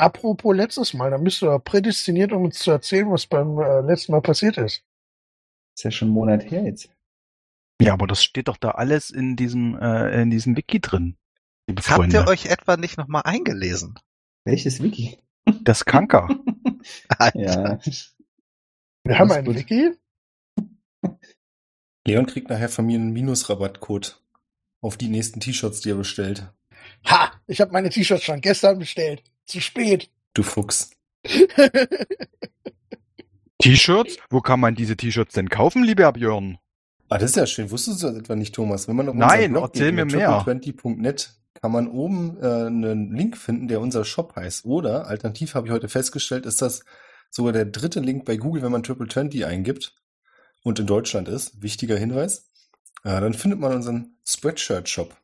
Apropos letztes Mal, da bist du ja prädestiniert, um uns zu erzählen, was beim äh, letzten Mal passiert ist. Ist ja schon einen Monat her jetzt. Ja, aber das steht doch da alles in diesem, äh, in diesem Wiki drin. Liebe Habt Freunde. ihr euch etwa nicht nochmal eingelesen? Welches Wiki? Das Kanker. Ja. Wir haben Alles ein gut. Wiki. Leon kriegt nachher von mir einen Minusrabattcode auf die nächsten T-Shirts, die er bestellt. Ha! Ich habe meine T-Shirts schon gestern bestellt. Zu spät. Du Fuchs. T-Shirts? Wo kann man diese T-Shirts denn kaufen, lieber Herr Björn? Ah, das ist ja schön. Wusstest du das etwa nicht, Thomas? Wenn man auf Nein, unseren Blog erzähl geht, mir mit mehr. 20.net kann man oben äh, einen Link finden, der unser Shop heißt. Oder, alternativ habe ich heute festgestellt, ist das sogar der dritte Link bei Google, wenn man Triple 20 eingibt und in Deutschland ist. Wichtiger Hinweis. Äh, dann findet man unseren Spreadshirt-Shop.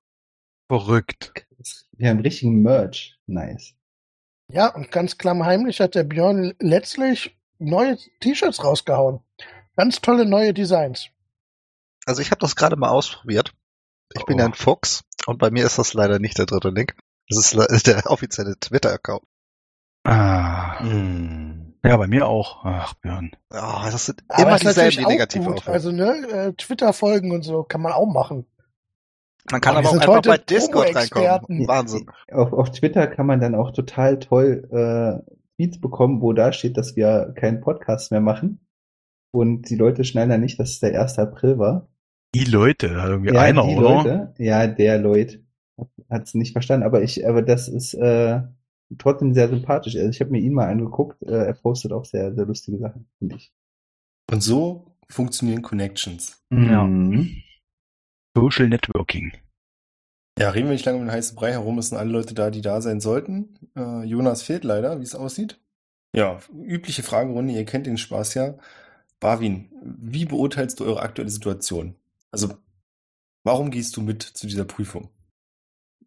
Verrückt. Wir haben richtigen Merch. Nice. Ja, und ganz klammheimlich hat der Björn letztlich neue T-Shirts rausgehauen. Ganz tolle neue Designs. Also ich habe das gerade mal ausprobiert. Ich bin Oh. ja ein Fuchs und bei mir ist das leider nicht der dritte Link. Das ist le- der offizielle Twitter-Account. Ah. Ja, bei mir auch. Ach, Björn. Ah, das sind Aber immer ist natürlich dieselben, die auch negativ gut. aufhören. Also ne, äh, Twitter-Folgen und so kann man auch machen. Man kann wir aber auch sind einfach heute bei Discord reinkommen. Promo-Experten. Hm, Wahnsinn. Auf, auf Twitter kann man dann auch total toll äh, Tweets bekommen, wo da steht, dass wir keinen Podcast mehr machen. Und die Leute schneiden dann nicht, dass es der 1. April war. Die Leute, hat irgendwie einer, die oder? Leute, ja, der Leute hat es nicht verstanden, aber ich, aber das ist äh, trotzdem sehr sympathisch. Also ich habe mir ihn mal angeguckt, äh, er postet auch sehr, sehr lustige Sachen, finde ich. Und so funktionieren Connections. Ja. Mhm. Social Networking. Ja, reden wir nicht lange um den heißen Brei herum. Es sind alle Leute da, die da sein sollten. Äh, Jonas fehlt leider, wie es aussieht. Ja, übliche Fragerunde, ihr kennt den Spaß ja. Barwin, wie beurteilst du eure aktuelle Situation? Also, warum gehst du mit zu dieser Prüfung?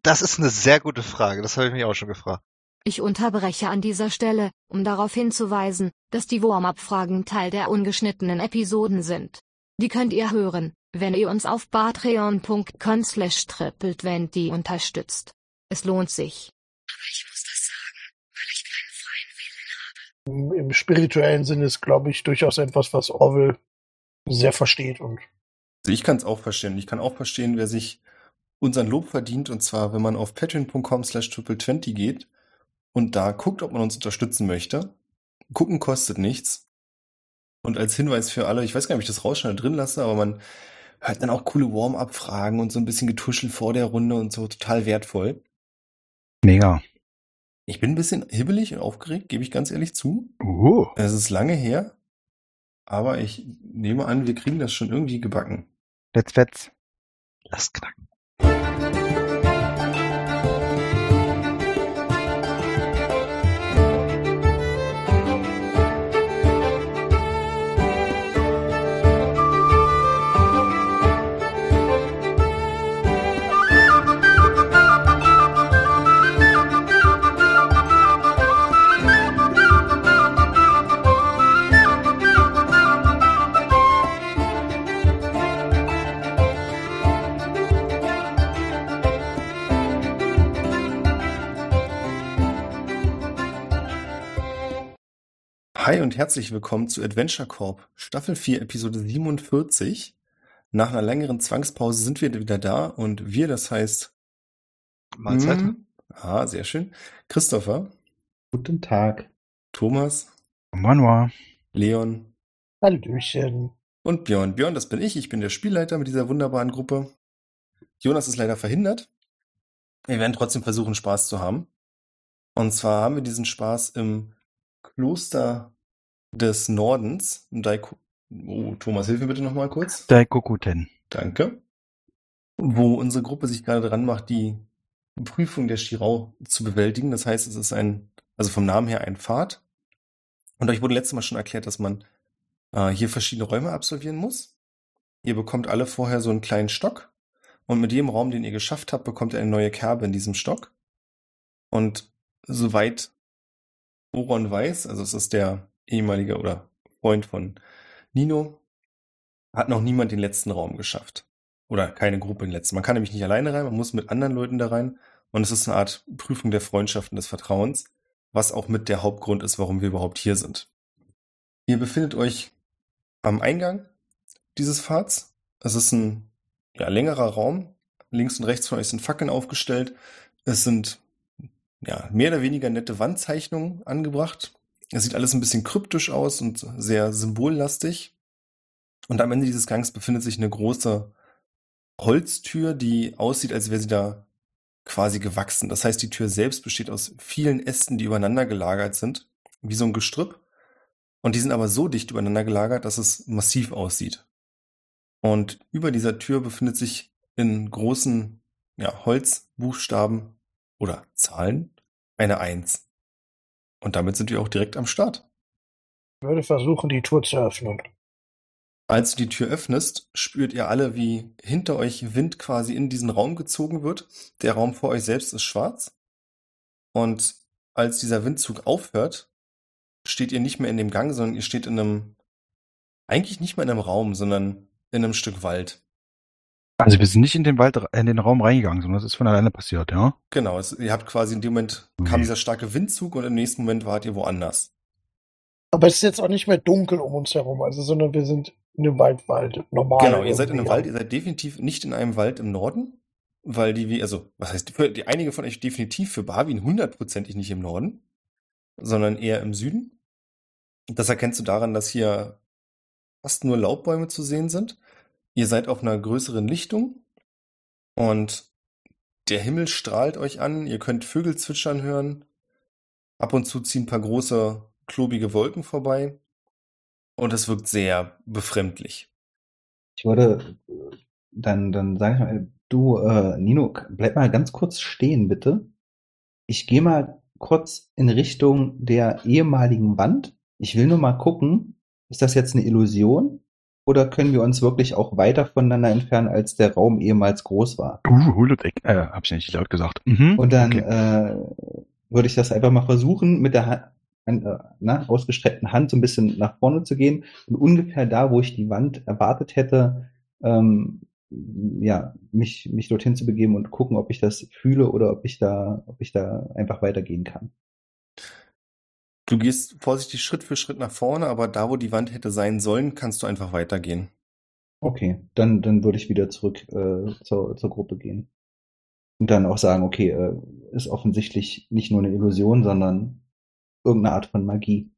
Das ist eine sehr gute Frage. Das habe ich mich auch schon gefragt. Ich unterbreche an dieser Stelle, um darauf hinzuweisen, dass die Warm-up-Fragen Teil der ungeschnittenen Episoden sind. Die könnt ihr hören, wenn ihr uns auf patreon.com slash triple20 unterstützt. Es lohnt sich. Im, im spirituellen Sinne ist, glaube ich, durchaus etwas, was Orwell sehr versteht und Also ich kann es auch verstehen. Ich kann auch verstehen, wer sich unseren Lob verdient. Und zwar, wenn man auf patreon.com slash triple20 geht und da guckt, ob man uns unterstützen möchte. Gucken kostet nichts. Und als Hinweis für alle, ich weiß gar nicht, ob ich das rausschneide drin lasse, aber man hört dann auch coole Warm-up-Fragen und so ein bisschen Getuschel vor der Runde und so total wertvoll. Mega. Ich bin ein bisschen hibbelig und aufgeregt, gebe ich ganz ehrlich zu. Uh. Es ist lange her, aber ich nehme an, wir kriegen das schon irgendwie gebacken. Let's fetz. Lasst knacken. Hi und herzlich willkommen zu Adventure Corp, Staffel 4, Episode 47. Nach einer längeren Zwangspause sind wir wieder da und wir, das heißt. Mahlzeit. Mhm. Hm, ah, sehr schön. Christopher, Guten Tag. Thomas, Manuel. Leon Hallöchen. und Björn. Björn, das bin ich. Ich bin der Spielleiter mit dieser wunderbaren Gruppe. Jonas ist leider verhindert. Wir werden trotzdem versuchen, Spaß zu haben. Und zwar haben wir diesen Spaß im Kloster des Nordens. im Daiko oh, Thomas, hilf mir bitte nochmal kurz. Daikokuten. Danke. Wo unsere Gruppe sich gerade dran macht, die Prüfung der Shirao zu bewältigen. Das heißt, es ist ein, also vom Namen her ein Pfad. Und euch wurde letztes Mal schon erklärt, dass man äh, hier verschiedene Räume absolvieren muss. Ihr bekommt alle vorher so einen kleinen Stock. Und mit jedem Raum, den ihr geschafft habt, bekommt ihr eine neue Kerbe in diesem Stock. Und soweit Oron weiß, also es ist der ehemalige oder Freund von Nino, hat noch niemand den letzten Raum geschafft. Oder keine Gruppe den letzten. Man kann nämlich nicht alleine rein, man muss mit anderen Leuten da rein. Und es ist eine Art Prüfung der Freundschaft und des Vertrauens. was auch mit der Hauptgrund ist, warum wir überhaupt hier sind. Ihr befindet euch am Eingang dieses Pfads. Es ist ein ja, längerer Raum. Links und rechts von euch sind Fackeln aufgestellt. Es sind ja, mehr oder weniger nette Wandzeichnungen angebracht. Es sieht alles ein bisschen kryptisch aus und sehr symbollastig. Und am Ende dieses Gangs befindet sich eine große Holztür, die aussieht, als wäre sie da quasi gewachsen. Das heißt, die Tür selbst besteht aus vielen Ästen, die übereinander gelagert sind, wie so ein Gestrüpp. Und die sind aber so dicht übereinander gelagert, dass es massiv aussieht. Und über dieser Tür befindet sich in großen ja, Holzbuchstaben oder Zahlen eine Eins. Und damit sind wir auch direkt am Start. Ich würde versuchen, die Tür zu öffnen. Als du die Tür öffnest, spürt ihr alle, wie hinter euch Wind quasi in diesen Raum gezogen wird. Der Raum vor euch selbst ist schwarz. Und als dieser Windzug aufhört, steht ihr nicht mehr in dem Gang, sondern ihr steht in einem, eigentlich nicht mehr in einem Raum, sondern in einem Stück Wald. Also wir sind nicht in den Wald, in den Raum reingegangen, sondern das ist von alleine passiert, ja? Genau, es, ihr habt quasi in dem Moment kam Mhm. dieser starke Windzug und im nächsten Moment wart ihr woanders. Aber es ist jetzt auch nicht mehr dunkel um uns herum, also, sondern wir sind in einem Waldwald. Normal. genau, ihr seid in einem irgendwie. Wald, ihr seid definitiv nicht in einem Wald im Norden, weil die, wie- also, was heißt, für, die einige von euch definitiv für Barwin hundertprozentig nicht im Norden, sondern eher im Süden. Das erkennst du daran, dass hier fast nur Laubbäume zu sehen sind. Ihr seid auf einer größeren Lichtung und der Himmel strahlt euch an, ihr könnt Vögel zwitschern hören. Ab und zu ziehen ein paar große, klobige Wolken vorbei. Und es wirkt sehr befremdlich. Ich würde äh, dann, dann sage ich mal, du, äh, Nino, k- bleib mal ganz kurz stehen, bitte. Ich gehe mal kurz in Richtung der ehemaligen Wand. Ich will nur mal gucken, ist das jetzt eine Illusion? Oder können wir uns wirklich auch weiter voneinander entfernen, als der Raum ehemals groß war? Uh, Holodeck. Äh, hab ich nicht laut gesagt. Mhm. Und dann Okay. äh, würde ich das einfach mal versuchen, mit der Ha- an, äh, na, ausgestreckten Hand so ein bisschen nach vorne zu gehen und ungefähr da, wo ich die Wand erwartet hätte, ähm, ja, mich, mich dorthin zu begeben und gucken, ob ich das fühle oder ob ich da, ob ich da einfach weitergehen kann. Du gehst vorsichtig Schritt für Schritt nach vorne, aber da, wo die Wand hätte sein sollen, kannst du einfach weitergehen. Okay, dann, dann würde ich wieder zurück äh, zur, zur Gruppe gehen. Und dann auch sagen, okay, äh, ist offensichtlich nicht nur eine Illusion, sondern irgendeine Art von Magie.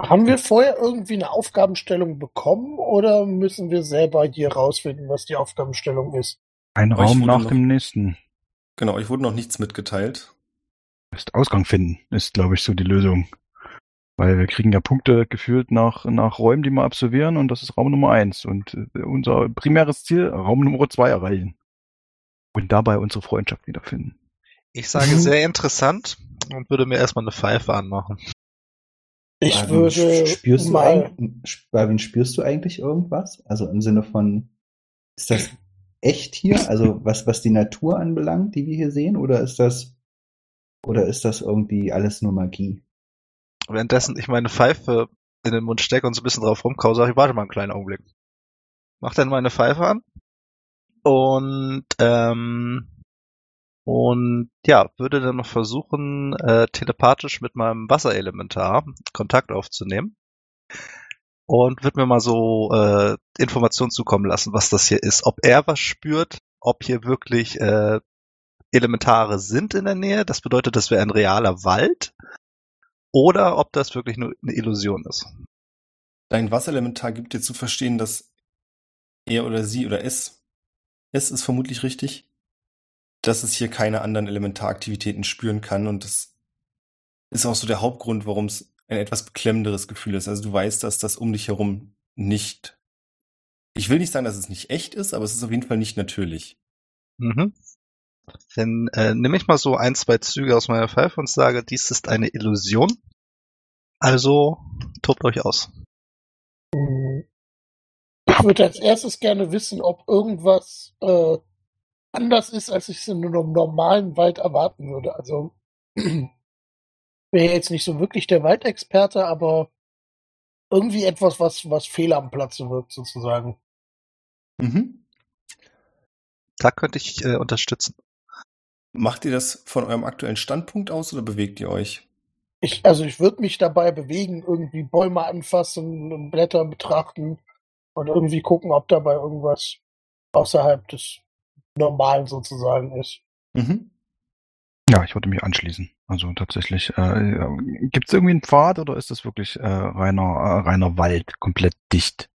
Haben wir vorher irgendwie eine Aufgabenstellung bekommen oder müssen wir selber hier rausfinden, was die Aufgabenstellung ist? Ein euch Raum wurde nach noch- dem nächsten. Genau, euch wurde noch nichts mitgeteilt. Ist Ausgang finden, ist, glaube ich, so die Lösung. Weil wir kriegen ja Punkte gefühlt nach, nach Räumen, die wir absolvieren und das ist Raum Nummer eins Und äh, unser primäres Ziel, Raum Nummer zwei erreichen. Und dabei unsere Freundschaft wiederfinden. Ich sage Mhm. sehr interessant und würde mir erstmal eine Pfeife anmachen. Ich Barwin, würde Ähm, sp- spürst du mal, eigentlich, sp- Barwin, spürst du eigentlich irgendwas? Also im Sinne von, ist das echt hier? Also was, was die Natur anbelangt, die wir hier sehen, oder ist das, oder ist das irgendwie alles nur Magie? Währenddessen ich meine Pfeife in den Mund stecke und so ein bisschen drauf rumkau, sage ich, warte mal einen kleinen Augenblick. Mach dann meine Pfeife an und ähm, und ja, würde dann noch versuchen, äh, telepathisch mit meinem Wasserelementar Kontakt aufzunehmen. Und wird mir mal so äh, Informationen zukommen lassen, was das hier ist. Ob er was spürt, ob hier wirklich äh, Elementare sind in der Nähe. Das bedeutet, das wäre ein realer Wald oder ob das wirklich nur eine Illusion ist. Dein Wasserelementar gibt dir zu verstehen, dass er oder sie oder es, es ist vermutlich richtig, dass es hier keine anderen Elementaraktivitäten spüren kann und das ist auch so der Hauptgrund, warum es ein etwas beklemmenderes Gefühl ist. Also du weißt, dass das um dich herum nicht, ich will nicht sagen, dass es nicht echt ist, aber es ist auf jeden Fall nicht natürlich. Mhm. Dann äh, nehme ich mal so ein, zwei Züge aus meiner Pfeife und sage, dies ist eine Illusion. Also tobt euch aus. mh, Äh, ich würde als erstes gerne wissen, ob irgendwas äh, anders ist, als ich es in einem normalen Wald erwarten würde. Also wäre jetzt nicht so wirklich der Waldexperte, aber irgendwie etwas, was, was fehl am Platze wirkt, sozusagen. Mhm. Da könnte ich äh, unterstützen. Macht ihr das von eurem aktuellen Standpunkt aus oder bewegt ihr euch? Ich, also ich würde mich dabei bewegen, irgendwie Bäume anfassen und Blätter betrachten und irgendwie gucken, ob dabei irgendwas außerhalb des Normalen sozusagen ist. Mhm. Ja, ich würde mich anschließen. Also tatsächlich, äh, gibt es irgendwie einen Pfad oder ist das wirklich äh, reiner, äh, reiner Wald, komplett dicht?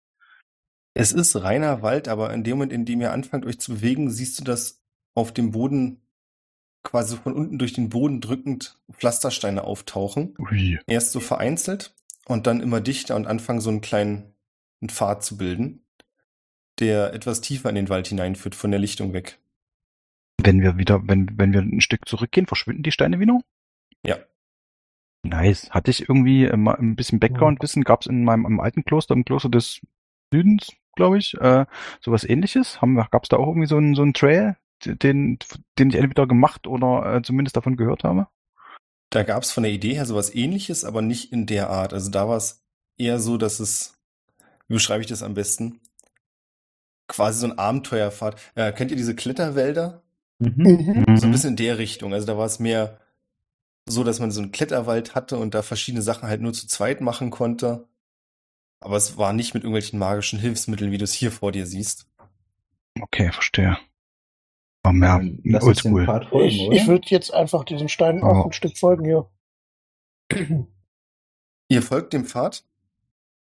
Es ist reiner Wald, aber in dem Moment, in dem ihr anfangt, euch zu bewegen, siehst du, dass auf dem Boden quasi von unten durch den Boden drückend Pflastersteine auftauchen. Ui. Erst so vereinzelt und dann immer dichter und anfangen, so einen kleinen einen Pfad zu bilden, der etwas tiefer in den Wald hineinführt, von der Lichtung weg. Wenn wir wieder, wenn, wenn wir ein Stück zurückgehen, verschwinden die Steine wieder? Ja. Nice. Hatte ich irgendwie äh, mal ein bisschen Background-Wissen? Gab es in meinem im alten Kloster, im Kloster des Südens, glaube ich, äh, sowas ähnliches? Gab es da auch irgendwie so einen, so einen Trail, den, den ich entweder gemacht oder äh, zumindest davon gehört habe? Da gab es von der Idee her sowas ähnliches, aber nicht in der Art. Also da war es eher so, dass es, wie beschreibe ich das am besten? Quasi so ein Abenteuerfahrt. Äh, kennt ihr diese Kletterwälder? Mhm. So ein bisschen in der Richtung. Also da war es mehr so, dass man so einen Kletterwald hatte und da verschiedene Sachen halt nur zu zweit machen konnte. Aber es war nicht mit irgendwelchen magischen Hilfsmitteln, wie du es hier vor dir siehst. Okay, verstehe. Oh, ja, Ähm, Lass uns den oldschool. Pfad folgen, ich oder? ich würde jetzt einfach diesen Steinen auch Oh. ein Stück folgen, ja. Ihr folgt dem Pfad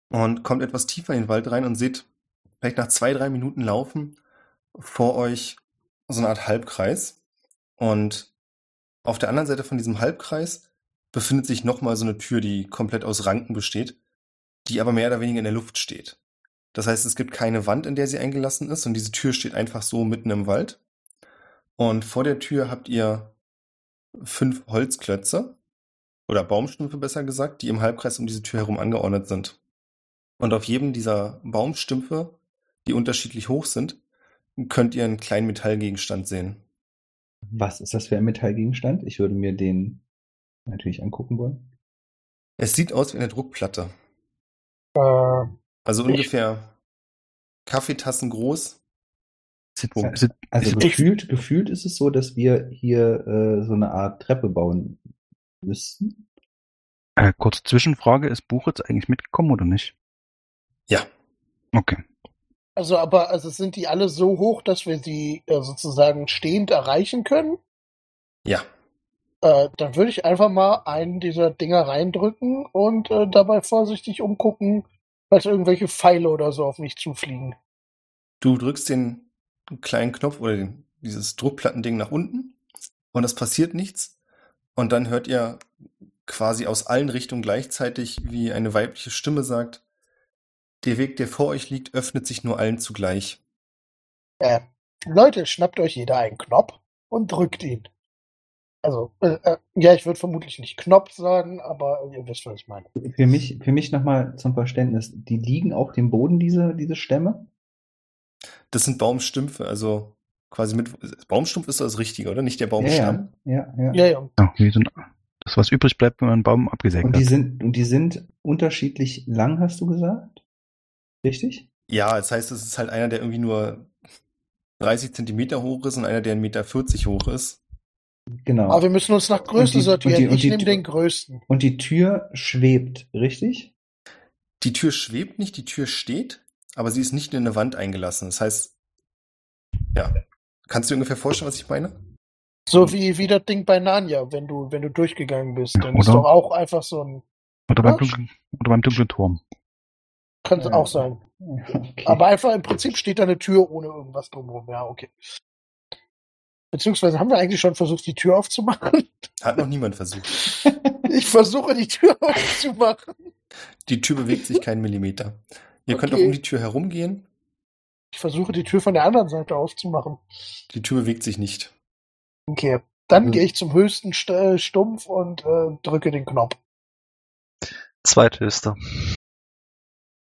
und kommt etwas tiefer in den Wald rein und seht vielleicht nach zwei, drei Minuten Laufen vor euch so eine Art Halbkreis. Und auf der anderen Seite von diesem Halbkreis befindet sich nochmal so eine Tür, die komplett aus Ranken besteht, die aber mehr oder weniger in der Luft steht. Das heißt, es gibt keine Wand, in der sie eingelassen ist und diese Tür steht einfach so mitten im Wald. Und vor der Tür habt ihr fünf Holzklötze oder Baumstümpfe besser gesagt, die im Halbkreis um diese Tür herum angeordnet sind. Und auf jedem dieser Baumstümpfe, die unterschiedlich hoch sind, könnt ihr einen kleinen Metallgegenstand sehen. Was ist das für ein Metallgegenstand? Ich würde mir den natürlich angucken wollen. Es sieht aus wie eine Druckplatte. Äh, Also Ich- ungefähr Kaffeetassen groß. Sit, Punkt. sit, Also sit, Ich- gefühlt, gefühlt ist es so, dass wir hier äh, so eine Art Treppe bauen müssten. äh, kurze Zwischenfrage, ist Buch jetzt eigentlich mitgekommen oder nicht? Ja. Okay. also aber also sind die alle so hoch, dass wir sie äh, sozusagen stehend erreichen können? Ja. Äh, dann würde ich einfach mal einen dieser Dinger reindrücken und äh, dabei vorsichtig umgucken, falls irgendwelche Pfeile oder so auf mich zufliegen. Du drückst den kleinen Knopf oder den, dieses Druckplattending nach unten und es passiert nichts. Und dann hört ihr quasi aus allen Richtungen gleichzeitig, wie eine weibliche Stimme sagt, der Weg, der vor euch liegt, öffnet sich nur allen zugleich. Äh, Leute, schnappt euch jeder einen Knopf und drückt ihn. Also, äh, äh, ja, ich würde vermutlich nicht Knopf sagen, aber ihr wisst, was ich meine. Für mich, für mich nochmal zum Verständnis. Die liegen auf dem Boden, diese, diese Stämme? Das sind Baumstümpfe, also quasi mit, Baumstumpf ist das Richtige, oder? Nicht der Baumstamm. Ja, ja, ja. Ja, ja. Ja, wie so ein, das, was übrig bleibt, wenn man einen Baum abgesägt Und hat. die sind, und die sind unterschiedlich lang, hast du gesagt? Richtig? Ja, das heißt, es ist halt einer, der irgendwie nur 30 Zentimeter hoch ist und einer, der 1,40 Meter hoch ist. Genau. Aber wir müssen uns nach Größe Und die- sortieren. und die- und ich die- nehme den größten. Und die Tür schwebt, richtig? Die Tür schwebt nicht, die Tür steht, aber sie ist nicht in eine Wand eingelassen. Das heißt, ja. Kannst du dir ungefähr vorstellen, was ich meine? So wie, wie das Ding bei Narnia, wenn du, wenn du durchgegangen bist. Hm. Ja, Dann ist oder? doch auch einfach so ein. Oder beim, Ja. dunklen, oder beim dunklen Turm. Kann es Ja. auch sein. Okay. Aber einfach im Prinzip steht da eine Tür ohne irgendwas drumherum. Ja, okay. Beziehungsweise haben wir eigentlich schon versucht, die Tür aufzumachen? Hat noch niemand versucht. Ich versuche, die Tür aufzumachen. Die Tür bewegt sich keinen Millimeter. Ihr könnt auch Okay. um die Tür herumgehen. Ich versuche, die Tür von der anderen Seite aufzumachen. Die Tür bewegt sich nicht. Okay. Dann Also- gehe ich zum höchsten St äh, Stumpf und äh, drücke den Knopf. Zweithöchster.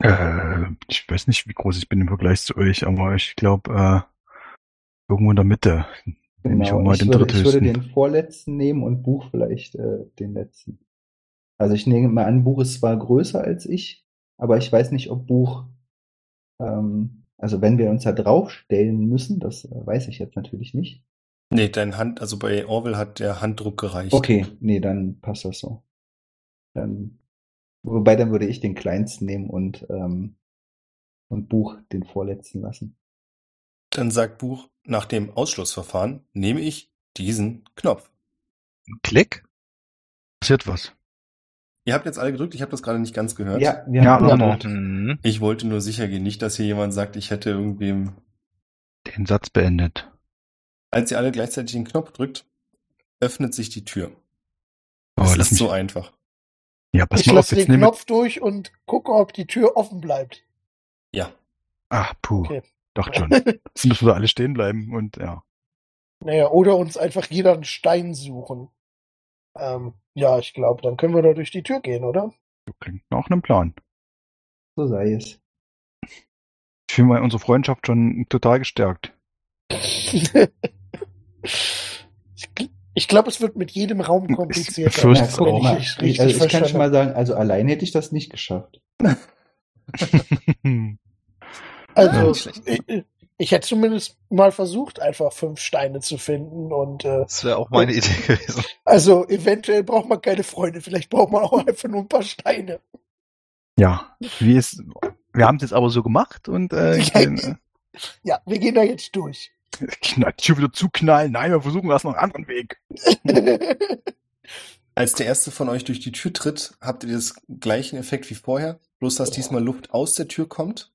Äh, ich weiß nicht, wie groß ich bin im Vergleich zu euch, aber ich glaube, äh, irgendwo in der Mitte. Nehme ich auch genau. mal ich, den würde, ich würde dritthöchsten. den vorletzten nehmen und Buch vielleicht äh, den letzten. Also ich nehme mal an, Buch ist zwar größer als ich, aber ich weiß nicht, ob Buch, ähm, also wenn wir uns da draufstellen müssen, das äh, weiß ich jetzt natürlich nicht. Nee, dein Hand, also bei Orwell hat der Handdruck gereicht. Okay, nee, dann passt das so. Dann, wobei dann würde ich den kleinsten nehmen und, ähm, und Buch den vorletzten lassen. Dann sagt Buch, nach dem Ausschlussverfahren nehme ich diesen Knopf. Klick? Passiert was. Ihr habt jetzt alle gedrückt, ich habe das gerade nicht ganz gehört. Ja, wir Ja, haben noch abgemacht. Mhm. Ich wollte nur sicher gehen, nicht, dass hier jemand sagt, ich hätte irgendwem, Den Satz beendet. als ihr alle gleichzeitig den Knopf drückt, öffnet sich die Tür. Oh, das lass ist mich. so einfach. ja, pass Ich mal auf, lasse jetzt den nehme ich. Knopf durch und gucke, ob die Tür offen bleibt. Ja. Ach, Ah, puh. Okay. Dachte schon. Jetzt müssen wir da alle stehen bleiben und ja. Naja, oder uns einfach jeder einen Stein suchen. Ähm, ja, ich glaube, dann können wir da durch die Tür gehen, oder? So klingt nach einem Plan. So sei es. Ich fühle mal unsere Freundschaft schon total gestärkt. Ich gl- ich glaube, es wird mit jedem Raum komplizierter. Ich befürchte merkst es du, wenn auch. Ich, es richtig also ich kann schon verstanden mal sagen, also allein hätte ich das nicht geschafft. Also, Ja. ich, ich hätte zumindest mal versucht, einfach fünf Steine zu finden. Und äh, Das wäre auch meine Idee gewesen. also eventuell braucht man keine Freunde, vielleicht braucht man auch einfach nur ein paar Steine. ja, wie ist, wir haben es jetzt aber so gemacht und äh, Ja, gehen, ich- äh, Ja, wir gehen da jetzt durch. knall, Tür wieder zuknallen. Nein, wir versuchen erst noch einen anderen Weg. Als der erste von euch durch die Tür tritt, habt ihr das gleichen Effekt wie vorher, bloß dass diesmal Luft aus der Tür kommt.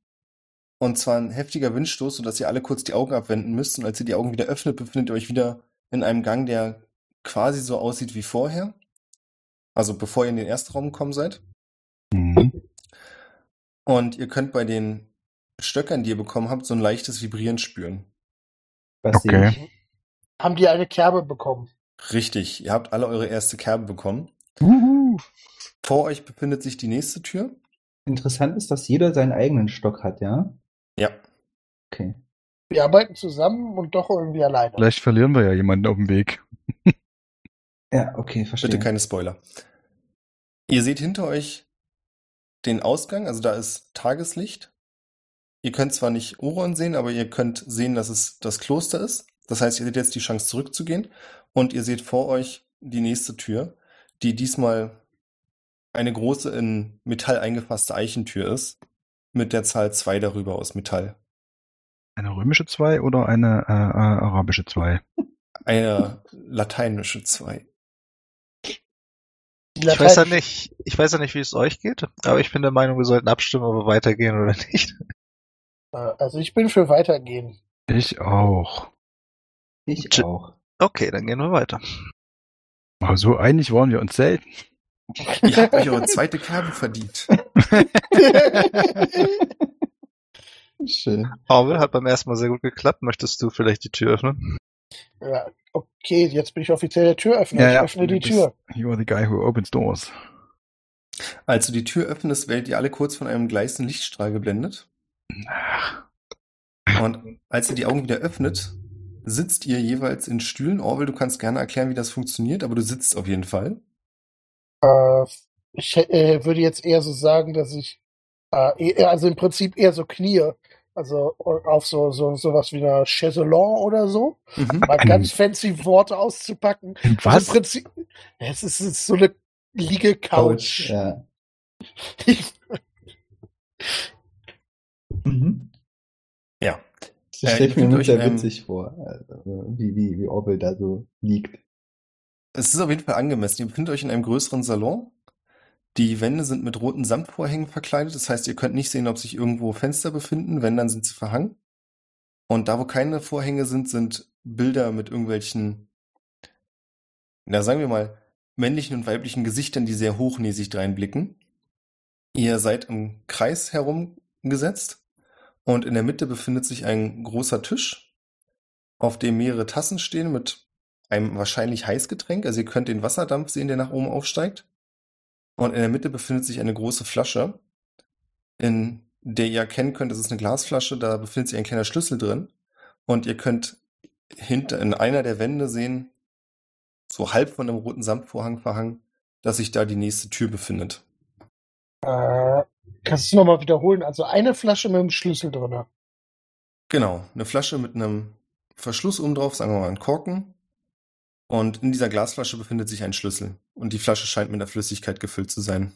Und zwar ein heftiger Windstoß, sodass ihr alle kurz die Augen abwenden müsst. Und als ihr die Augen wieder öffnet, befindet ihr euch wieder in einem Gang, der quasi so aussieht wie vorher. Also bevor ihr in den ersten Raum gekommen seid. Mhm. Und ihr könnt bei den Stöckern, die ihr bekommen habt, so ein leichtes Vibrieren spüren. Was Okay. sehe ich? Haben die eine Kerbe bekommen? Richtig, ihr habt alle eure erste Kerbe bekommen. Uhu. Vor euch befindet sich die nächste Tür. Interessant ist, dass jeder seinen eigenen Stock hat, ja? Ja, Okay. Wir arbeiten zusammen und doch irgendwie alleine. Vielleicht verlieren wir ja jemanden auf dem Weg. Ja, okay, verstehe. Bitte keine Spoiler. Ihr seht hinter euch den Ausgang, also da ist Tageslicht. Ihr könnt zwar nicht Oron sehen, aber ihr könnt sehen, dass es das Kloster ist. Das heißt, ihr seht jetzt die Chance zurückzugehen und ihr seht vor euch die nächste Tür, die diesmal eine große in Metall eingefasste Eichentür ist, mit der Zahl 2 darüber aus Metall. Eine römische 2 oder eine äh, äh, arabische 2? Eine lateinische 2. Die Ich weiß ja halt Latein- nicht, ich weiß ja nicht, wie es euch geht, aber ich bin der Meinung, wir sollten abstimmen, ob wir weitergehen oder nicht. Äh, Also ich bin für weitergehen. Ich auch. Ich Tsch- auch. Okay, dann gehen wir weiter. Aber so einig waren wir uns selten. Ihr habt euch eure zweite Kerbe verdient. Schön. Orwell hat beim ersten Mal sehr gut geklappt. Möchtest du vielleicht die Tür öffnen? ja, okay, jetzt bin ich offiziell der Türöffner. Ja, ich ja, öffne du die bist- Tür. You are the guy who opens doors. Als du die Tür öffnest, werdet ihr alle kurz von einem gleißenden Lichtstrahl geblendet. Und als ihr die Augen wieder öffnet, sitzt ihr jeweils in Stühlen. Orwell, du kannst gerne erklären, wie das funktioniert, aber du sitzt auf jeden Fall. Äh, ich äh, würde jetzt eher so sagen, dass ich äh, eher, also im Prinzip eher so knie, also auf so so sowas wie einer Chaiselon oder so, mal Ein- ganz fancy Worte auszupacken. Und Also im Prinzip, es ist, es ist so eine Liege-Couch. Ja. Mhm. Ja. Das Äh, stelle ihr ich mir befindet nur euch sehr in einem- witzig vor, also, wie, wie, wie Orwell da so liegt. Es ist auf jeden Fall angemessen. Ihr befindet euch in einem größeren Salon. Die Wände sind mit roten Samtvorhängen verkleidet. Das heißt, ihr könnt nicht sehen, ob sich irgendwo Fenster befinden. Wenn, dann sind sie verhangen. Und da, wo keine Vorhänge sind, sind Bilder mit irgendwelchen, na sagen wir mal, männlichen und weiblichen Gesichtern, die sehr hochnäsig dreinblicken. Ihr seid im Kreis herumgesetzt und in der Mitte befindet sich ein großer Tisch, auf dem mehrere Tassen stehen mit einem wahrscheinlich Heißgetränk. Also ihr könnt den Wasserdampf sehen, der nach oben aufsteigt. Und in der Mitte befindet sich eine große Flasche, in der ihr erkennen könnt, das ist eine Glasflasche, da befindet sich ein kleiner Schlüssel drin. Und ihr könnt hinter in einer der Wände sehen, so halb von einem roten Samtvorhang verhangen, dass sich da die nächste Tür befindet. Äh, kannst du nochmal wiederholen? Also eine Flasche mit einem Schlüssel drin. Genau, eine Flasche mit einem Verschluss oben drauf, sagen wir mal einen Korken. Und in dieser Glasflasche befindet sich ein Schlüssel. Und die Flasche scheint mit einer Flüssigkeit gefüllt zu sein.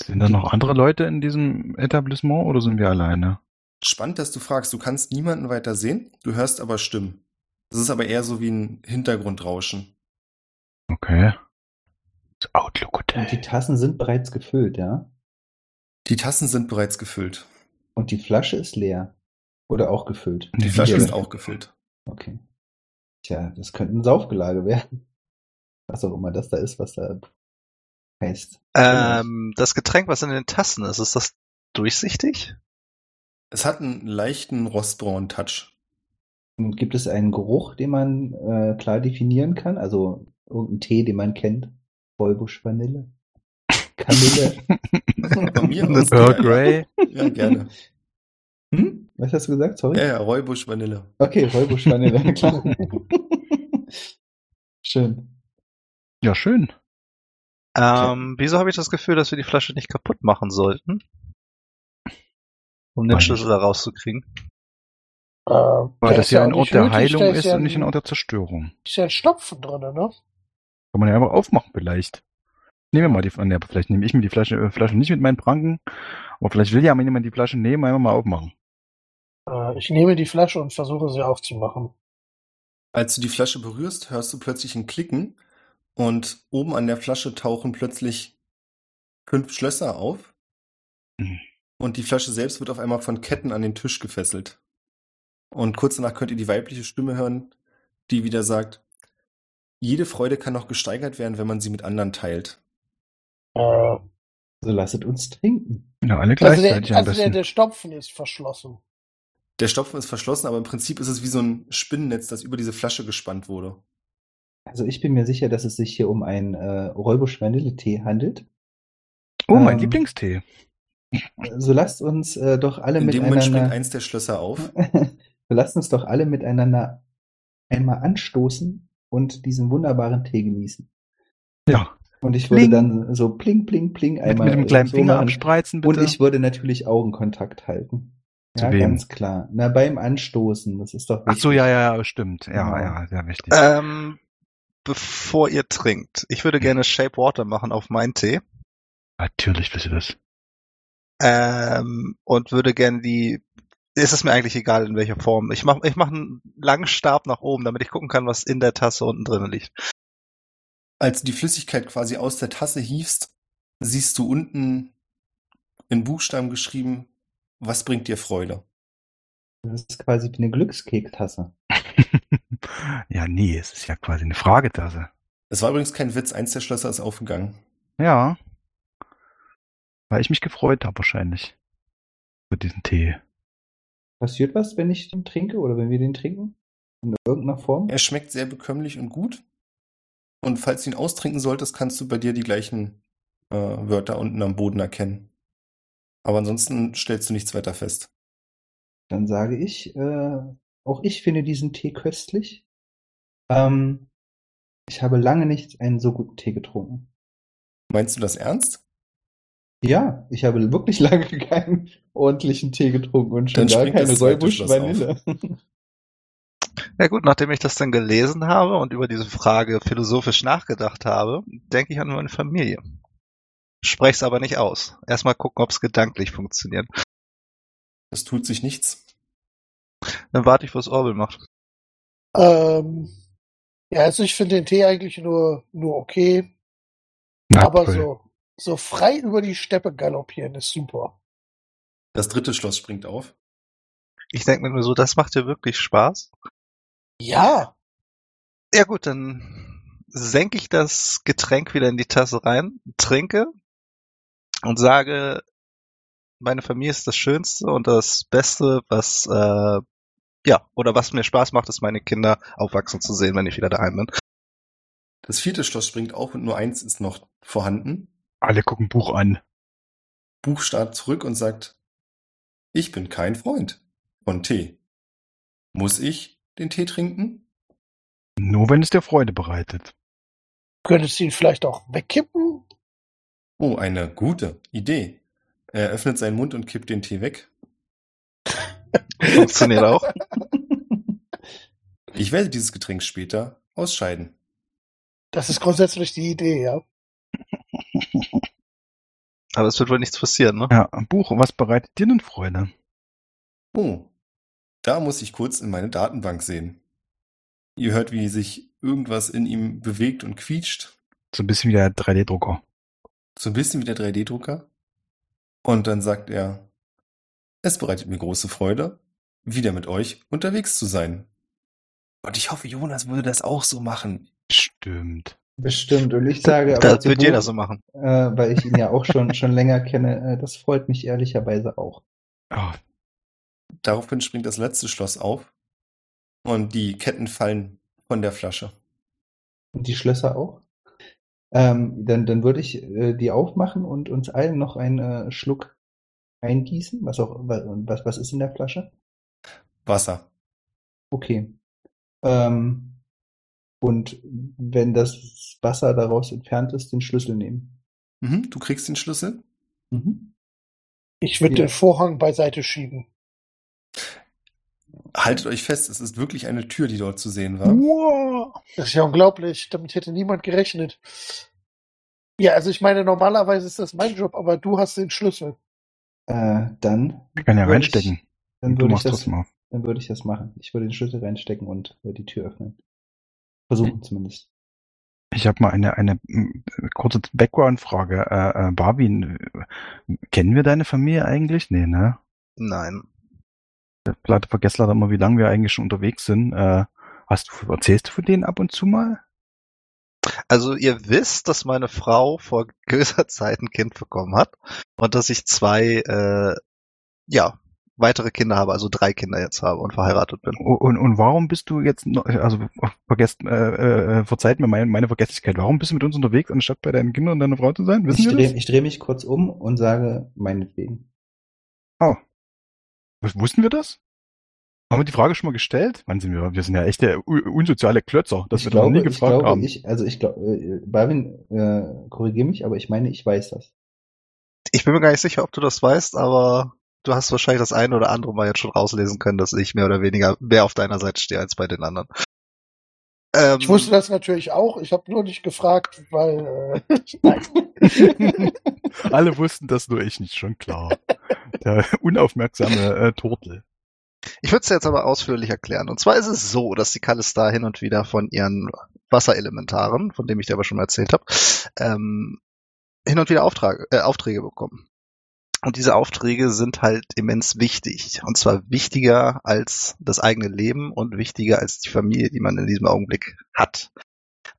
Sind da noch andere Leute in diesem Etablissement oder sind wir alleine? Spannend, dass du fragst. Du kannst niemanden weiter sehen, du hörst aber Stimmen. Das ist aber eher so wie ein Hintergrundrauschen. Okay. Das Outlook Und die Hotel. Tassen sind bereits gefüllt, ja? Die Tassen sind bereits gefüllt. Und die Flasche ist leer. Oder auch gefüllt. Die Die Flasche leer. ist auch gefüllt. Okay. Tja, das könnte ein Saufgelage werden. Was auch immer das da ist, was da heißt. Ähm, das Getränk, was in den Tassen ist, ist das durchsichtig? Es hat einen leichten rostbraunen Touch. Und gibt es einen Geruch, den man äh, klar definieren kann? Also irgendeinen Tee, den man kennt? Vollbusch Vanille? Kamille? Bei mir aus. Earl ja, Grey. Ja, gerne. Hm? Was hast du gesagt? Sorry? Ja, ja, Räubusch Vanille. Okay, Vollbusch Vanille, klar. Schön. Ja, schön. Ähm, wieso habe ich das Gefühl, dass wir die Flasche nicht kaputt machen sollten? Um den Mann. Schlüssel da rauszukriegen. Äh, Weil das ist ja auch ein nicht Ort der nötig, Heilung da ist ja und nicht ein ein- Ort der Zerstörung. Ist ja ein Stopfen drin, ne? Kann man ja einfach aufmachen vielleicht. Nehmen wir mal die Flasche. Ja, vielleicht nehme ich mir die Flasche, äh, Flasche nicht mit meinen Pranken. Aber vielleicht will ja mal jemand die Flasche nehmen, einfach mal aufmachen. Äh, ich nehme die Flasche und versuche sie aufzumachen. Als du die Flasche berührst, hörst du plötzlich ein Klicken und oben an der Flasche tauchen plötzlich fünf Schlösser auf. Mhm. Und die Flasche selbst wird auf einmal von Ketten an den Tisch gefesselt. Und kurz danach könnt ihr die weibliche Stimme hören, die wieder sagt, jede Freude kann noch gesteigert werden, wenn man sie mit anderen teilt. Äh, So lasset uns trinken. Ja, alle also gleichzeitig der, also der, am besten. der Stopfen ist verschlossen. Der Stopfen ist verschlossen, aber im Prinzip ist es wie so ein Spinnennetz, das über diese Flasche gespannt wurde. Also ich bin mir sicher, dass es sich hier um einen äh, Räubusch Vanille-Tee handelt. oh, mein ähm, Lieblingstee. So lasst uns äh, doch alle In dem Moment springt miteinander. eins der Schlösser auf. so lasst uns doch alle miteinander einmal anstoßen und diesen wunderbaren Tee genießen. Ja. Und ich würde Pling. dann so pling, pling, pling Mit, einmal mit dem kleinen so Finger machen. abspreizen, bitte. Und ich würde natürlich Augenkontakt halten. Zu ja, wem? ganz klar. Na, beim Anstoßen, das ist doch Ach so, wichtig. ja, ja, ja, stimmt. Ja, Genau. ja, sehr wichtig. Ähm, bevor ihr trinkt, ich würde gerne Shape Water machen auf meinen Tee. Natürlich bist du das. Ähm, und würde gerne die. Es ist mir eigentlich egal, in welcher Form. Ich mache ich mach einen langen Stab nach oben, damit ich gucken kann, was in der Tasse unten drin liegt. Als du die Flüssigkeit quasi aus der Tasse hiefst, siehst du unten in Buchstaben geschrieben, was bringt dir Freude? Das ist quasi wie eine Glückskektasse. ja, nee, es ist ja quasi eine Fragetasse. Es war übrigens kein Witz, eins der Schlösser ist aufgegangen. Ja. Weil ich mich gefreut habe wahrscheinlich. Über diesen Tee. Passiert was, wenn ich den trinke oder wenn wir den trinken? In irgendeiner Form? Er schmeckt sehr bekömmlich und gut. Und falls du ihn austrinken solltest, kannst du bei dir die gleichen äh, Wörter unten am Boden erkennen. Aber ansonsten stellst du nichts weiter fest. Dann sage ich, äh, auch ich finde diesen Tee köstlich. Ähm, ich habe lange nicht einen so guten Tee getrunken. Meinst du das ernst? Ja, ich habe wirklich lange keinen ordentlichen Tee getrunken und schon Dann gar springt keine das zweite Säubusch Schloss Vanille. Ja gut, nachdem ich das dann gelesen habe und über diese Frage philosophisch nachgedacht habe, denke ich an meine Familie. Sprech's aber nicht aus. Erstmal gucken, ob's gedanklich funktioniert. Es tut sich nichts. Dann warte ich, was Orbel macht. Ähm, ja, also ich finde den Tee eigentlich nur, nur okay. Na, aber toll. so, so frei über die Steppe galoppieren ist super. Das dritte Schloss springt auf. Ich denke mir nur so, das macht dir wirklich Spaß. Ja, Ja gut, dann senke ich das Getränk wieder in die Tasse rein, trinke und sage, meine Familie ist das Schönste und das Beste, was äh, ja, oder was mir Spaß macht, ist meine Kinder aufwachsen zu sehen, wenn ich wieder daheim bin. Das vierte Schloss springt auf und nur eins ist noch vorhanden. Alle gucken Buch an. Buch starrt zurück und sagt, ich bin kein Freund von Tee. Muss ich den Tee trinken? Nur wenn es dir Freude bereitet. könntest du ihn vielleicht auch wegkippen? Oh, eine gute Idee. Er öffnet seinen Mund und kippt den Tee weg. Funktioniert auch. Ich werde dieses Getränk später ausscheiden. Das ist grundsätzlich die Idee, ja. Aber es wird wohl nichts passieren, ne? Ja, Buch, was bereitet dir denn Freude? Oh, da muss ich kurz in meine Datenbank sehen. Ihr hört, wie sich irgendwas in ihm bewegt und quietscht. So ein bisschen wie der 3D-Drucker. So ein bisschen wie der 3D-Drucker. Und dann sagt er, es bereitet mir große Freude, wieder mit euch unterwegs zu sein. Und ich hoffe, Jonas würde das auch so machen. Stimmt. Bestimmt. Und ich sage, aber Das wird Tibu, jeder so machen. Äh, weil ich ihn ja auch schon, schon länger kenne, äh, das freut mich ehrlicherweise auch. Ah, Daraufhin springt das letzte Schloss auf und die Ketten fallen von der Flasche. Und die Schlösser auch. Ähm, dann, dann würde ich äh, die aufmachen und uns allen noch einen äh, Schluck eingießen. Was auch, was, was ist in der Flasche? Wasser. Okay. Ähm, und wenn das Wasser daraus entfernt ist, den Schlüssel nehmen. Mhm, du kriegst den Schlüssel. Mhm. Ich würde Ja. den Vorhang beiseite schieben. Haltet euch fest, es ist wirklich eine Tür, die dort zu sehen war. Wow. Das ist ja unglaublich. Damit hätte niemand gerechnet. Ja, also ich meine, normalerweise ist das mein Job, aber du hast den Schlüssel. Äh, dann, Ich kann ja Würde reinstecken. dann Und du würde ich machst das, trotzdem auf. dann würde ich das machen. Ich würde den Schlüssel reinstecken und äh, die Tür öffnen. Versuchen zumindest. Ich habe mal eine, eine mm, kurze Background-Frage. Äh, äh, Barwin, äh, kennen wir deine Familie eigentlich? Nee, ne? Nein. Der Platte vergesst leider immer, wie lange wir eigentlich schon unterwegs sind. Äh, hast du, erzählst du von denen ab und zu mal? Also ihr wisst, dass meine Frau vor gewisser Zeit ein Kind bekommen hat und dass ich zwei, äh, ja, weitere Kinder habe, also drei Kinder jetzt habe und verheiratet bin. Und, und warum bist du jetzt, noch, also vergesst, äh, äh, verzeiht mir meine, meine Vergesslichkeit, warum bist du mit uns unterwegs, anstatt bei deinen Kindern und deiner Frau zu sein? Wissen Ich wir drehe das? ich dreh mich kurz um und sage meinetwegen. W- Wussten wir das? Haben wir die Frage schon mal gestellt? Wann sind wir? Wir sind ja echte u- unsoziale Klötzer, dass ich wir glaube, da nie gefragt ich glaube, haben. Ich, also ich glaube, äh, Barwin, äh, korrigiere mich, aber ich meine, ich weiß das. Ich bin mir gar nicht sicher, ob du das weißt, aber du hast wahrscheinlich das eine oder andere mal jetzt schon rauslesen können, dass ich mehr oder weniger mehr auf deiner Seite stehe als bei den anderen. Ähm, Ich wusste das natürlich auch. Ich habe nur nicht gefragt, weil. Äh, nein. Alle wussten das, nur ich nicht, schon klar. Der unaufmerksame äh, Turtel. Ich würde es jetzt aber ausführlich erklären. Und zwar ist es so, dass die Kalistar hin und wieder von ihren Wasserelementaren, von dem ich dir aber schon mal erzählt habe, ähm, hin und wieder Auftrag, äh, Aufträge bekommen. Und diese Aufträge sind halt immens wichtig. Und zwar wichtiger als das eigene Leben und wichtiger als die Familie, die man in diesem Augenblick hat.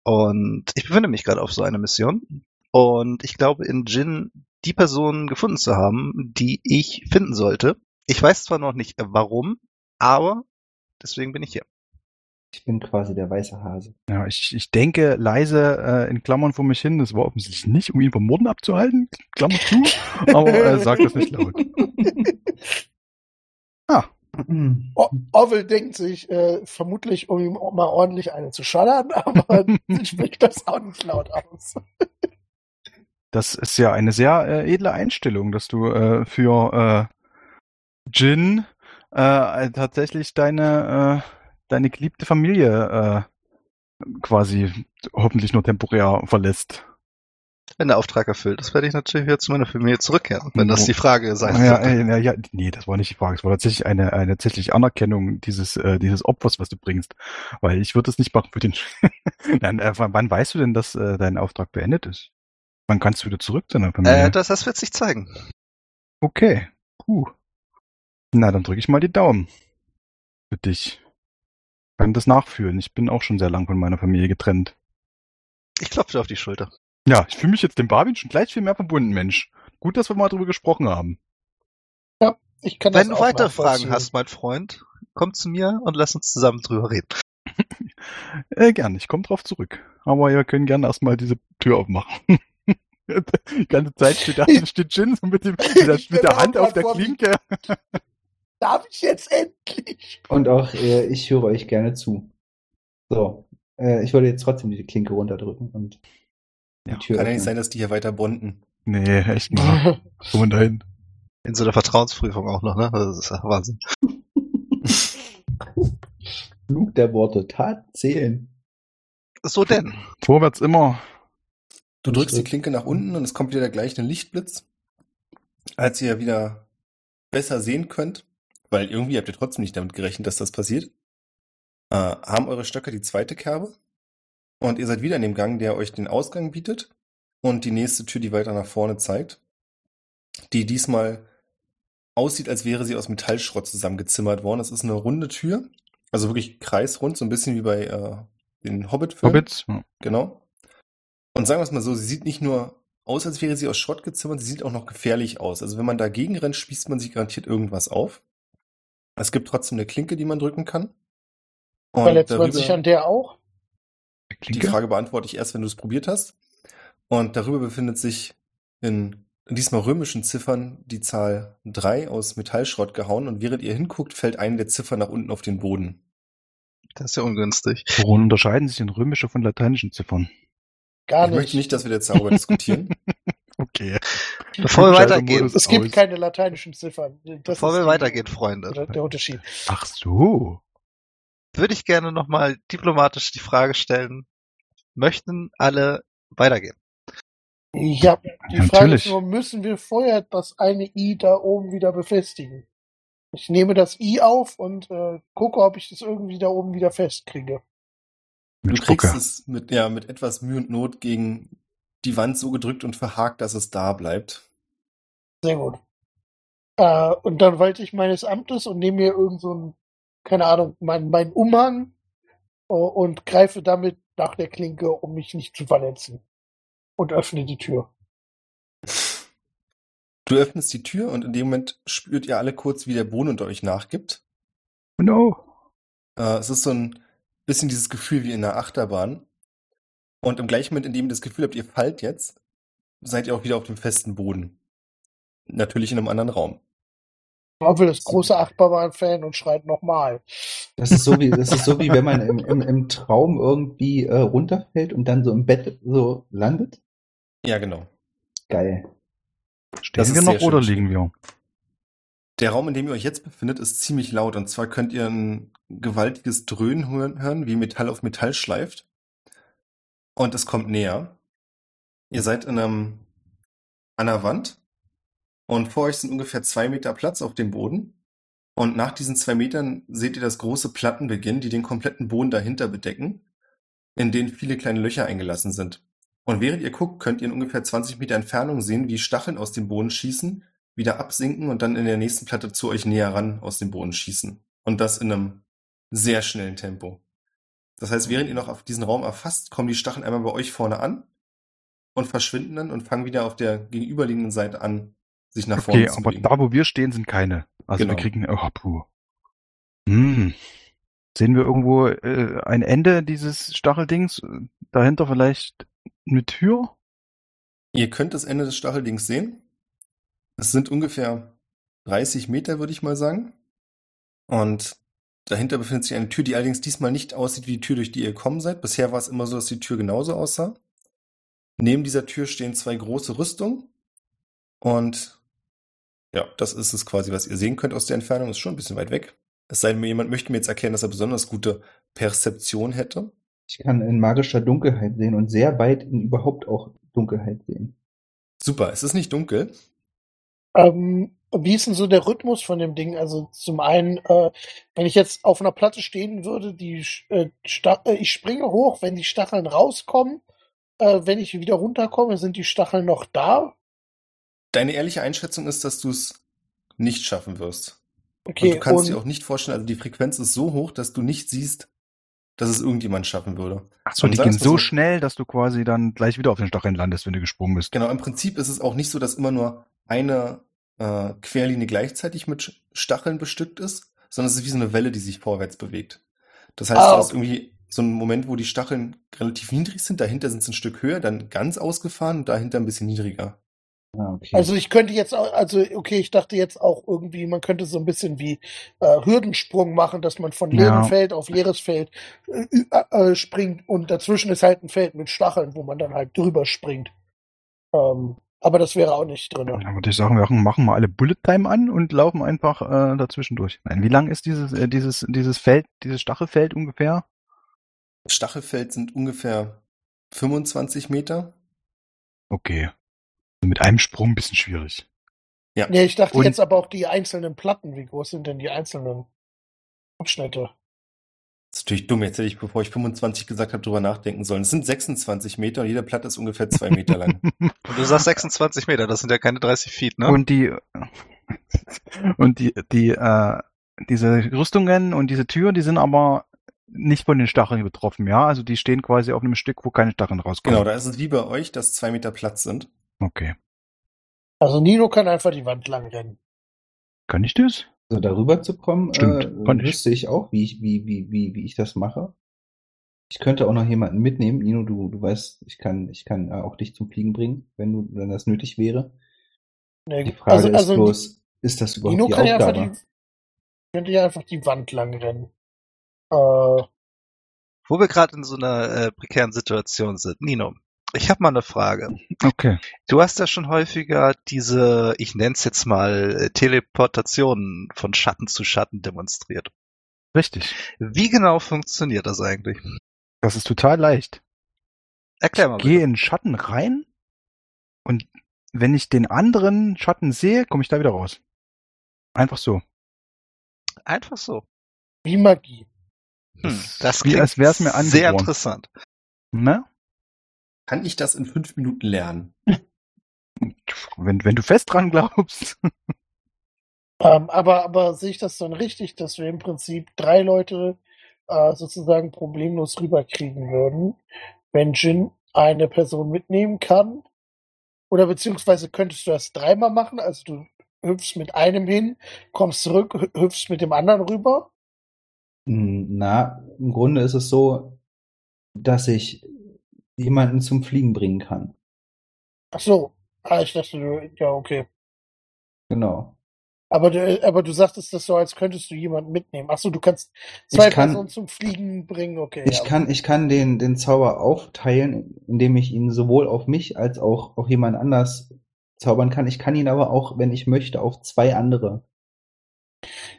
Und ich befinde mich gerade auf so einer Mission. Und ich glaube, in Jin die Person gefunden zu haben, die ich finden sollte. Ich weiß zwar noch nicht, äh, warum, aber deswegen bin ich hier. Ich bin quasi der weiße Hase. Ja, ich, ich denke leise äh, in Klammern vor mich hin. Das war offensichtlich nicht, um ihn vom Morden abzuhalten. Klammer zu. Aber äh, sag das nicht laut. Mm. Oh. O- Orwell denkt sich äh, vermutlich, um ihm auch mal ordentlich eine zu schallern, aber spricht das auch nicht laut aus. Das ist ja eine sehr äh, edle Einstellung, dass du äh, für äh, Jin äh, tatsächlich deine, äh, deine geliebte Familie äh, quasi hoffentlich nur temporär verlässt. Wenn der Auftrag erfüllt ist, werde ich natürlich wieder zu meiner Familie zurückkehren, wenn das die Frage sein Ja, sollte. äh, ja, ja, nee, das war nicht die Frage. Es war tatsächlich eine, eine tatsächlich Anerkennung dieses, äh, dieses Opfers, was du bringst. Weil ich würde es nicht machen für den. Nein, äh, wann, wann weißt du denn, dass äh, dein Auftrag beendet ist? Wann kannst du wieder zurück zu deiner Familie? Äh, das, das wird sich zeigen. okay, cool. Na, dann drücke ich mal die Daumen für dich. Kann das nachfühlen. Ich bin auch schon sehr lang von meiner Familie getrennt. Ich klopfe dir auf die Schulter. Ja, ich fühle mich jetzt dem Barbin schon gleich viel mehr verbunden, Mensch. Gut, dass wir mal drüber gesprochen haben. Ich kann das Wenn du auch weitere Fragen nachvollziehen. hast, mein Freund, komm zu mir und lass uns zusammen drüber reden. Äh, gern, ich komme drauf zurück. Aber wir können gerne erstmal diese Tür aufmachen. Die ganze Zeit steht, da, steht Jin so mit, dem, mit, der, Ich mit stell der mir Hand auch auf grad der vor, wie- Klinke. Darf ich jetzt endlich? Und auch äh, ich höre euch gerne zu. So, äh, ich würde jetzt trotzdem die Klinke runterdrücken und die Ja, Tür Kann ja nicht sein, öffnen. dass die hier weiter bonden. Nee, echt Ah. mal. Komm mal dahin. In so einer Vertrauensprüfung auch noch, ne? Das ist ja Wahnsinn. Flug der Worte, Tat zählen. So denn. Vorwärts immer. Du drückst die Klinke nach unten und es kommt wieder gleich ein Lichtblitz. Als ihr wieder besser sehen könnt, weil irgendwie habt ihr trotzdem nicht damit gerechnet, dass das passiert, äh, haben eure Stöcke die zweite Kerbe und ihr seid wieder in dem Gang, der euch den Ausgang bietet und die nächste Tür, die weiter nach vorne zeigt, die diesmal aussieht, als wäre sie aus Metallschrott zusammengezimmert worden. Es ist eine runde Tür, also wirklich kreisrund, so ein bisschen wie bei äh, den Hobbit-Filmen. Hobbits. Ja. Genau. Und sagen wir es mal so, sie sieht nicht nur aus, als wäre sie aus Schrott gezimmert, sie sieht auch noch gefährlich aus. Also wenn man dagegen rennt, spießt man sich garantiert irgendwas auf. Es gibt trotzdem eine Klinke, die man drücken kann. Und Verletzt man darüber- sich an der auch? die Klinke. Frage beantworte ich erst, wenn du es probiert hast. Und darüber befindet sich in diesmal römischen Ziffern die Zahl 3 aus Metallschrott gehauen und während ihr hinguckt, fällt eine der Ziffern nach unten auf den Boden. Das ist ja ungünstig. Worin unterscheiden sich denn römische von lateinischen Ziffern? Gar ich nicht. möchte nicht, dass wir jetzt darüber diskutieren. Okay. Bevor wir weitergehen, Schaltemodus es gibt aus. keine lateinischen Ziffern. Das bevor ist wir die- weitergehen, Freunde, Der der Unterschied. Ach so. würde ich gerne nochmal diplomatisch die Frage stellen, möchten alle weitergehen? Ja, die Ja, Frage natürlich. ist nur, müssen wir vorher das eine I da oben wieder befestigen? Ich nehme das I auf und äh, gucke, ob ich das irgendwie da oben wieder festkriege. Du Mit kriegst Spucke. es mit, ja, mit etwas Mühe und Not gegen die Wand so gedrückt und verhakt, dass es da bleibt. Sehr gut. Äh, und dann walte ich meines Amtes und nehme mir irgend so ein, keine Ahnung, meinen mein Umhang äh, und greife damit nach der Klinke, um mich nicht zu verletzen. Und öffne die Tür. Du öffnest die Tür und in dem Moment spürt ihr alle kurz, wie der Boden unter euch nachgibt. No. Äh, es ist so ein bisschen dieses Gefühl wie in einer Achterbahn. Und im gleichen Moment, in dem ihr das Gefühl habt, ihr fallt jetzt, seid ihr auch wieder auf dem festen Boden. Natürlich in einem anderen Raum. Obwohl das große Achterbahn-Fan und schreit nochmal. Das ist so wie, das ist so wie wenn man im, im, im Traum irgendwie äh, runterfällt und dann so im Bett so landet. Ja, genau. Geil. Das Stehen ist wir sehr noch schön oder beschrieben. liegen wir? Der Raum, in dem ihr euch jetzt befindet, ist ziemlich laut. Und zwar könnt ihr ein gewaltiges Dröhnen hören, hören, wie Metall auf Metall schleift. Und es kommt näher. Ihr seid in einem, an einer Wand. Und vor euch sind ungefähr zwei Meter Platz auf dem Boden. Und nach diesen zwei Metern seht ihr, dass große Platten beginnen, die den kompletten Boden dahinter bedecken, in denen viele kleine Löcher eingelassen sind. Und während ihr guckt, könnt ihr in ungefähr 20 Meter Entfernung sehen, wie Stacheln aus dem Boden schießen, wieder absinken und dann in der nächsten Platte zu euch näher ran aus dem Boden schießen. Und das in einem sehr schnellen Tempo. Das heißt, während ihr noch auf diesen Raum erfasst, kommen die Stacheln einmal bei euch vorne an und verschwinden dann und fangen wieder auf der gegenüberliegenden Seite an, sich nach vorne Okay, zu aber bewegen. da, wo wir stehen, sind keine. Also Genau. wir kriegen. Oh, puh. Hm. Sehen wir irgendwo äh, ein Ende dieses Stacheldings? äh, Dahinter vielleicht eine Tür? Ihr könnt das Ende des Stacheldings sehen. Es sind ungefähr 30 Meter, würde ich mal sagen. Und dahinter befindet sich eine Tür, die allerdings diesmal nicht aussieht wie die Tür, durch die ihr gekommen seid. Bisher war es immer so, dass die Tür genauso aussah. Neben dieser Tür stehen zwei große Rüstungen. Und ja, das ist es quasi, was ihr sehen könnt aus der Entfernung. Ist schon ein bisschen weit weg. Es sei denn, jemand möchte mir jetzt erklären, dass er besonders gute Perzeption hätte. Ich kann in magischer Dunkelheit sehen und sehr weit in überhaupt auch Dunkelheit sehen. Super, es ist nicht dunkel. Ähm, wie ist denn so der Rhythmus von dem Ding? Also zum einen, äh, wenn ich jetzt auf einer Platte stehen würde, die Sch- äh, Sta- äh, ich springe hoch, wenn die Stacheln rauskommen, äh, wenn ich wieder runterkomme, sind die Stacheln noch da? Deine ehrliche Einschätzung ist, dass du es nicht schaffen wirst. Okay, und du kannst dir auch nicht vorstellen, also die Frequenz ist so hoch, dass du nicht siehst, dass es irgendjemand schaffen würde. Ach so, Und die sagen gehen wir's mal so so. schnell, dass du quasi dann gleich wieder auf den Stacheln landest, wenn du gesprungen bist. Genau, im Prinzip ist es auch nicht so, dass immer nur eine äh, Querlinie gleichzeitig mit Sch- Stacheln bestückt ist, sondern es ist wie so eine Welle, die sich vorwärts bewegt. Das heißt, Ah, du hast okay. irgendwie so einen Moment, wo die Stacheln relativ niedrig sind, dahinter sind sie ein Stück höher, dann ganz ausgefahren und dahinter ein bisschen niedriger. Ah, okay. Also ich könnte jetzt auch, also okay, ich dachte jetzt auch irgendwie, man könnte so ein bisschen wie äh, Hürdensprung machen, dass man von leerem Ja. Feld auf leeres Feld äh, äh, äh, springt und dazwischen ist halt ein Feld mit Stacheln, wo man dann halt drüber springt. Ähm, aber das wäre auch nicht Genau. drin. Dann würde ich sagen, wir machen mal alle Bullet Time an und laufen einfach äh, dazwischen durch. Nein, wie lang ist dieses, äh, dieses, dieses Feld, dieses Stachelfeld ungefähr? Das Stachelfeld sind ungefähr 25 Meter. Okay. Mit einem Sprung ein bisschen schwierig. Ja. Nee, ich dachte Und- jetzt aber auch die einzelnen Platten. Wie groß sind denn die einzelnen Abschnitte? Das ist natürlich dumm. Jetzt hätte ich, bevor ich 25 gesagt habe, drüber nachdenken sollen. Es sind 26 Meter und jeder Platte ist ungefähr zwei Meter lang. Ne? Und du sagst 26 Meter, das sind ja keine 30 Feet, ne? Und die und die die äh, diese Rüstungen und diese Türen, die sind aber nicht von den Stacheln betroffen, ja? Also die stehen quasi auf einem Stück, wo keine Stacheln rauskommen. Genau, da ist es wie bei euch, dass zwei Meter Platz sind. Okay. Also Nino kann einfach die Wand lang rennen. Kann ich das? Also darüber zu kommen, Stimmt, äh, kann ich. wüsste ich auch, wie ich, wie, wie, wie, wie ich das mache. Ich könnte auch noch jemanden mitnehmen. Nino, du, du weißt, ich kann, ich kann äh, auch dich zum Fliegen bringen, wenn du, wenn das nötig wäre. Nee, Die Frage also, ist also bloß, ist das überhaupt Nino die kann ja einfach die, Aufgabe? könnte ja einfach die Wand lang rennen. Äh, Wo wir gerade in so einer äh, prekären Situation sind. Nino, ich habe mal eine Frage. Okay. Du hast ja schon häufiger diese, ich nenn's jetzt mal, äh, Teleportationen von Schatten zu Schatten demonstriert. Richtig. Wie genau funktioniert das eigentlich? Das ist total leicht. Erklär mal. Gehe in den Schatten rein und wenn ich den anderen Schatten sehe, komme ich da wieder raus. Einfach so. bitte. Einfach so. wie Magie. Hm, Das das ist wie, klingt als wär's mir sehr angeboren. interessant. Ne? Kann ich das in fünf Minuten lernen? Wenn, wenn du fest dran glaubst. Ähm, aber, aber sehe ich das dann richtig, dass wir im Prinzip drei Leute äh, sozusagen problemlos rüberkriegen würden, wenn Jin eine Person mitnehmen kann? Oder beziehungsweise könntest du das dreimal machen? Also du hüpfst mit einem hin, kommst zurück, hü- hüpfst mit dem anderen rüber? Hm, Na, im Grunde ist es so, dass ich jemanden zum Fliegen bringen kann. Ach so. Ah, ich dachte, du, ja, okay. Genau. Aber du, aber du sagtest das so, als könntest du jemanden mitnehmen. Ach so, du kannst zwei kann- Personen zum Fliegen bringen, okay. Ich ja. kann, ich kann den, den Zauber aufteilen, indem ich ihn sowohl auf mich als auch auf jemand anders zaubern kann. Ich kann ihn aber auch, wenn ich möchte, auf zwei andere.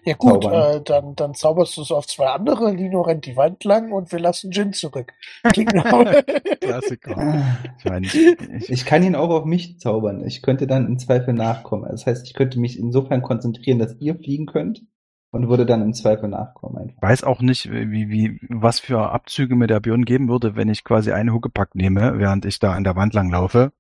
Ja gut, zaubern. äh, dann, dann zauberst du es auf zwei andere, Lino rennt die Wand lang und wir lassen Jin zurück. Klingt nach- Klassiker. Ich meine, ich, Ich kann ihn auch auf mich zaubern. Ich könnte dann im Zweifel nachkommen. Das heißt, ich könnte mich insofern konzentrieren, dass ihr fliegen könnt und würde dann im Zweifel nachkommen einfach. weiß auch nicht, wie, wie, was für Abzüge mir der Björn geben würde, wenn ich quasi einen Huckepack nehme, während ich da an der Wand lang laufe.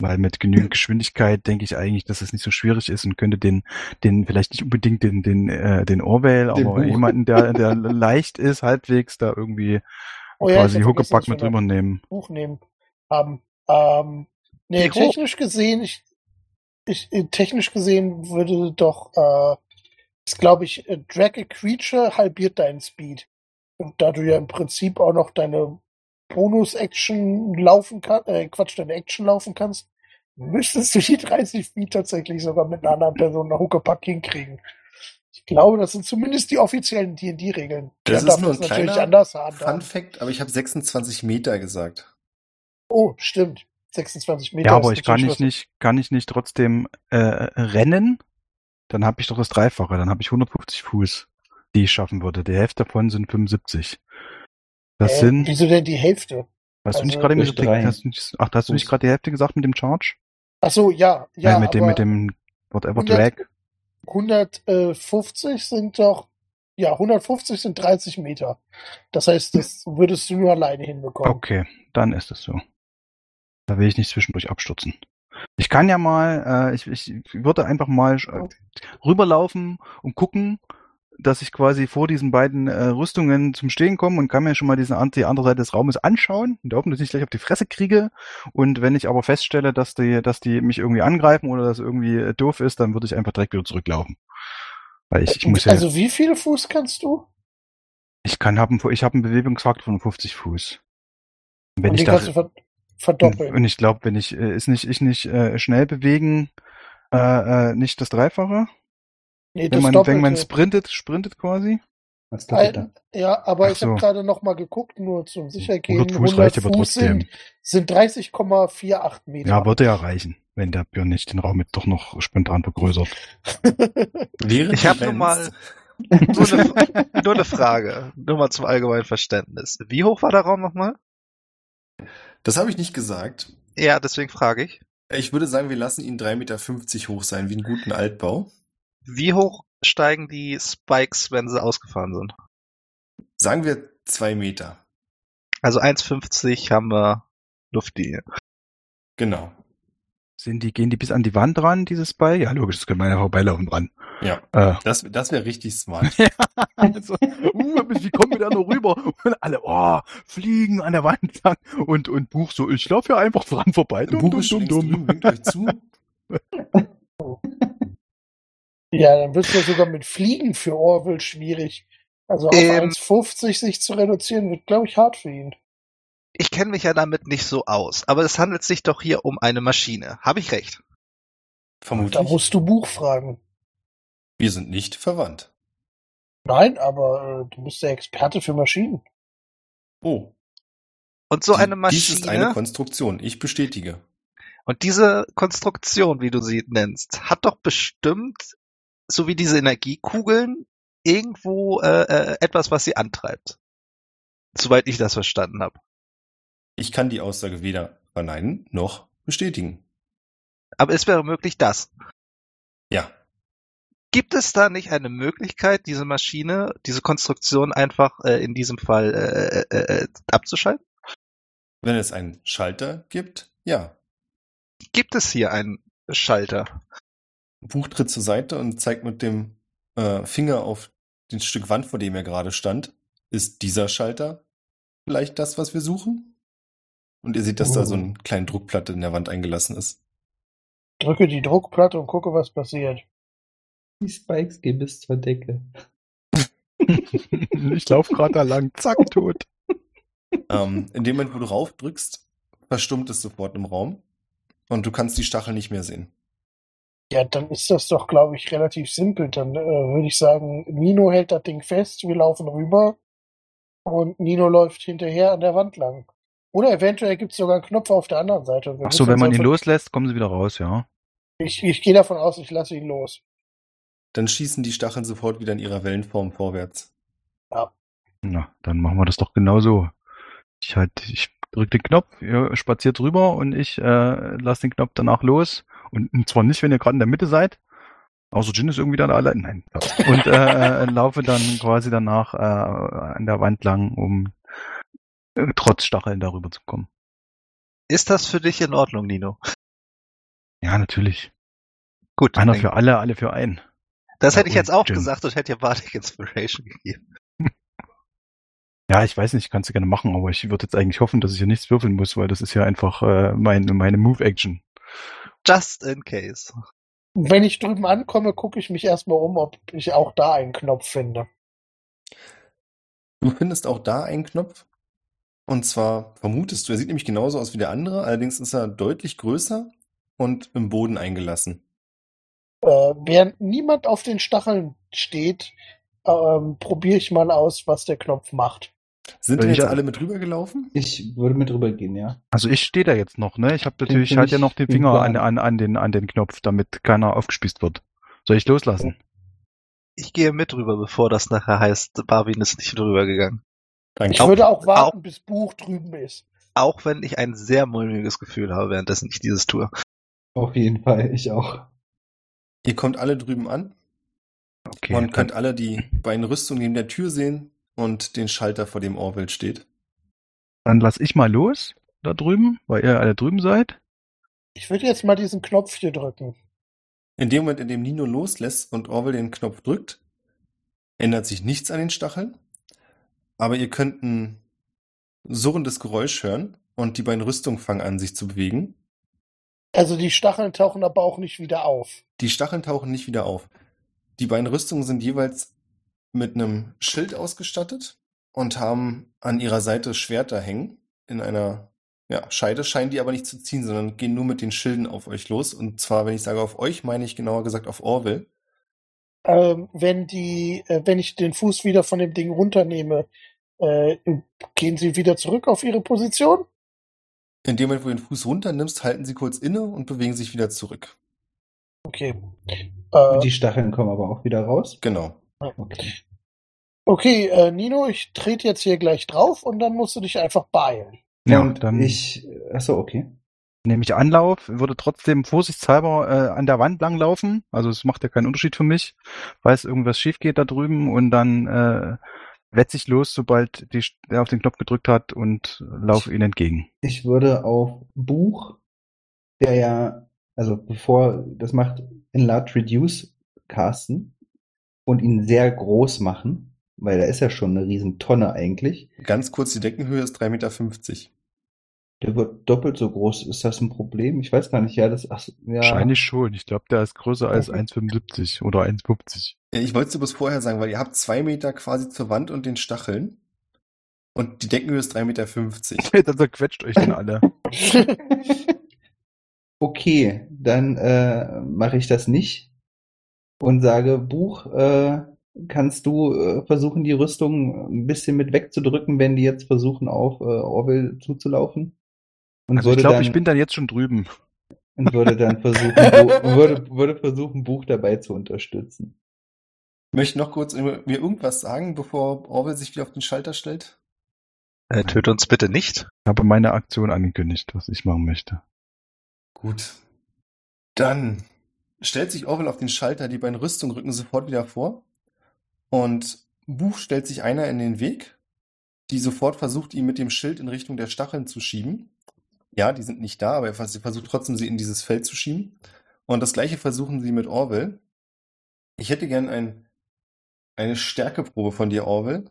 Weil mit genügend Geschwindigkeit denke ich eigentlich, dass es nicht so schwierig ist und könnte den, den, vielleicht nicht unbedingt den, den, äh, den Orwell, Den aber Buch. jemanden, der, der leicht ist, halbwegs da irgendwie Oh ja, ich quasi hab vergessen, Huckepack dass wir mit noch- drüber nehmen. Buch nehmen haben. Ähm, nee, Wie hoch? technisch gesehen, ich, ich, äh, technisch gesehen würde doch, äh, ist glaube ich, äh, Drag a Creature halbiert deinen Speed. Und da du ja im Prinzip auch noch deine Bonus-Action laufen kannst, äh, Quatsch, deine Action laufen kannst, müsstest du die 30 Speed tatsächlich sogar mit einer anderen Person nach Huckepack hinkriegen. Ich glaube, das sind zumindest die offiziellen D&D-Regeln. Das ist nur ein kleiner anders handhaben. Fun Fact, aber ich habe 26 Meter gesagt. Oh, stimmt. 26 Meter. Ja, aber ist ich kann natürlich ich was. nicht, kann ich nicht trotzdem äh, rennen, dann habe ich doch das Dreifache, dann habe ich 150 Fuß, die ich schaffen würde. Die Hälfte davon sind 75. Das Äh, sind, Wieso denn die Hälfte? hast du nicht also gerade eben durch gesagt, drei. hast du nicht, ach, hast du nicht Fuß. gerade die Hälfte gesagt mit dem Charge? Ach so, ja, ja. äh, mit dem, aber mit dem whatever 100 Drag. 150 sind doch, ja, 150 sind 30 Meter. Das heißt, das würdest du nur alleine hinbekommen. Okay, dann ist es so. Da will ich nicht zwischendurch abstürzen. Ich kann ja mal, äh, ich, ich würde einfach mal äh, rüberlaufen und gucken, dass ich quasi vor diesen beiden äh, Rüstungen zum Stehen komme und kann mir schon mal diesen, an- die andere Seite des Raumes anschauen und hoffen, dass ich gleich auf die Fresse kriege. Und wenn ich aber feststelle, dass die, dass die mich irgendwie angreifen oder dass irgendwie äh, doof ist, dann würde ich einfach direkt wieder zurücklaufen. Weil ich, ich muss ja, also wie viele Fuß kannst du? ich kann, hab, einen- ich habe einen Bewegungsfaktor von 50 Fuß. Wenn Und ich den da, kannst du ver verdoppeln. und ich glaube, wenn ich äh, ist nicht ich nicht äh, schnell bewegen, äh, äh, nicht das Dreifache, nee, wenn das man wenn man Doppelte. sprintet, sprintet quasi. Das Ein- Doppelte. Ja, aber Ach ich habe so. gerade noch mal geguckt, nur zum Sichergehen. 100 Fuß reicht aber trotzdem. sind, sind 30,48 Meter. Ja, würde ja reichen, wenn der Björn nicht den Raum mit doch noch spontan vergrößert. Während Ich du hab nun mal- rennst, Nur eine, nur eine Frage, nur mal zum allgemeinen Verständnis. Wie hoch war der Raum nochmal? Das habe ich nicht gesagt. Ja, deswegen frage ich. Ich würde sagen, wir lassen ihn 3,50 Meter hoch sein, wie einen guten Altbau. Wie hoch steigen die Spikes, wenn sie ausgefahren sind? Sagen wir 2 Meter. Also 1,50 haben wir Luftlinie. Genau. Sind die, gehen die bis an die Wand ran, dieses Ball? Ja, logisch, das können wir ja vorbeilaufen dran. Ja. Äh, Das, das wäre richtig smart. also, uh, wie kommen wir da noch rüber? Und alle, oh, fliegen an der Wand lang und, und Buch so, ich laufe ja einfach dran vorbei. Dum, Buche dum, schlängst dum, du dum. ihm, winkt euch zu. Ja, dann wird es ja sogar mit Fliegen für Orwell schwierig. Also auf Ähm. 1,50 sich zu reduzieren, wird, glaube ich, hart für ihn. Ich kenne mich ja damit nicht so aus, aber es handelt sich doch hier um eine Maschine. Habe ich recht? Da Vermutlich. musst du Buch fragen. Wir sind nicht verwandt. Nein, aber äh, du bist der Experte für Maschinen. Oh. Und so die- eine Dies ist eine Maschine Konstruktion. Ich bestätige. und diese Konstruktion, wie du sie nennst, hat doch bestimmt, so wie diese Energiekugeln, irgendwo äh, äh, etwas, was sie antreibt. Soweit ich das verstanden habe. Ich kann die Aussage weder verneinen noch bestätigen. Aber es wäre möglich, das. Ja. Gibt es da nicht eine Möglichkeit, diese Maschine, diese Konstruktion einfach äh, in diesem Fall äh, äh, äh, abzuschalten? Wenn es einen Schalter gibt, ja. Gibt es hier einen Schalter? Buch tritt zur Seite und zeigt mit dem äh, Finger auf den Stück Wand, vor dem er gerade stand. Ist dieser Schalter vielleicht das, was wir suchen? Und ihr seht, dass da so eine Oh. kleine Druckplatte in der Wand eingelassen ist. Drücke die Druckplatte und gucke, was passiert. Die Spikes gehen bis zur Decke. ich laufe gerade da lang, zack, tot. Ähm, in dem Moment, wo du raufdrückst, verstummt es sofort im Raum und du kannst die Stachel nicht mehr sehen. Ja, dann ist das doch, glaube ich, relativ simpel. Dann äh, würde ich sagen, Nino hält das Ding fest, wir laufen rüber und Nino läuft hinterher an der Wand lang. Oder eventuell gibt es sogar einen Knopf auf der anderen Seite. Wir Ach so, müssen wenn man uns ihn einfach- loslässt, kommen sie wieder raus, ja. Ich, ich gehe davon aus, ich lasse ihn los. Dann schießen die Stacheln sofort wieder in ihrer Wellenform vorwärts. Na, dann machen wir das doch genau so. Ich halt, ich drück den Knopf, ihr spaziert rüber und ich äh, lasse den Knopf danach los. Und, und zwar nicht, wenn ihr gerade in der Mitte seid. Außer Jin ist irgendwie dann allein. Nein. Und äh, äh, laufe dann quasi danach äh, an der Wand lang, um äh, trotz Stacheln darüber zu kommen. Ist das für dich in Ordnung, Nino? Ja, natürlich. Gut. Einer dann- für alle, alle für einen. das hätte ich Ja, jetzt auch und Jim. gesagt und hätte dir Bardic Inspiration gegeben. Ja, ich weiß nicht, kannst du gerne machen, aber ich würde jetzt eigentlich hoffen, dass ich hier nichts würfeln muss, weil das ist ja einfach äh, mein, meine Move-Action. Just in case. Und wenn ich drüben ankomme, gucke ich mich erstmal um, ob ich auch da einen Knopf finde. Du findest auch da einen Knopf. Und zwar vermutest du, er sieht nämlich genauso aus wie der andere, allerdings ist er deutlich größer und im Boden eingelassen. Äh, während niemand auf den Stacheln steht, ähm, probiere ich mal aus, was der Knopf macht. Soll Sind denn ich jetzt an- alle mit rübergelaufen? Ich würde mit drüber gehen, ja. Also ich stehe da jetzt noch, ne? Ich habe Stimmt, natürlich bin halt ja ich noch den im Finger an, Plan. an, an, den, an den Knopf, damit keiner aufgespießt wird. Soll ich loslassen? Ich gehe mit rüber, bevor das nachher heißt, Barwin ist nicht drüber gegangen. Ich Danke. Auf- würde auch warten, bis Buch drüben ist. Auch wenn ich ein sehr mulmiges Gefühl habe, währenddessen ich dieses tue. Auf jeden Fall, ich auch. Ihr kommt alle drüben an Okay. und könnt alle die beiden Rüstungen neben der Tür sehen und den Schalter, vor dem Orwell steht. Dann lass ich mal los da drüben, weil ihr alle drüben seid. Ich würde jetzt mal diesen Knopf hier drücken. In dem Moment, in dem Nino loslässt und Orwell den Knopf drückt, ändert sich nichts an den Stacheln, aber ihr könnt ein surrendes Geräusch hören und die beiden Rüstungen fangen an, sich zu bewegen. Also die Stacheln tauchen aber auch nicht wieder auf. Die Stacheln tauchen nicht wieder auf. Die beiden Rüstungen sind jeweils mit einem Schild ausgestattet und haben an ihrer Seite Schwerter hängen. In einer ja, Scheide scheinen die aber nicht zu ziehen, sondern gehen nur mit den Schilden auf euch los. Und zwar, wenn ich sage auf euch, meine ich genauer gesagt auf Orwell. Ähm, wenn die, äh, wenn ich den Fuß wieder von dem Ding runternehme, äh, gehen sie wieder zurück auf ihre Position? In dem Moment, wo du den Fuß runternimmst, halten sie kurz inne und bewegen sich wieder zurück. Okay. Äh, Die Stacheln kommen aber auch wieder raus. Genau. Okay. Okay, äh, Nino, ich trete jetzt hier gleich drauf und dann musst du dich einfach beeilen. Ja, und dann ich, ach so, okay. nehme ich Anlauf, würde trotzdem vorsichtshalber äh, an der Wand langlaufen. Also es macht ja keinen Unterschied für mich, weiß irgendwas schief geht da drüben und dann äh, wetze ich los, sobald die, der auf den Knopf gedrückt hat und laufe ihnen entgegen. Ich würde auf Buch, der ja, also bevor das macht, Enlarge Reduce casten und ihn sehr groß machen, weil da ist ja schon eine riesen Tonne eigentlich. Ganz kurz, die Deckenhöhe ist 3,50 Meter. Der wird doppelt so groß. Ist das ein Problem? Ich weiß gar nicht. Ja, das, ach, ja. Wahrscheinlich schon. Ich glaube, der ist größer als 1,75 oder 1,50. Ja, Äh, Ich wollte es bloß vorher sagen, weil ihr habt zwei Meter quasi zur Wand und den Stacheln. Und die Deckenhöhe ist 3,50 Meter. dann zerquetscht euch dann alle. Okay, dann äh, mache ich das nicht und sage, Buch, äh, kannst du äh, versuchen, die Rüstung ein bisschen mit wegzudrücken, wenn die jetzt versuchen, auf äh, Orwell zuzulaufen? Und Also ich würde glaube, dann, ich bin dann jetzt schon drüben. und würde dann versuchen, Bu- würde, würde versuchen, Buch dabei zu unterstützen. Ich möchte noch kurz mir irgendwas sagen, bevor Orwell sich wieder auf den Schalter stellt. Äh, töte uns bitte nicht. Ich habe meine Aktion angekündigt, was ich machen möchte. Gut. Dann stellt sich Orwell auf den Schalter, die beiden Rüstungen rücken sofort wieder vor. Und Buch stellt sich einer in den Weg, die sofort versucht, ihn mit dem Schild in Richtung der Stacheln zu schieben. Ja, die sind nicht da, aber er vers- sie versucht trotzdem, sie in dieses Feld zu schieben. Und das gleiche versuchen sie mit Orwell. Ich hätte gern ein, eine Stärkeprobe von dir, Orwell.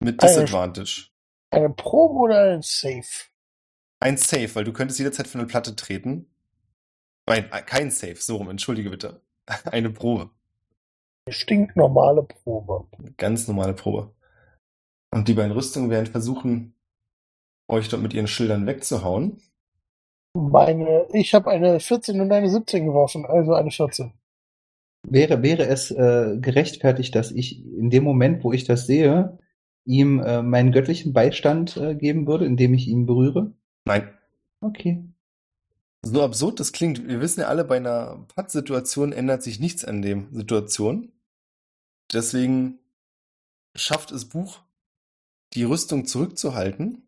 Mit Eine- Disadvantage. Eine Probe oder ein Safe? Ein Safe, weil du könntest jederzeit von eine Platte treten. Nein, äh, kein Safe, so rum, entschuldige bitte. Eine Probe. Eine stinknormale Probe. Ganz normale Probe. Und die beiden Rüstungen werden versuchen, euch dort mit ihren Schildern wegzuhauen. Meine, ich habe eine 14 und eine 17 geworfen, also eine 14. Wäre, wäre es äh, gerechtfertigt, dass ich in dem Moment, wo ich das sehe, ihm äh, meinen göttlichen Beistand äh, geben würde, indem ich ihn berühre? Nein. Okay. So absurd das klingt, wir wissen ja alle, bei einer Patt-Situation ändert sich nichts an dem Situation. Deswegen schafft es Buch, die Rüstung zurückzuhalten.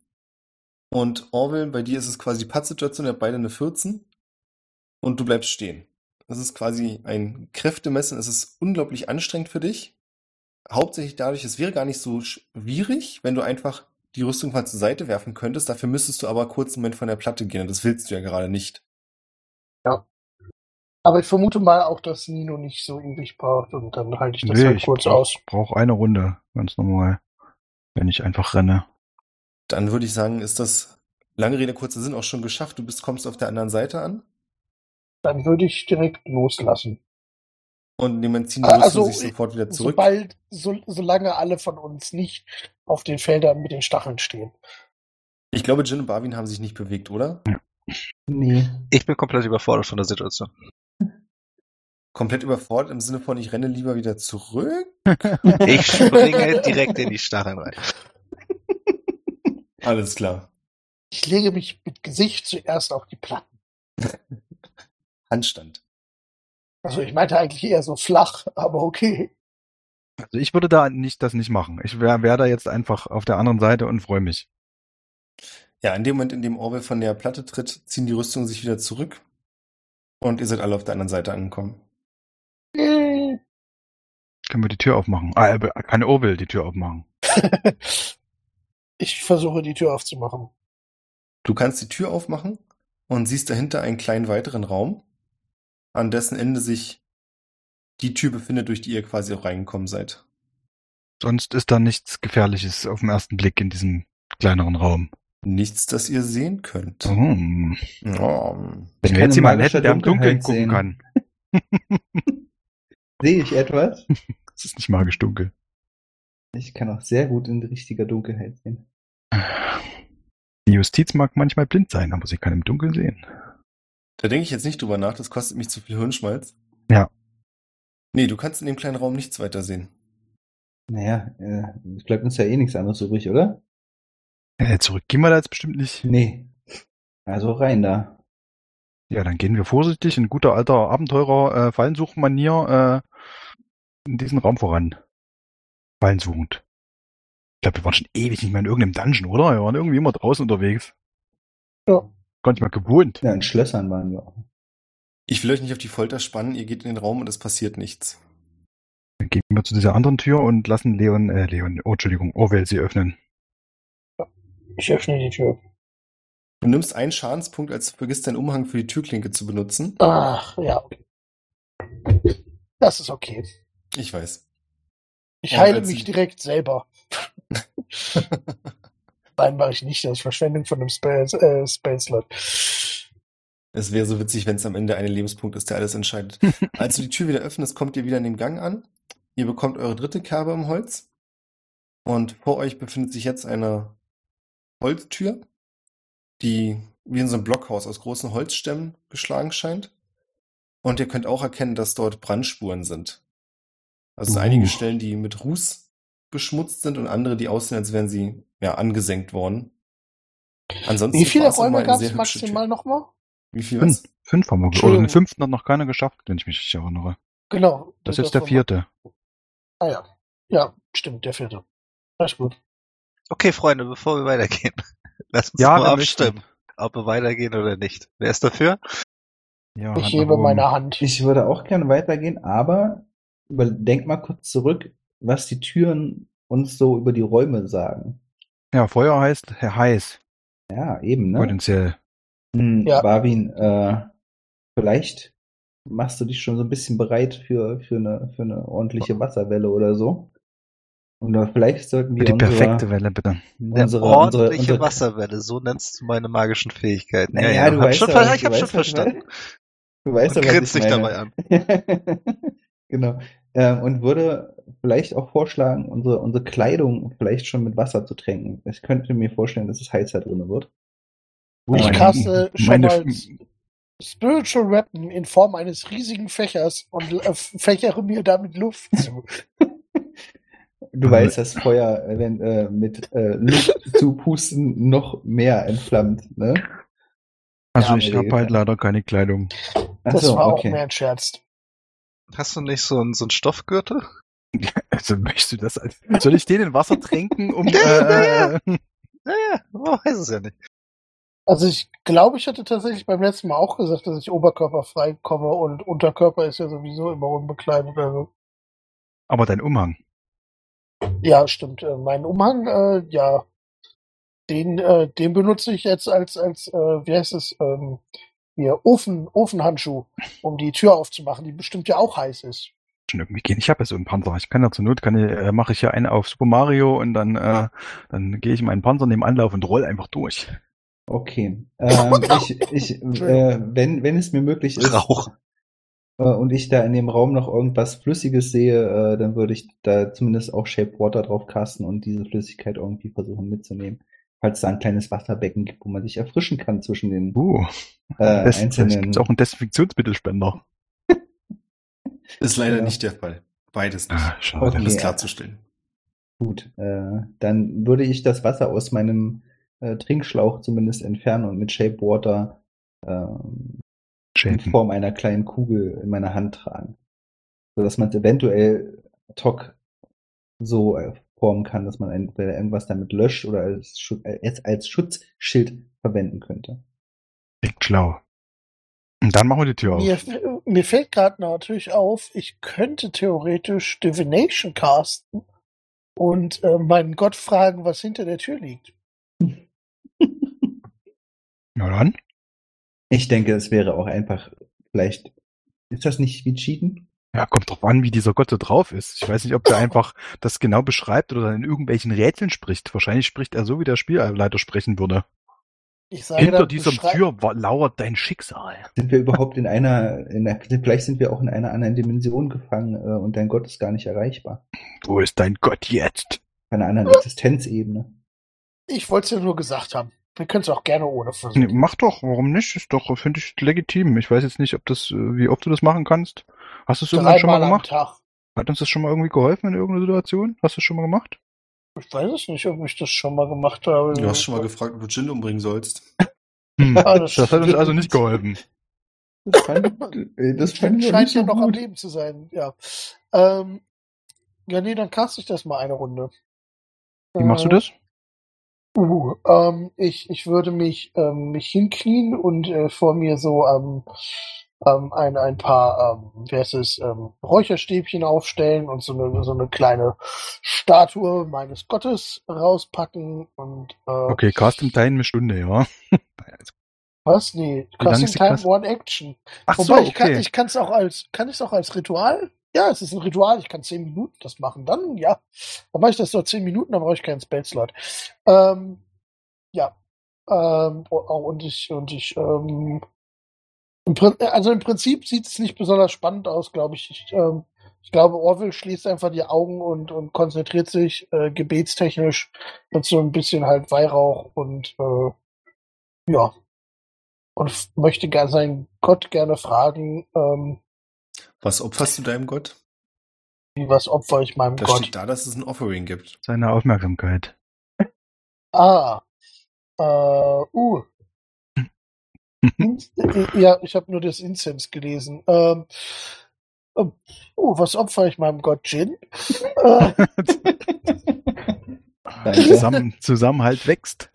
Und Orwell, bei dir ist es quasi die Patt-Situation, ihr habt beide eine 14 und du bleibst stehen. Das ist quasi ein Kräftemessen, es ist unglaublich anstrengend für dich. Hauptsächlich dadurch, es wäre gar nicht so schwierig, wenn du einfach die Rüstung mal zur Seite werfen könntest. Dafür müsstest du aber kurz einen Moment von der Platte gehen und das willst du ja gerade nicht. Aber ich vermute mal auch, dass Nino nicht so ewig braucht und dann halte ich das Nee, halt kurz brauch- aus. brauch eine Runde, ganz normal. Wenn ich einfach renne. Dann würde ich sagen, ist das lange Rede, kurzer Sinn auch schon geschafft. Du bist, kommst auf der anderen Seite an Dann würde ich direkt loslassen. und in dem Moment ziehen die Ah, also, Rüstung sich sofort wieder zurück. Sobald, so, solange alle von uns nicht auf den Feldern mit den Stacheln stehen. Ich glaube, Jin und Barwin haben sich nicht bewegt, oder? Nee. Ich bin komplett überfordert von der Situation. Komplett überfordert im Sinne von, ich renne lieber wieder zurück. Ich springe direkt in die Stacheln rein. Alles klar. Ich lege mich mit Gesicht zuerst auf die Platten. Handstand. Also ich meinte eigentlich eher so flach, aber okay. Also ich würde da nicht das nicht machen. Ich wäre wär da jetzt einfach auf der anderen Seite und freue mich. Ja, in dem Moment, in dem Orwell von der Platte tritt, ziehen die Rüstungen sich wieder zurück. Und ihr seid alle auf der anderen Seite angekommen. Äh, Können wir die Tür aufmachen? Ah, aber kann Orwell die Tür aufmachen. Ich versuche die Tür aufzumachen. Du kannst die Tür aufmachen und siehst dahinter einen kleinen weiteren Raum, an dessen Ende sich die Tür befindet, durch die ihr quasi auch reingekommen seid. Sonst ist da nichts Gefährliches auf den ersten Blick in diesem kleineren Raum. Nichts, das ihr sehen könnt. Hm. Oh. Wenn kann wir jetzt in jemanden magischer hätten, der im Dunkeln Dunkelheit gucken sehen. kann. Sehe ich etwas? Es ist nicht magisch dunkel. Ich kann auch sehr gut in richtiger Dunkelheit sehen. Die Justiz mag manchmal blind sein, aber sie kann im Dunkeln sehen. Da denke ich jetzt nicht drüber nach, das kostet mich zu viel Hirnschmalz. Ja. Nee, du kannst in dem kleinen Raum nichts weiter sehen. Naja, äh, es bleibt uns ja eh nichts anderes übrig, oder? Äh, zurück gehen wir da jetzt bestimmt nicht. Nee. Also rein da. Ja, dann gehen wir vorsichtig in guter alter Abenteurer äh, Fallensuchmanier in diesen Raum voran. Fallen suchend. Ich glaube, wir waren schon ewig nicht mehr in irgendeinem Dungeon, oder? Wir waren irgendwie immer draußen unterwegs. Ja. Gar nicht mal gewohnt. Ja, in Schlössern waren wir auch. Ich will euch nicht auf die Folter spannen, ihr geht in den Raum und es passiert nichts. Dann gehen wir zu dieser anderen Tür und lassen Leon, äh, Leon, oh, Entschuldigung, Orwell sie öffnen. Ich öffne die Tür. Du nimmst einen Schadenspunkt, als du vergisst, deinen Umhang für die Türklinke zu benutzen. Ach, ja. okay. Das ist okay. Ich weiß. Ich Ja, heile als- mich direkt selber. Nein, mache ich nicht. Das ist Verschwendung von einem Spell, äh, Spell-Slot. Es wäre so witzig, wenn es am Ende ein Lebenspunkt ist, der alles entscheidet. Als du die Tür wieder öffnest, kommt ihr wieder in dem Gang an. Ihr bekommt eure dritte Kerbe im Holz. Und vor euch befindet sich jetzt eine Holztür, die wie in so einem Blockhaus aus großen Holzstämmen geschlagen scheint. Und ihr könnt auch erkennen, dass dort Brandspuren sind. Also es sind Uh. einige Stellen, die mit Ruß beschmutzt sind und andere, die aussehen, als wären sie ja angesenkt worden. Ansonsten Wie viele war es nochmal Räume eine gab sehr es hübsche Tür. maximal nochmal? Wie viel was? Fünf, fünf haben wir, ge- oder Entschuldigung. den fünften hat noch keiner geschafft, wenn ich mich richtig erinnere. Genau. Das ist jetzt der vierte. Ah ja. Ja, stimmt, der vierte. Alles gut. Okay, Freunde, bevor wir weitergehen, lasst uns Ja, nur wir möchten. abstimmen, ob wir weitergehen oder nicht. Wer ist dafür? Ja, Ich Hand hebe nach oben. meine Hand. Ich würde auch gerne weitergehen, aber überdenk mal kurz zurück, was die Türen uns so über die Räume sagen. Ja, Feuer heißt Herr Heiß, Ja, eben, ne? potenziell. Hm, Ja. Barwin, äh, vielleicht machst du dich schon so ein bisschen bereit für, für, eine, für eine Oh. ordentliche Wasserwelle oder so. Oder vielleicht sollten wir Die unsere, perfekte Welle, bitte. Eine unsere, unsere, ordentliche unsere, Wasserwelle, so nennst du meine magischen Fähigkeiten. Naja, du hab weißt schon, aber, ver- ich du hab schon weißt was ich meine. verstanden. Du weißt Und aber, was ich grinst dich meine. dabei an. genau. Ähm, und würde vielleicht auch vorschlagen, unsere, unsere Kleidung vielleicht schon mit Wasser zu tränken. Ich könnte mir vorstellen, dass es heißer drin wird. Oh, Ich meine- caste schon meine- mal Spiritual Weapon in Form eines riesigen Fächers und äh, fächere mir damit Luft zu. Mhm. Du Also- weißt, dass Feuer äh, wenn, äh, mit äh, Luft zu pusten noch mehr entflammt, ne? Also Ja, ich mir habe halt gefällt. leider keine Kleidung. Ach Das so, war okay. auch mehr ein Scherz. Hast du nicht so einen, so einen Stoffgürtel? Also möchtest du das als, Soll ich den in Wasser tränken, um... Äh, Naja, Oh, man weiß es ja nicht. Also ich glaube, ich hatte tatsächlich beim letzten Mal auch gesagt, dass ich oberkörperfrei komme und Unterkörper ist ja sowieso immer unbekleidet. Also, aber dein Umhang. ja, stimmt. Äh, Mein Umhang, äh, ja, den, äh, den benutze ich jetzt als, als äh, wie heißt es, ähm, hier, Ofen, Ofenhandschuh, um die Tür aufzumachen, die bestimmt ja auch heiß ist. Schon irgendwie gehen. Ich habe ja so einen Panzer. Ich kann ja zur Not, kann, ich- äh, mache ich ja einen auf Super Mario und dann, äh, dann gehe ich meinen Panzer, nehme Anlauf und roll einfach durch. Okay. Ähm, ich, ich, äh, wenn, wenn es mir möglich ist Rauch. äh, und ich da in dem Raum noch irgendwas Flüssiges sehe, äh, dann würde ich da zumindest auch Shape Water drauf casten und diese Flüssigkeit irgendwie versuchen mitzunehmen. Falls da ein kleines Wasserbecken gibt, wo man sich erfrischen kann zwischen den Uh, äh, das, vielleicht einzelnen. gibt's auch einen Desinfektionsmittelspender. Ist leider Genau. nicht der Fall. Beides nicht. Ah, Okay. schade. Um das klarzustellen. Gut, äh, dann würde ich das Wasser aus meinem äh, Trinkschlauch zumindest entfernen und mit Shape Water ähm, in Schäden. Form einer kleinen Kugel in meiner Hand tragen. Sodass man es eventuell Tok so äh, formen kann, dass man entweder irgendwas damit löscht oder als, Schu äh, es als Schutzschild verwenden könnte. Klingt schlau. Und dann machen wir die Tür auf. Mir, mir fällt gerade natürlich auf, ich könnte theoretisch Divination casten und äh, meinen Gott fragen, was hinter der Tür liegt. Na dann. Ich denke, es wäre auch einfach, vielleicht, ist das nicht wie Cheaten? Ja, kommt drauf an, wie dieser Gott so drauf ist. Ich weiß nicht, ob der einfach das genau beschreibt oder in irgendwelchen Rätseln spricht. Wahrscheinlich spricht er so, wie der Spielleiter sprechen würde. Ich sage Hinter dann, dieser beschrei- Tür wa- lauert dein Schicksal. Sind wir überhaupt in einer, in einer, vielleicht sind wir auch in einer anderen Dimension gefangen äh, und dein Gott ist gar nicht erreichbar. Wo ist dein Gott jetzt? Auf einer anderen Existenzebene. Ich wollte es ja nur gesagt haben. Wir können es auch gerne ohne Nee, versuchen. mach doch, warum nicht? Ist doch, finde ich, legitim. Ich weiß jetzt nicht, ob das, äh, wie oft du das machen kannst. Hast du es irgendwann schon mal Dreimal am gemacht? Tag. Hat uns das schon mal irgendwie geholfen in irgendeiner Situation? Hast du es schon mal gemacht? Ich weiß es nicht, ob ich das schon mal gemacht habe. Du hast schon mal gefragt, ob du Jin umbringen sollst. Hm. Ah, das, das- hat uns also nicht geholfen. Das fand, äh, das fand ich Scheint ja so noch am gut. Leben zu sein, ja. Ähm, Ja, nee, dann caste ich das mal eine Runde. Äh, Wie machst du das? Uh, ähm, ich, ich würde mich, ähm, mich hinknien und äh, vor mir so ähm, ähm, ein, ein paar, ähm, wie heißt es, ähm, Räucherstäbchen aufstellen und so eine, so eine kleine Statue meines Gottes rauspacken und äh, Okay, Cast im Time eine Stunde, ja. was? Nee, lang Casting ist die Time Cast- One Action. Ach so, Wobei ich kann, okay. ich kann es auch als, kann ich es auch als Ritual? Ja, es ist ein Ritual. Ich kann zehn Minuten das machen. Dann, ja, dann mache ich das doch zehn Minuten, dann brauche ich keinen Spellslot. Ähm, ja, ähm, o- auch und ich und ich, ähm, im Prin- also im Prinzip sieht es nicht besonders spannend aus, glaube ich. Ich, ähm, ich glaube, Orwell schließt einfach die Augen und und konzentriert sich äh, gebetstechnisch mit so ein bisschen halt Weihrauch und äh, ja und f- möchte gerne seinen Gott gerne fragen. Ähm, Was opferst du deinem Gott? Wie, was opfer ich meinem Da Gott? steht da, dass es ein Offering gibt. Seine Aufmerksamkeit. Ah. Äh, uh. Ins- äh, ja, ich habe nur das Incense gelesen. Ähm, ähm, oh, was opfer ich meinem Gott? Gin? Äh, Zusammen, Zusammenhalt wächst.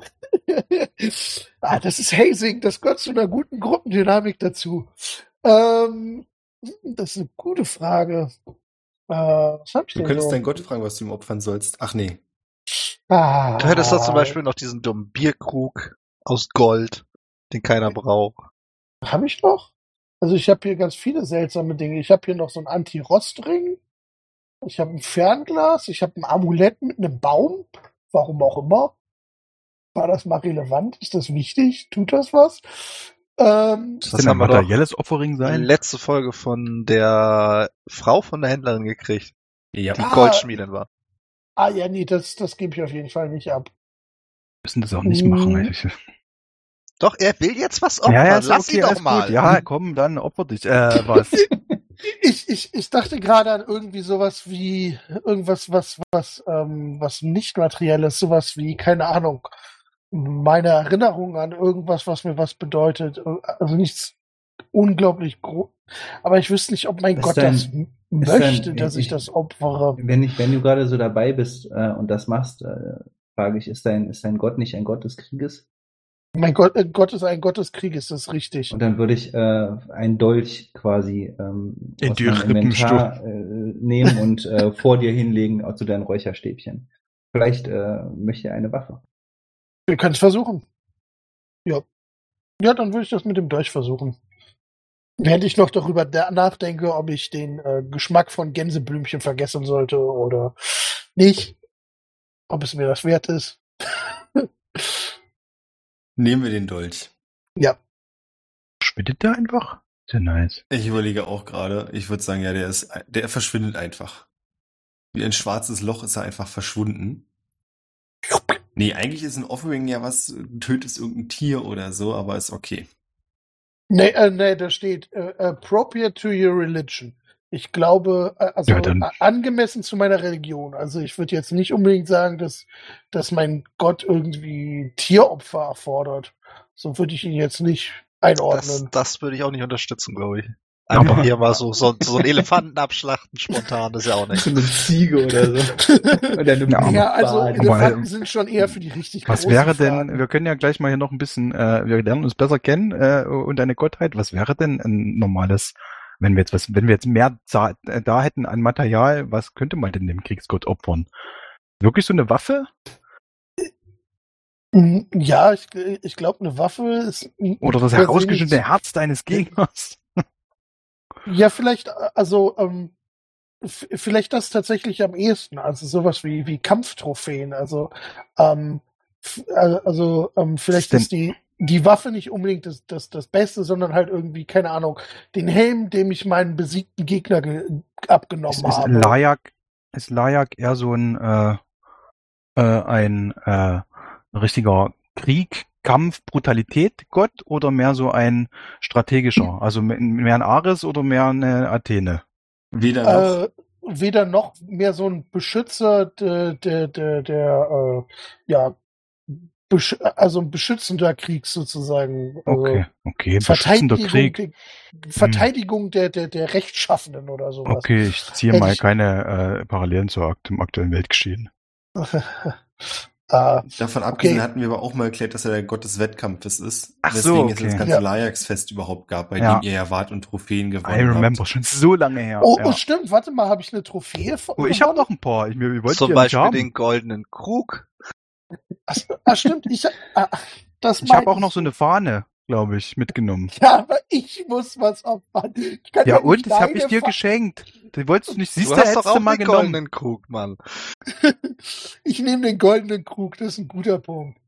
ah, das ist Hazing, das gehört zu einer guten Gruppendynamik dazu. Ähm, das ist eine gute Frage. Äh, was hab ich Du denn könntest so? deinen Gott fragen, was du ihm opfern sollst. Ach nee. ah, Du hättest da zum Beispiel noch diesen dummen Bierkrug aus Gold, den keiner braucht. Habe ich noch? Also ich habe hier ganz viele seltsame Dinge. Ich habe hier noch so einen Anti-Rost-Ring. Ich habe ein Fernglas. Ich habe ein Amulett mit einem Baum. Warum auch immer. War das mal relevant? Ist das wichtig? Tut das was? Ähm, Muss Das das ein haben wir doch. materielles Opfering sein? Letzte Folge von der Frau von der Händlerin gekriegt, Ja. die Ah. Goldschmiedin war. ah ja, nee, das, das gebe ich auf jeden Fall nicht ab. Wir müssen das auch nicht machen. Mhm. Ich, Doch, er will jetzt was opfern. ja, ja, ist Lass okay, ihn doch alles mal. Gut. Ja, komm, dann opfer dich. Äh, was? Ich, ich, ich dachte gerade an irgendwie sowas wie irgendwas, was, was, ähm, was nicht materielles, sowas wie, keine Ahnung, meine Erinnerung an irgendwas, was mir was bedeutet. Also nichts unglaublich groß. Aber ich wüsste nicht, ob mein Ist Gott dein- das m- möchte, dein- dass ich, ich- das opfere. Wenn, ich, wenn du gerade so dabei bist äh, und das machst, äh, frage ich, ist dein, ist dein Gott nicht ein Gott des Krieges? Mein Gott, äh, Gott ist ein Gott des Krieges, das ist richtig. Und dann würde ich äh, einen Dolch quasi ähm, In aus die meinem Rippen Inventar äh, nehmen und äh, vor dir hinlegen äh, zu deinen Räucherstäbchen. Vielleicht äh, möchte er eine Waffe. Wir können es versuchen. Ja. Ja, dann würde ich das mit dem Dolch versuchen. Während ich noch darüber da- nachdenke, ob ich den äh, Geschmack von Gänseblümchen vergessen sollte oder nicht. Ob es mir das wert ist. Nehmen wir den Dolch. ja. Spittet der einfach? Sehr nice. Ich überlege auch gerade. Ich würde sagen, ja, der ist, der verschwindet einfach. Wie ein schwarzes Loch ist er einfach verschwunden. Nee, eigentlich ist ein Offering ja was, du tötest irgendein Tier oder so, aber ist okay. Nee, äh, nee, da steht äh, appropriate to your religion. Ich glaube, äh, also Ja, dann- a- angemessen zu meiner Religion. Also ich würde jetzt nicht unbedingt sagen, dass, dass mein Gott irgendwie Tieropfer erfordert. So würde ich ihn jetzt nicht Das, einordnen. das würde ich auch nicht unterstützen, glaube ich. Einfach Aber- hier mal so, so, so einen Elefanten abschlachten spontan, das ist ja auch nicht. So eine Ziege oder so. Oder eine Ja, aber- ja, also Bade. Elefanten sind schon eher für die richtig Was großen wäre Fragen. denn, wir können ja gleich mal hier noch ein bisschen, äh, wir lernen uns besser kennen äh, und eine Gottheit, was wäre denn ein normales, wenn wir jetzt was, wenn wir jetzt mehr za- äh, da hätten an Material, was könnte man denn dem Kriegsgott opfern? Wirklich so eine Waffe? Mm, Ja, ich, ich glaube, eine Waffe ist. Oder das per se herausgeschnittene nicht- Herz deines Gegners? Ja, vielleicht, äh, also, ähm, f- vielleicht das tatsächlich am ehesten. Also sowas wie, wie Kampftrophäen. Also, ähm, f- al- also ähm, vielleicht Denn- ist die, die Waffe nicht unbedingt das, das, das Beste, sondern halt irgendwie, keine Ahnung, den Helm, dem ich meinen besiegten Gegner ge abgenommen Ist, ist habe. Layak, ist Layak eher so ein, äh, äh, ein äh, richtiger Krieg, Kampf, Brutalität Gott oder mehr so ein Hm. strategischer? Also me- mehr ein Ares oder mehr eine Athene? Weder noch. äh, weder noch mehr so ein Beschützer der, der, der, der äh, ja, besch also ein beschützender Krieg sozusagen. Also Okay, okay. Beschützender Krieg. Hm. Ge- Verteidigung der, der, der Rechtschaffenen oder sowas. Okay, ich ziehe Hätte mal ich- keine äh, Parallelen zur, akt- zum aktuellen Weltgeschehen. Ah, Davon abgesehen Okay. hatten wir aber auch mal erklärt, dass er der Gott des Wettkampfes ist. Ach so, weswegen es okay. das ganze Ja. Lajax-Fest überhaupt gab, bei Ja. dem ihr ja wart und Trophäen gewonnen I remember, habt. schon so lange her. oh, ja. oh, stimmt, warte mal, habe ich eine Trophäe von oh, ich habe noch ein paar. Ich, mir- wir wollten Zum die ja nicht Beispiel haben. den goldenen Krug. Ach, ah, stimmt, ich, ah, das Ich habe meinte auch noch so eine Fahne, glaube ich, mitgenommen. Ja, aber ich muss was opfern. Ich kann Ja doch nicht und, das habe ich deine dir Fa- geschenkt. Die wolltest du nicht, siehst du du, hast hättest doch du auch mal den genommen. goldenen Krug, Mann. Ich nehme den goldenen Krug, das ist ein guter Punkt.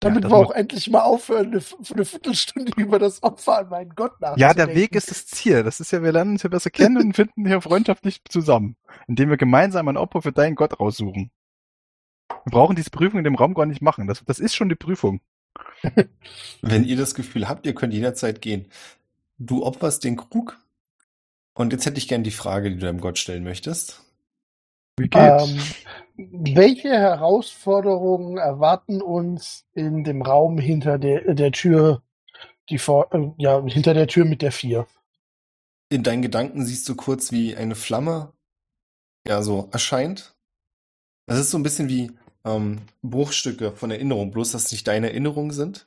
Damit das wir muss- auch endlich mal aufhören, eine, F- für eine Viertelstunde über das Opfer an meinen Gott nachzudenken. Ja, der Weg ist das Ziel. Das ist ja, wir lernen uns ja besser kennen und finden hier freundschaftlich zusammen, indem wir gemeinsam ein Opfer für deinen Gott raussuchen. Wir brauchen diese Prüfung in dem Raum gar nicht machen. Das, das ist schon die Prüfung. Wenn ihr das Gefühl habt, ihr könnt jederzeit gehen. Du opferst den Krug. Und jetzt hätte ich gern die Frage, die du deinem Gott stellen möchtest. Wie geht's? Ähm, welche Herausforderungen erwarten uns in dem Raum hinter der, der Tür, die vor, äh, ja, hinter der Tür mit der vier? In deinen Gedanken siehst du kurz, wie eine Flamme ja so erscheint. Das ist so ein bisschen wie ähm, Bruchstücke von Erinnerung, bloß dass es nicht deine Erinnerungen sind.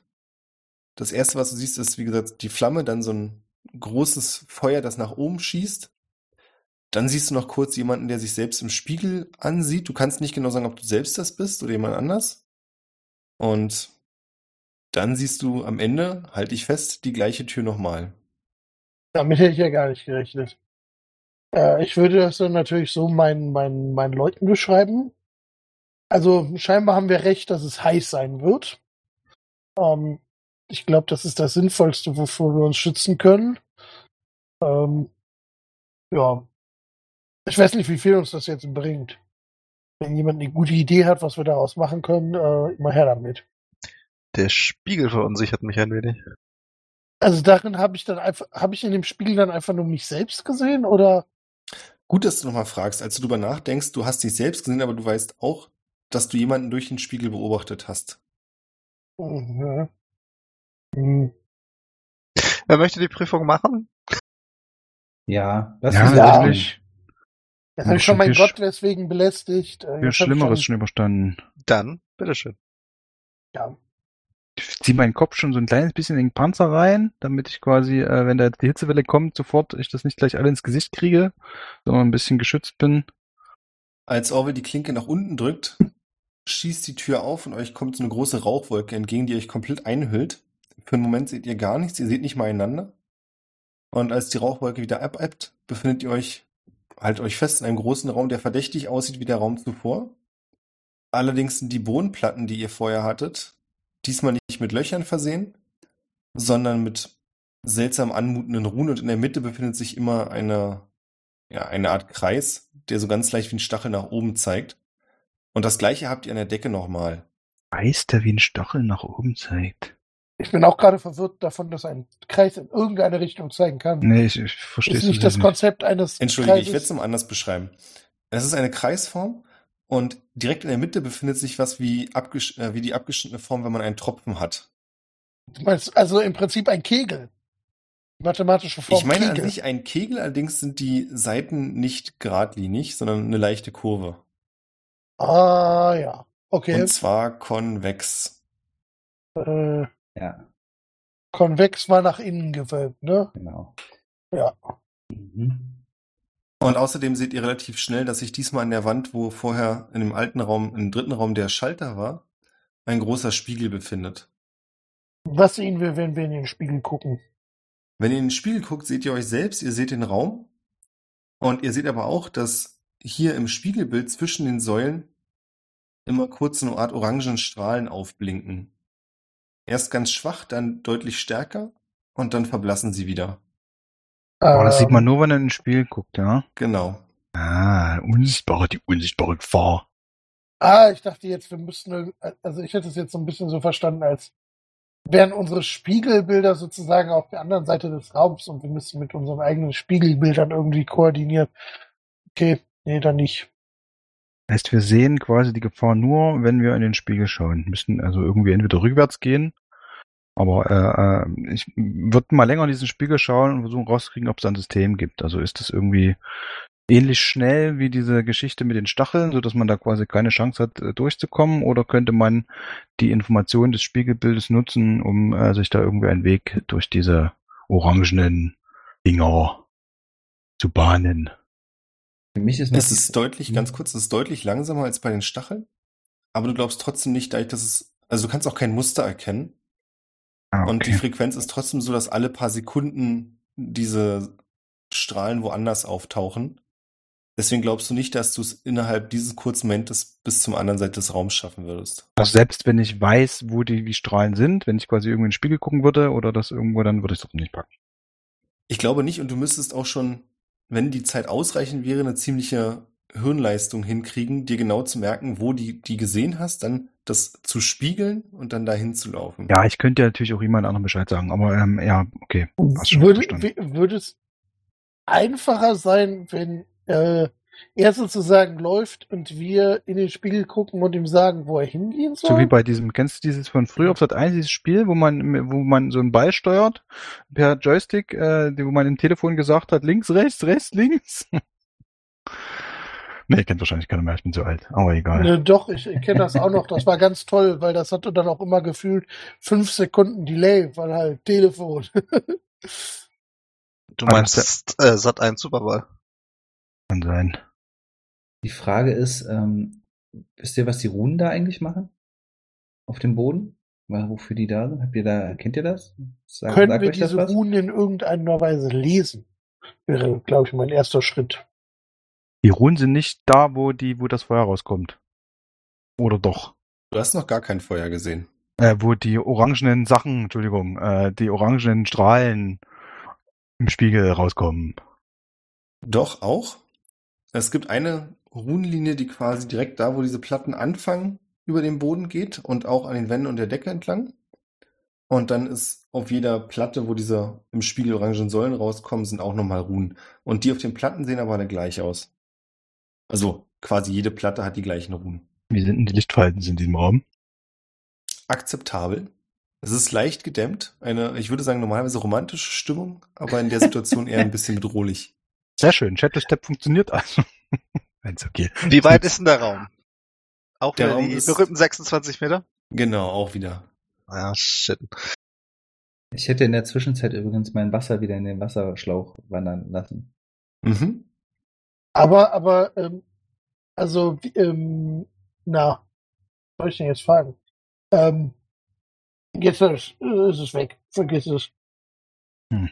Das erste, was du siehst, ist, wie gesagt, die Flamme, dann so ein großes Feuer, das nach oben schießt. Dann siehst du noch kurz jemanden, der sich selbst im Spiegel ansieht. Du kannst nicht genau sagen, ob du selbst das bist oder jemand anders. Und dann siehst du am Ende, halte ich fest, die gleiche Tür nochmal. Damit hätte ich ja gar nicht gerechnet. Äh, ich würde das dann natürlich so meinen, meinen, meinen Leuten beschreiben. Also scheinbar haben wir recht, dass es heiß sein wird. Ähm, ich glaube, das ist das Sinnvollste, wovor wir uns schützen können. Ähm, ja. Ich weiß nicht, wie viel uns das jetzt bringt. Wenn jemand eine gute Idee hat, was wir daraus machen können, äh, immer her damit. Der Spiegel verunsichert mich ein wenig. Also darin habe ich dann einfach, habe ich in dem Spiel dann einfach nur mich selbst gesehen oder Gut, dass du nochmal fragst. Als du drüber nachdenkst, du hast dich selbst gesehen, aber du weißt auch, dass du jemanden durch den Spiegel beobachtet hast. Mhm. Mhm. Wer möchte die Prüfung machen? Ja, das ja, ist Ja. natürlich. Jetzt habe Ist ich schon schon meinen viel sch- Gott deswegen belästigt. Äh, Viel jetzt hab ich Schlimmeres schon- schon überstanden. Dann, bitteschön. Ja. Ich ziehe meinen Kopf schon so ein kleines bisschen in den Panzer rein, damit ich quasi, äh, wenn da jetzt die Hitzewelle kommt, sofort ich das nicht gleich alle ins Gesicht kriege, sondern ein bisschen geschützt bin. Als Orwell die Klinke nach unten drückt, schießt die Tür auf und euch kommt so eine große Rauchwolke entgegen, die euch komplett einhüllt. Für einen Moment seht ihr gar nichts, ihr seht nicht mal einander. Und als die Rauchwolke wieder abebbt, befindet ihr euch, haltet euch fest, in einem großen Raum, der verdächtig aussieht wie der Raum zuvor. Allerdings sind die Bodenplatten, die ihr vorher hattet, diesmal nicht mit Löchern versehen, sondern mit seltsam anmutenden Runen und in der Mitte befindet sich immer eine, ja, eine Art Kreis, der so ganz leicht wie ein Stachel nach oben zeigt. Und das gleiche habt ihr an der Decke nochmal. Weiß der, wie ein Stachel nach oben zeigt. Ich bin auch gerade verwirrt davon, dass ein Kreis in irgendeine Richtung zeigen kann. Nee, ich, ich verstehe ist es nicht das Konzept eines Entschuldige, ich werde es Kreises. mal anders beschreiben. Es ist eine Kreisform und direkt in der Mitte befindet sich was wie, abgesch äh, wie die abgeschnittene Form, wenn man einen Tropfen hat. Du meinst also im Prinzip ein Kegel. Die Mathematische Form ich meine Oh, Kegel. an sich ein Kegel, allerdings sind die Seiten nicht geradlinig, sondern eine leichte Kurve. Ah ja. Okay. Und zwar konvex. äh, ja, konvex war nach innen gewölbt, ne? genau. Ja. Mhm. Und außerdem seht ihr relativ schnell, dass sich diesmal an der Wand, wo vorher in dem alten Raum, im dritten Raum der Schalter war, ein großer Spiegel befindet. Was sehen wir, wenn wir in den Spiegel gucken? Wenn ihr in den Spiegel guckt, seht ihr euch selbst, ihr seht den Raum und ihr seht aber auch, dass hier im Spiegelbild zwischen den Säulen immer kurz so eine Art orangen Strahlen aufblinken. Erst ganz schwach, dann deutlich stärker und dann verblassen sie wieder. Boah, das sieht man Ähm, nur, wenn er ins Spiel guckt, ja. Genau. Ah, unsichtbare, die unsichtbare Gefahr. Ah, ich dachte jetzt, wir müssten, also ich hätte es jetzt so ein bisschen so verstanden, als wären unsere Spiegelbilder sozusagen auf der anderen Seite des Raums und wir müssten mit unseren eigenen Spiegelbildern irgendwie koordinieren. Okay, nee, dann nicht. Heißt, wir sehen quasi die Gefahr nur, wenn wir in den Spiegel schauen. Müssen also irgendwie entweder rückwärts gehen, aber äh, äh, ich würde mal länger in diesen Spiegel schauen und versuchen rauszukriegen, ob es ein System gibt. Also ist das irgendwie ähnlich schnell wie diese Geschichte mit den Stacheln, so dass man da quasi keine Chance hat, äh, durchzukommen, oder könnte man die Information des Spiegelbildes nutzen, um äh, sich da irgendwie einen Weg durch diese orangenen Dinger zu bahnen? Für mich ist Das ist deutlich, ganz kurz, das ist deutlich langsamer als bei den Stacheln. Aber du glaubst trotzdem nicht, dadurch, dass es, also du kannst auch kein Muster erkennen. Ah, Und die Frequenz ist trotzdem so, dass alle paar Sekunden diese Strahlen woanders auftauchen. Deswegen glaubst du nicht, dass du es innerhalb dieses kurzen Momentes bis zum anderen Seite des Raums schaffen würdest. Also selbst wenn ich weiß, wo die, die Strahlen sind, wenn ich quasi irgendwie in den Spiegel gucken würde oder das irgendwo, dann würde ich das nicht packen. Ich glaube nicht, und du müsstest auch schon, wenn die Zeit ausreichend wäre, eine ziemliche Hirnleistung hinkriegen, dir genau zu merken, wo die, die gesehen hast, dann das zu spiegeln und dann dahin zu laufen. Ja, ich könnte ja natürlich auch jemand anderem Bescheid sagen, aber ähm, ja, okay. Hast schon Würde, verstanden. w- würde es einfacher sein, wenn äh, er sozusagen läuft und wir in den Spiegel gucken und ihm sagen, wo er hingehen soll? So wie bei diesem, kennst du dieses von früher auf Sat 1, dieses Spiel, wo man, wo man so einen Ball steuert per Joystick, äh, wo man im Telefon gesagt hat, links, rechts, rechts, links. nee, kennt wahrscheinlich keiner mehr, ich bin zu alt, aber egal. Ne, doch, ich, ich kenne das auch noch. Das war ganz toll, weil das hatte dann auch immer gefühlt fünf Sekunden Delay, weil halt Telefon. Du Ah, meinst äh, Sat 1 Superball. Kann sein. Die Frage ist, ähm, wisst ihr, was die Runen da eigentlich machen? Auf dem Boden? Weil, wofür die da sind? Habt ihr da, kennt ihr das? Sag, Können sagt wir euch das diese was? Runen in irgendeiner Weise lesen? Wäre, glaube ich, mein erster Schritt. Die Runen sind nicht da, wo die, wo das Feuer rauskommt. Oder doch? Du hast noch gar kein Feuer gesehen. äh, wo die orangenen Sachen, Entschuldigung, äh, die orangenen Strahlen im Spiegel rauskommen. Doch auch. Es gibt eine Runenlinie, die quasi direkt da, wo diese Platten anfangen, über den Boden geht und auch an den Wänden und der Decke entlang. Und dann ist auf jeder Platte, wo diese im Spiegel orangen Säulen rauskommen, sind auch nochmal Runen. Und die auf den Platten sehen aber alle gleich aus. Also quasi jede Platte hat die gleichen Runen. Wie sind denn die Lichtverhalten in diesem Raum? Akzeptabel. Es ist leicht gedämmt. Eine, ich würde sagen, normalerweise romantische Stimmung, aber in der Situation eher ein bisschen bedrohlich. Sehr schön, Shadow Step funktioniert also. Wenn's okay. Wie weit ist denn der Raum? Auch Der wieder Raum die ist- berühmten 26 Meter? Genau, auch wieder. Ah, shit. Ich hätte in der Zwischenzeit übrigens mein Wasser wieder in den Wasserschlauch wandern lassen. Mhm. Aber, aber, ähm, also, wie- ähm, na, was soll ich denn jetzt fragen? Ähm, jetzt ist, ist es weg. Vergiss es. Hm.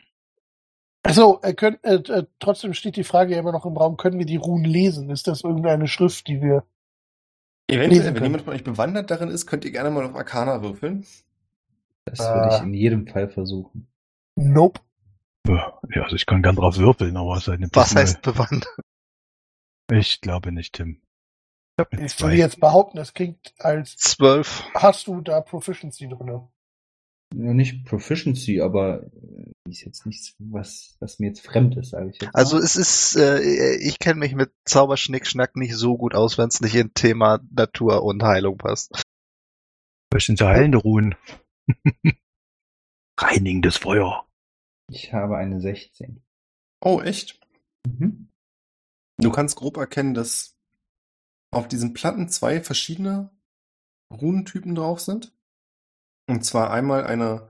Also, äh, könnt, äh, äh, trotzdem steht die Frage ja immer noch im Raum, können wir die Runen lesen? Ist das irgendeine Schrift, die wir... lesen Eventuell, wenn können. jemand von euch bewandert darin ist, könnt ihr gerne mal auf Arcana würfeln. Das würde ich Ah. in jedem Fall versuchen. Nope. Ja, also ich kann gern drauf würfeln, aber es ist eine Was Piss- heißt bewandt? Ich glaube nicht, Tim. Ich habe eine Ich würde zwei. jetzt behaupten, das klingt als, Zwölf. hast du da Proficiency ne? drinne? Nur Nicht Proficiency, aber äh, ist jetzt nichts, was, was mir jetzt fremd ist, sage ich jetzt. Also mal. es ist, äh, ich kenne mich mit Zauberschnickschnack nicht so gut aus, wenn es nicht in Thema Natur und Heilung passt. Was sind so heilende Ruhen? Reinigendes Feuer. ich habe eine 16. Oh, echt? Mhm. Du kannst grob erkennen, dass auf diesen Platten zwei verschiedene Runentypen drauf sind. Und zwar einmal eine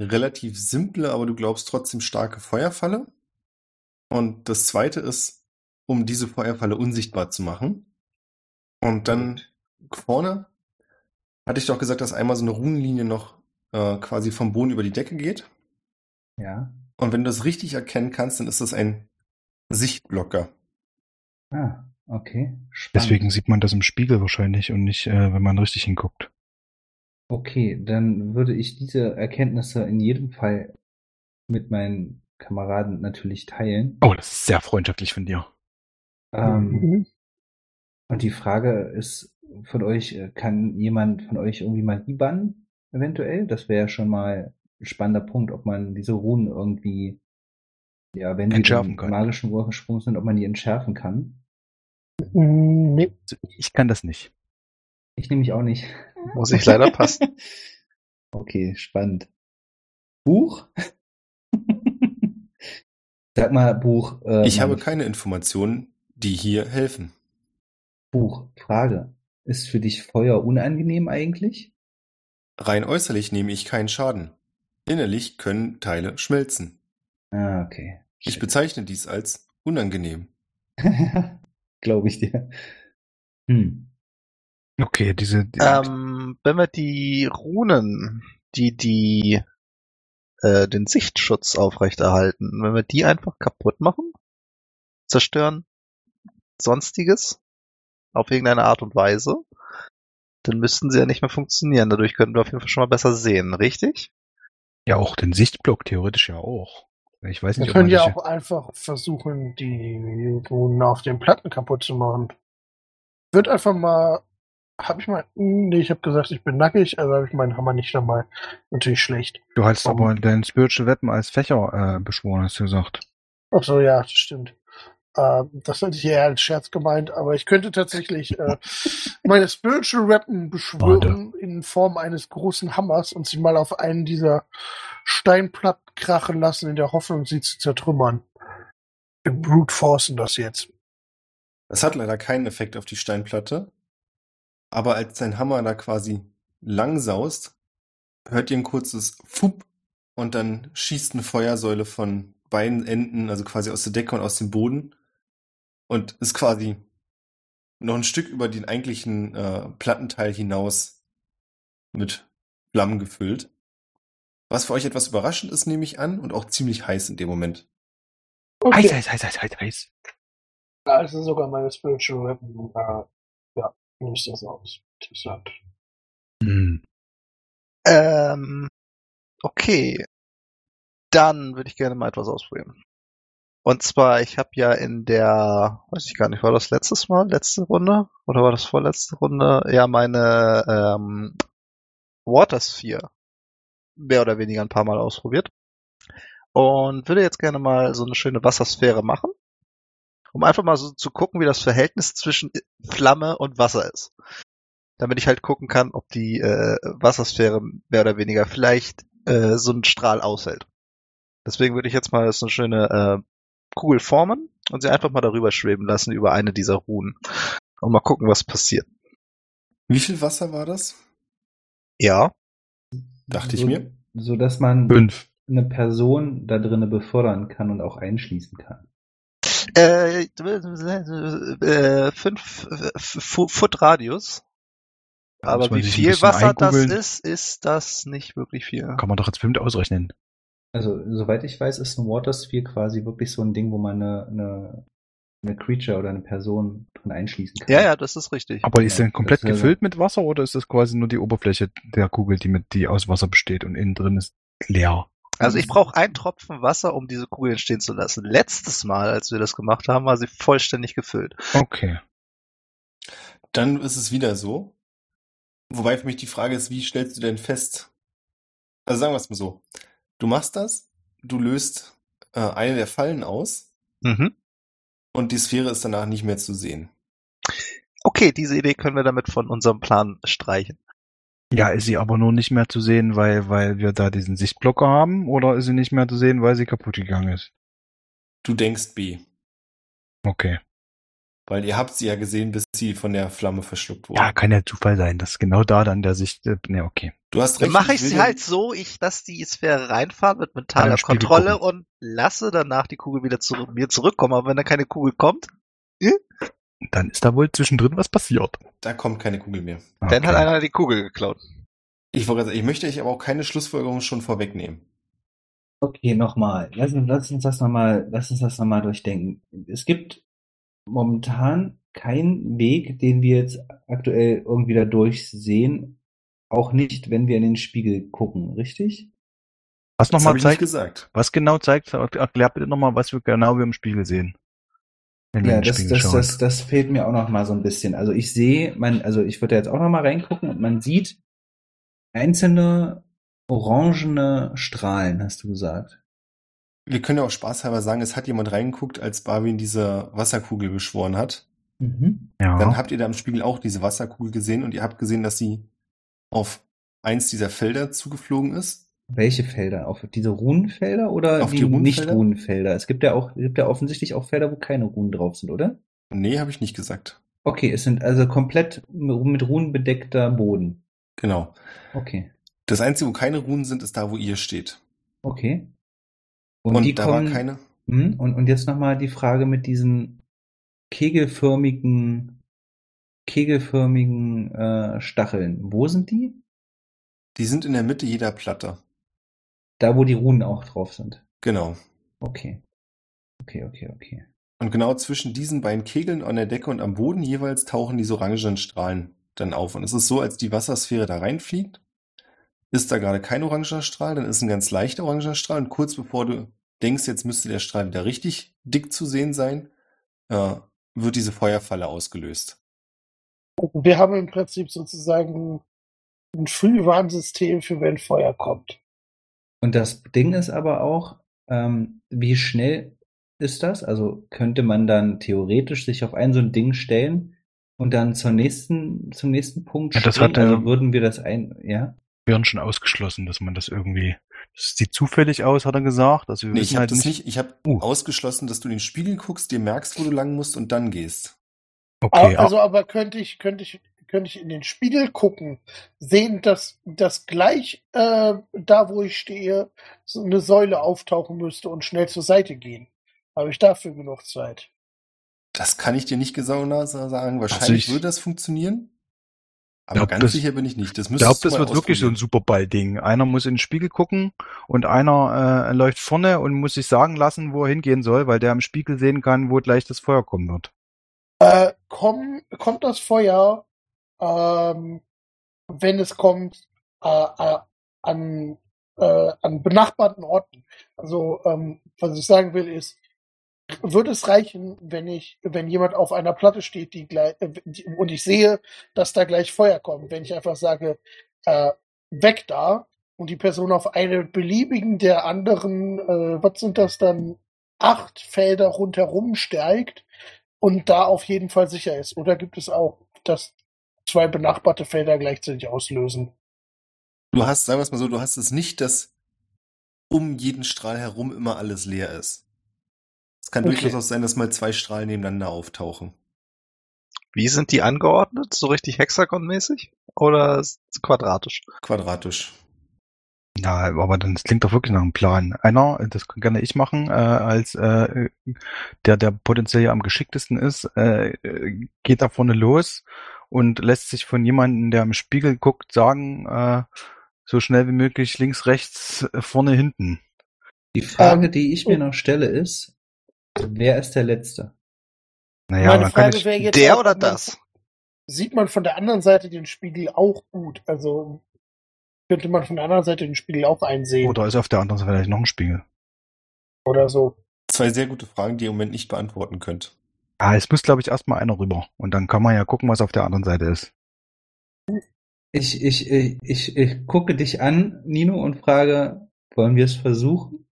relativ simple, aber du glaubst trotzdem starke Feuerfalle. Und das zweite ist, um diese Feuerfalle unsichtbar zu machen. Und dann vorne hatte ich doch gesagt, dass einmal so eine Runenlinie noch äh, quasi vom Boden über die Decke geht. Ja. Und wenn du das richtig erkennen kannst, dann ist das ein Sichtblocker. Ah, okay. Spannend. Deswegen sieht man das im Spiegel wahrscheinlich und nicht, äh, wenn man richtig hinguckt. Okay, dann würde ich diese Erkenntnisse in jedem Fall mit meinen Kameraden natürlich teilen. Oh, das ist sehr freundschaftlich von dir. Ähm, Mhm. und die Frage ist von euch, äh, kann jemand von euch irgendwie Magie bannen, eventuell? Das wäre ja schon mal ein spannender Punkt, ob man diese Runen irgendwie, ja, wenn sie Entschärfen den kann. magischen Ursprung sind, ob man die entschärfen kann. Mm, Nee. Also, Ich kann das nicht. Ich nehme mich auch nicht. Muss ich leider passen. Okay, spannend. Buch? Sag mal, Buch. äh, Ich habe meine keine Informationen, die hier helfen. Buch. Frage. Ist für dich Feuer unangenehm eigentlich? Rein äußerlich nehme ich keinen Schaden. Innerlich können Teile schmelzen. Ah, okay. Ich bezeichne dies als unangenehm. Glaube ich dir. Hm. Okay, diese. die- ähm, wenn wir die Runen, die die äh, den Sichtschutz aufrechterhalten, wenn wir die einfach kaputt machen, zerstören, sonstiges, auf irgendeine Art und Weise, dann müssten sie ja nicht mehr funktionieren. Dadurch könnten wir auf jeden Fall schon mal besser sehen, richtig? ja, auch den Sichtblock theoretisch ja auch. Ich weiß Wir nicht, ob man können ja ja auch einfach versuchen, die Runen auf den Platten kaputt zu machen. Wird einfach mal. Hab ich mal. Hm, Nee, ich habe gesagt, ich bin nackig, also habe ich meinen Hammer nicht dabei. Natürlich schlecht. Du hast aber deinen Spiritual Weapon als Fächer äh, beschworen, hast du gesagt. Ach so, ja, das stimmt. Ähm, das hatte ich eher als Scherz gemeint, aber ich könnte tatsächlich äh, meine Spiritual Weapon beschwören in Form eines großen Hammers und sie mal auf einen dieser Steinplatten krachen lassen, in der Hoffnung, sie zu zertrümmern. Wir brute forcen das jetzt. Es hat leider keinen Effekt auf die Steinplatte, aber als dein Hammer da quasi lang saust, hört ihr ein kurzes Fup und dann schießt eine Feuersäule von beiden Enden, also quasi aus der Decke und aus dem Boden und ist quasi noch ein Stück über den eigentlichen äh, Plattenteil hinaus mit Flammen gefüllt. Was für euch etwas überraschend ist, nehme ich an, und auch ziemlich heiß in dem Moment. Okay. Heiß, heiß, heiß, heiß, heiß, heiß. Da ist es sogar meine Spiritual Weapon. Äh, ja, nimmst das aus. Interessant. Hm. Ähm, okay. Dann würde ich gerne mal etwas ausprobieren. Und zwar, ich habe ja in der, weiß ich gar nicht, war das letztes Mal, letzte Runde? Oder war das vorletzte Runde? Ja, meine ähm, Water Sphere mehr oder weniger ein paar Mal ausprobiert. Und würde jetzt gerne mal so eine schöne Wassersphäre machen, um einfach mal so zu gucken, wie das Verhältnis zwischen Flamme und Wasser ist damit ich halt gucken kann, ob die äh, Wassersphäre mehr oder weniger vielleicht äh, so einen Strahl aushält. Deswegen würde ich jetzt mal so eine schöne äh, Kugel formen und sie einfach mal darüber schweben lassen über eine dieser Runen und mal gucken, was passiert. Wie viel Wasser war das? Ja, Dachte ich so, mir. So dass man Fünf. eine Person da drinne befördern kann und auch einschließen kann. äh, äh, fünf äh, Fu- Foot Radius. Da muss Aber man wie sich ein viel bisschen Wasser das eingoogeln. ist, ist das nicht wirklich viel. Kann man doch jetzt bestimmt ausrechnen. Also, soweit ich weiß, ist eine Watersphere quasi wirklich so ein Ding, wo man eine, eine, eine Creature oder eine Person drin einschließen kann. Ja, ja, das ist richtig. Aber ist Ja, denn komplett das wäre so. gefüllt mit Wasser oder ist das quasi nur die Oberfläche der Kugel, die mit die aus Wasser besteht und innen drin ist leer? Also ich brauche einen Tropfen Wasser, um diese Kugel entstehen zu lassen. Letztes Mal, als wir das gemacht haben, war sie vollständig gefüllt. Okay. Dann ist es wieder so. Wobei für mich die Frage ist, wie stellst du denn fest? Also sagen wir es mal so. Du machst das, du löst äh, eine der Fallen aus Mhm. und die Sphäre ist danach nicht mehr zu sehen. Okay, diese Idee können wir damit von unserem Plan streichen. Ja, ist sie aber nur nicht mehr zu sehen, weil, weil wir da diesen Sichtblocker haben oder ist sie nicht mehr zu sehen, weil sie kaputt gegangen ist? Du denkst B, Okay. weil ihr habt sie ja gesehen, bis sie von der Flamme verschluckt wurde. Ja, kann ja Zufall sein, dass genau da dann der Sicht. Äh, ne, okay. du hast Dann recht. mache ich ich will sie dir- halt so, ich lasse die Sphäre reinfahren mit mentaler Beim Spiegel Kontrolle und lasse danach die Kugel wieder zu mir zurückkommen. Aber wenn da keine Kugel kommt, Dann ist da wohl zwischendrin was passiert. Da kommt keine Kugel mehr. Okay. dann hat einer die Kugel geklaut. Ich wollte gerade sagen, ich möchte euch aber auch keine Schlussfolgerung schon vorwegnehmen. Okay, nochmal. Lass, uns- lass uns das nochmal, lass uns das nochmal durchdenken. Es gibt momentan keinen Weg, den wir jetzt aktuell irgendwie da durchsehen. Auch nicht, wenn wir in den Spiegel gucken, richtig? Was Das nochmal habe ich nicht zeigt, gesagt. was genau zeigt, erklär bitte nochmal, was wir genau wir im Spiegel sehen. Wenn wir Ja, in den das, Spiegel das, schauen. das, das fehlt mir auch noch mal so ein bisschen. Also ich sehe, man, also ich würde da jetzt auch noch mal reingucken und man sieht einzelne orangene Strahlen, hast du gesagt. Wir können ja auch spaßhalber sagen, es hat jemand reingeguckt, als Barwin diese Wasserkugel beschworen hat. Mhm. Ja. Dann habt ihr da im Spiegel auch diese Wasserkugel gesehen und ihr habt gesehen, dass sie auf eins dieser Felder zugeflogen ist. Welche Felder? Auf diese Runenfelder oder Auf die, die Runenfelder? nicht Runenfelder? Es gibt ja auch, gibt ja offensichtlich auch Felder, wo keine Runen drauf sind, oder? Nee, habe ich nicht gesagt. Okay, es sind also komplett mit Runen bedeckter Boden. Genau. Okay, Das Einzige, wo keine Runen sind, ist da, wo ihr steht. okay. Und, die da kommen, war keine. Hm, und, und jetzt nochmal die Frage mit diesen kegelförmigen, kegelförmigen äh, Stacheln. Wo sind die? Die sind in der Mitte jeder Platte. Da, wo die Runen auch drauf sind. Genau. Okay. Okay, okay, okay. Und genau zwischen diesen beiden Kegeln an der Decke und am Boden jeweils tauchen diese orangenen Strahlen dann auf. Und es ist so, als die Wassersphäre da reinfliegt, ist da gerade kein oranger Strahl, dann ist ein ganz leichter oranger Strahl. Und kurz bevor du denkst, jetzt müsste der Strahl wieder richtig dick zu sehen sein, äh, wird diese Feuerfalle ausgelöst. Wir haben im Prinzip sozusagen ein Frühwarnsystem für wenn Feuer kommt. Und das Ding ist aber auch, ähm, wie schnell ist das? Also könnte man dann theoretisch sich auf ein so ein Ding stellen und dann zur nächsten, zum nächsten Punkt Ja, das springen? hat, äh, also würden wir das ein, ja? Björn schon ausgeschlossen, dass man das irgendwie. Das sieht zufällig aus, hat er gesagt. Also wir Nee, ich wissen habe halt das nicht. nicht, ich habe Uh. ausgeschlossen, dass du in den Spiegel guckst, dir merkst, wo du lang musst und dann gehst. Okay, also aber könnte ich, könnte ich, könnte ich in den Spiegel gucken, sehen, dass, dass gleich äh, da, wo ich stehe, so eine Säule auftauchen müsste und schnell zur Seite gehen. Habe ich dafür genug Zeit? Das kann ich dir nicht genau na- sagen. Wahrscheinlich Also ich- würde das funktionieren. Aber Glaub, ganz das- sicher bin ich nicht. Das ich müsstest glaube, du das mal wird wirklich so ein ausprobieren. Superball-Ding. Einer muss in den Spiegel gucken und einer äh, läuft vorne und muss sich sagen lassen, wo er hingehen soll, weil der im Spiegel sehen kann, wo gleich das Feuer kommen wird. Äh, komm, kommt das Feuer, ähm, wenn es kommt, äh, äh, an, äh, an benachbarten Orten. Also, ähm, was ich sagen will, ist, würde es reichen, wenn ich, wenn jemand auf einer Platte steht, die gleich, äh, die, und ich sehe, dass da gleich Feuer kommt, wenn ich einfach sage, äh, weg da, und die Person auf eine beliebigen der anderen, äh, was sind das dann, acht Felder rundherum steigt und da auf jeden Fall sicher ist. Oder gibt es auch, dass zwei benachbarte Felder gleichzeitig auslösen? Du hast, sagen wir es mal so, du hast es nicht, dass um jeden Strahl herum immer alles leer ist. Es kann Okay. durchaus auch sein, dass mal zwei Strahlen nebeneinander auftauchen. Wie sind die angeordnet? So richtig hexagonmäßig? Oder s- quadratisch? Quadratisch. Ja, aber dann das klingt doch wirklich nach einem Plan. Einer, das kann gerne ich machen, äh, als äh, der, der potenziell am geschicktesten ist, äh, äh, geht da vorne los und lässt sich von jemandem, der im Spiegel guckt, sagen, äh, so schnell wie möglich links, rechts, äh, vorne, hinten. Die Frage, Ähm, die ich mir noch stelle, ist, wer ist der Letzte? Naja, Meine dann kann Frage ich, wäre jetzt. Der auch, oder ob man- das? Sieht man von der anderen Seite den Spiegel auch gut? Also könnte man von der anderen Seite den Spiegel auch einsehen oder, oder oh, ist auf der anderen Seite vielleicht noch ein Spiegel? so? Zwei sehr gute Fragen, die ihr im Moment nicht beantworten könnt. Ah, es muss, glaube ich, erstmal einer rüber. Und dann kann man ja gucken, was auf der anderen Seite ist. Ich, ich, ich, ich, ich gucke dich an, Nino, und frage, wollen wir es versuchen?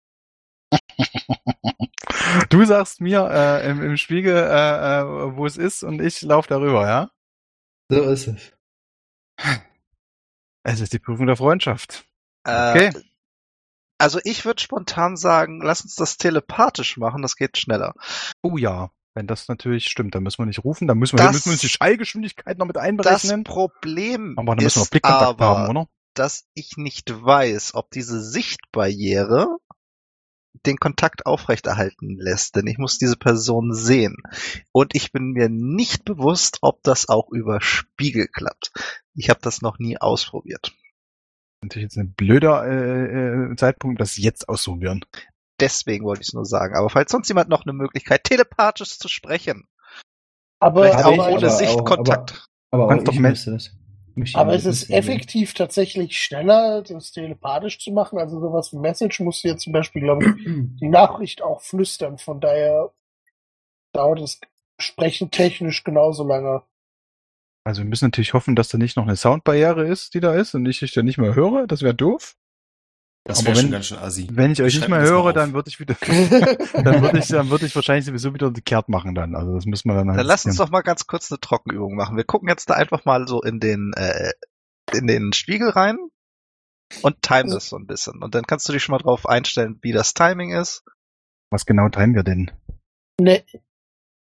Du sagst mir äh, im, im Spiegel, äh, äh, wo es ist, und ich laufe darüber, ja? So ist es. Es ist die Prüfung der Freundschaft. Äh, Also ich würde spontan sagen, lass uns das telepathisch machen, das geht schneller. Oh ja, wenn das natürlich stimmt, dann müssen wir nicht rufen, dann müssen wir, Das- müssen wir uns die Schallgeschwindigkeit noch mit Das einberechnen. Problem aber dann Oh, müssen wir noch ist Blickkontakt aber, haben, oder? dass ich nicht weiß, ob diese Sichtbarriere den Kontakt aufrechterhalten lässt, denn ich muss diese Person sehen. Und ich bin mir nicht bewusst, ob das auch über Spiegel klappt. Ich habe das noch nie ausprobiert. Natürlich jetzt ein blöder äh, äh, Zeitpunkt, das jetzt ausprobieren. Deswegen wollte ich es nur sagen. Aber falls sonst jemand noch eine Möglichkeit, telepathisch zu sprechen, Aber, vielleicht Habe ich auch aber, ohne aber auch, Sichtkontakt. Aber Kannst auch doch ich men- müsste das. möchte aber ich es ist wissen, ne? effektiv tatsächlich schneller, das telepathisch zu machen. Also sowas wie Message muss hier zum Beispiel, glaube ich, die Nachricht auch flüstern. Von daher dauert es sprechen technisch genauso lange. Also wir müssen natürlich hoffen, dass da nicht noch eine Soundbarriere ist, die da ist und ich dich dann nicht mehr höre. Das wäre doof. Das Aber wäre schon wenn- ganz schön assi. Wenn ich euch Schreib nicht mir mehr das mal höre, auf. dann würde ich wieder, dann würde ich, dann würde ich wahrscheinlich sowieso wieder gekehrt machen dann. Also das müssen wir dann halt. Dann lass uns doch mal ganz kurz eine Trockenübung machen. Wir gucken jetzt da einfach mal so in den, äh, in den Spiegel rein und Oh. timen das so ein bisschen. Und dann kannst du dich schon mal drauf einstellen, wie das Timing ist. Was genau timen wir denn? Nee.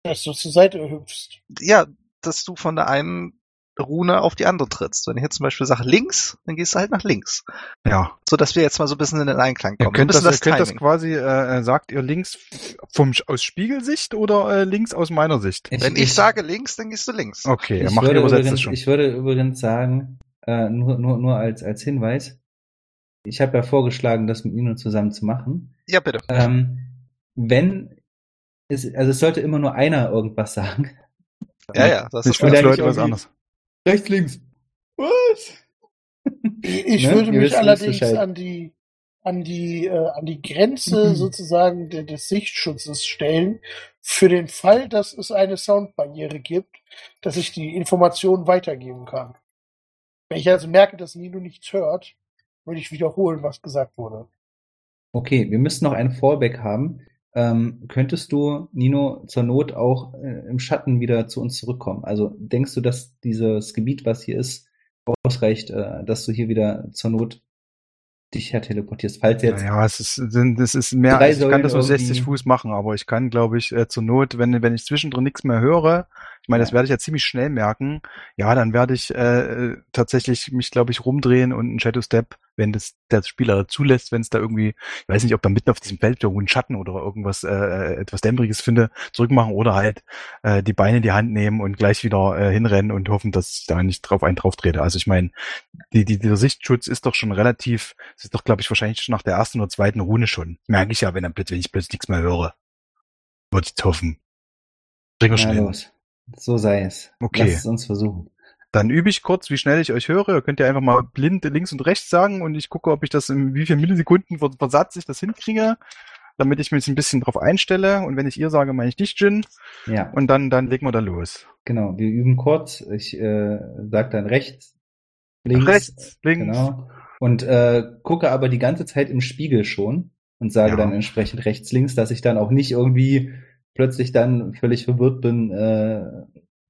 Ne, Dass du zur Seite hüpfst. Ja, dass du von der einen Rune auf die andere trittst. Wenn ich jetzt zum Beispiel sage links, dann gehst du halt nach links. Ja. So dass wir jetzt mal so ein bisschen in den Einklang Ihr kommen. könnt, so das, ein ihr bisschen könnt das quasi, äh, sagt ihr links vom, Sch- aus Spiegelsicht oder äh, links aus meiner Sicht? Wenn ich sage links, dann gehst du links. Okay, er ich macht ihr würde, übersetzt übrigens, das schon. ich würde übrigens sagen, äh, nur, nur, nur als, als Hinweis, ich habe ja vorgeschlagen, das mit Nino zusammen zu machen. Ja, bitte. Ähm, wenn es, also es sollte immer nur einer irgendwas sagen. Ja, ja, das Nicht ist würd- klar. fünf eigentlich Leute was irgendwie- anderes. Rechts, links. Was? Ich, ich Ne? würde Ihr mich wisst- allerdings wisst Bescheid. an die an die äh, an die Grenze Mhm. sozusagen de- des Sichtschutzes stellen für den Fall, dass es eine Soundbarriere gibt, dass ich die Informationen weitergeben kann. Wenn ich also merke, dass Nino nichts hört, würde ich wiederholen, was gesagt wurde. Okay, wir müssen noch ein Fallback haben. Ähm, könntest du, Nino, zur Not auch äh, im Schatten wieder zu uns zurückkommen? Also denkst du, dass dieses Gebiet, was hier ist, ausreicht, äh, dass du hier wieder zur Not dich her teleportierst? Falls jetzt Naja, es ist, sind- es ist mehr, Drei also ich kann Säulen das auf 60 irgendwie. Fuß machen, aber ich kann, glaube ich, äh, zur Not, wenn, wenn ich zwischendrin nichts mehr höre, ich meine, das Ja. werde ich ja ziemlich schnell merken, ja, dann werde ich äh, äh, tatsächlich mich, glaube ich, rumdrehen und einen Shadow Step, wenn das der Spieler zulässt, wenn es da irgendwie, ich weiß nicht, ob da mitten auf diesem Feld irgendwo einen Schatten oder irgendwas äh, etwas Dämmeriges finde, zurückmachen oder halt äh, die Beine in die Hand nehmen und gleich wieder äh, hinrennen und hoffen, dass ich da nicht drauf einen drauf trete. Also ich meine, die, die, der Sichtschutz ist doch schon relativ, es ist doch, glaube ich, wahrscheinlich schon nach der ersten oder zweiten Rune schon. Merke ich ja, wenn, dann, plötzlich- wenn ich plötzlich nichts mehr höre. Würde ich hoffen. Kriegen wir Na schnell. hin. los. So sei es. Okay. Lass es uns versuchen. Dann übe ich kurz, wie schnell ich euch höre. Ihr könnt ja einfach mal blind links und rechts sagen und ich gucke, ob ich das in wie vielen Millisekunden Ver- Versatz ich das hinkriege, damit ich mich ein bisschen drauf einstelle. Und wenn ich ihr sage, meine ich dich, Jin. Ja, Und dann, dann legen wir da los. genau. Wir üben kurz. Ich äh, sag dann rechts, links. Rechts, links. Genau. Und äh, gucke aber die ganze Zeit im Spiegel schon und sage Ja. dann entsprechend rechts, links, dass ich dann auch nicht irgendwie plötzlich dann völlig verwirrt bin, äh, Wenn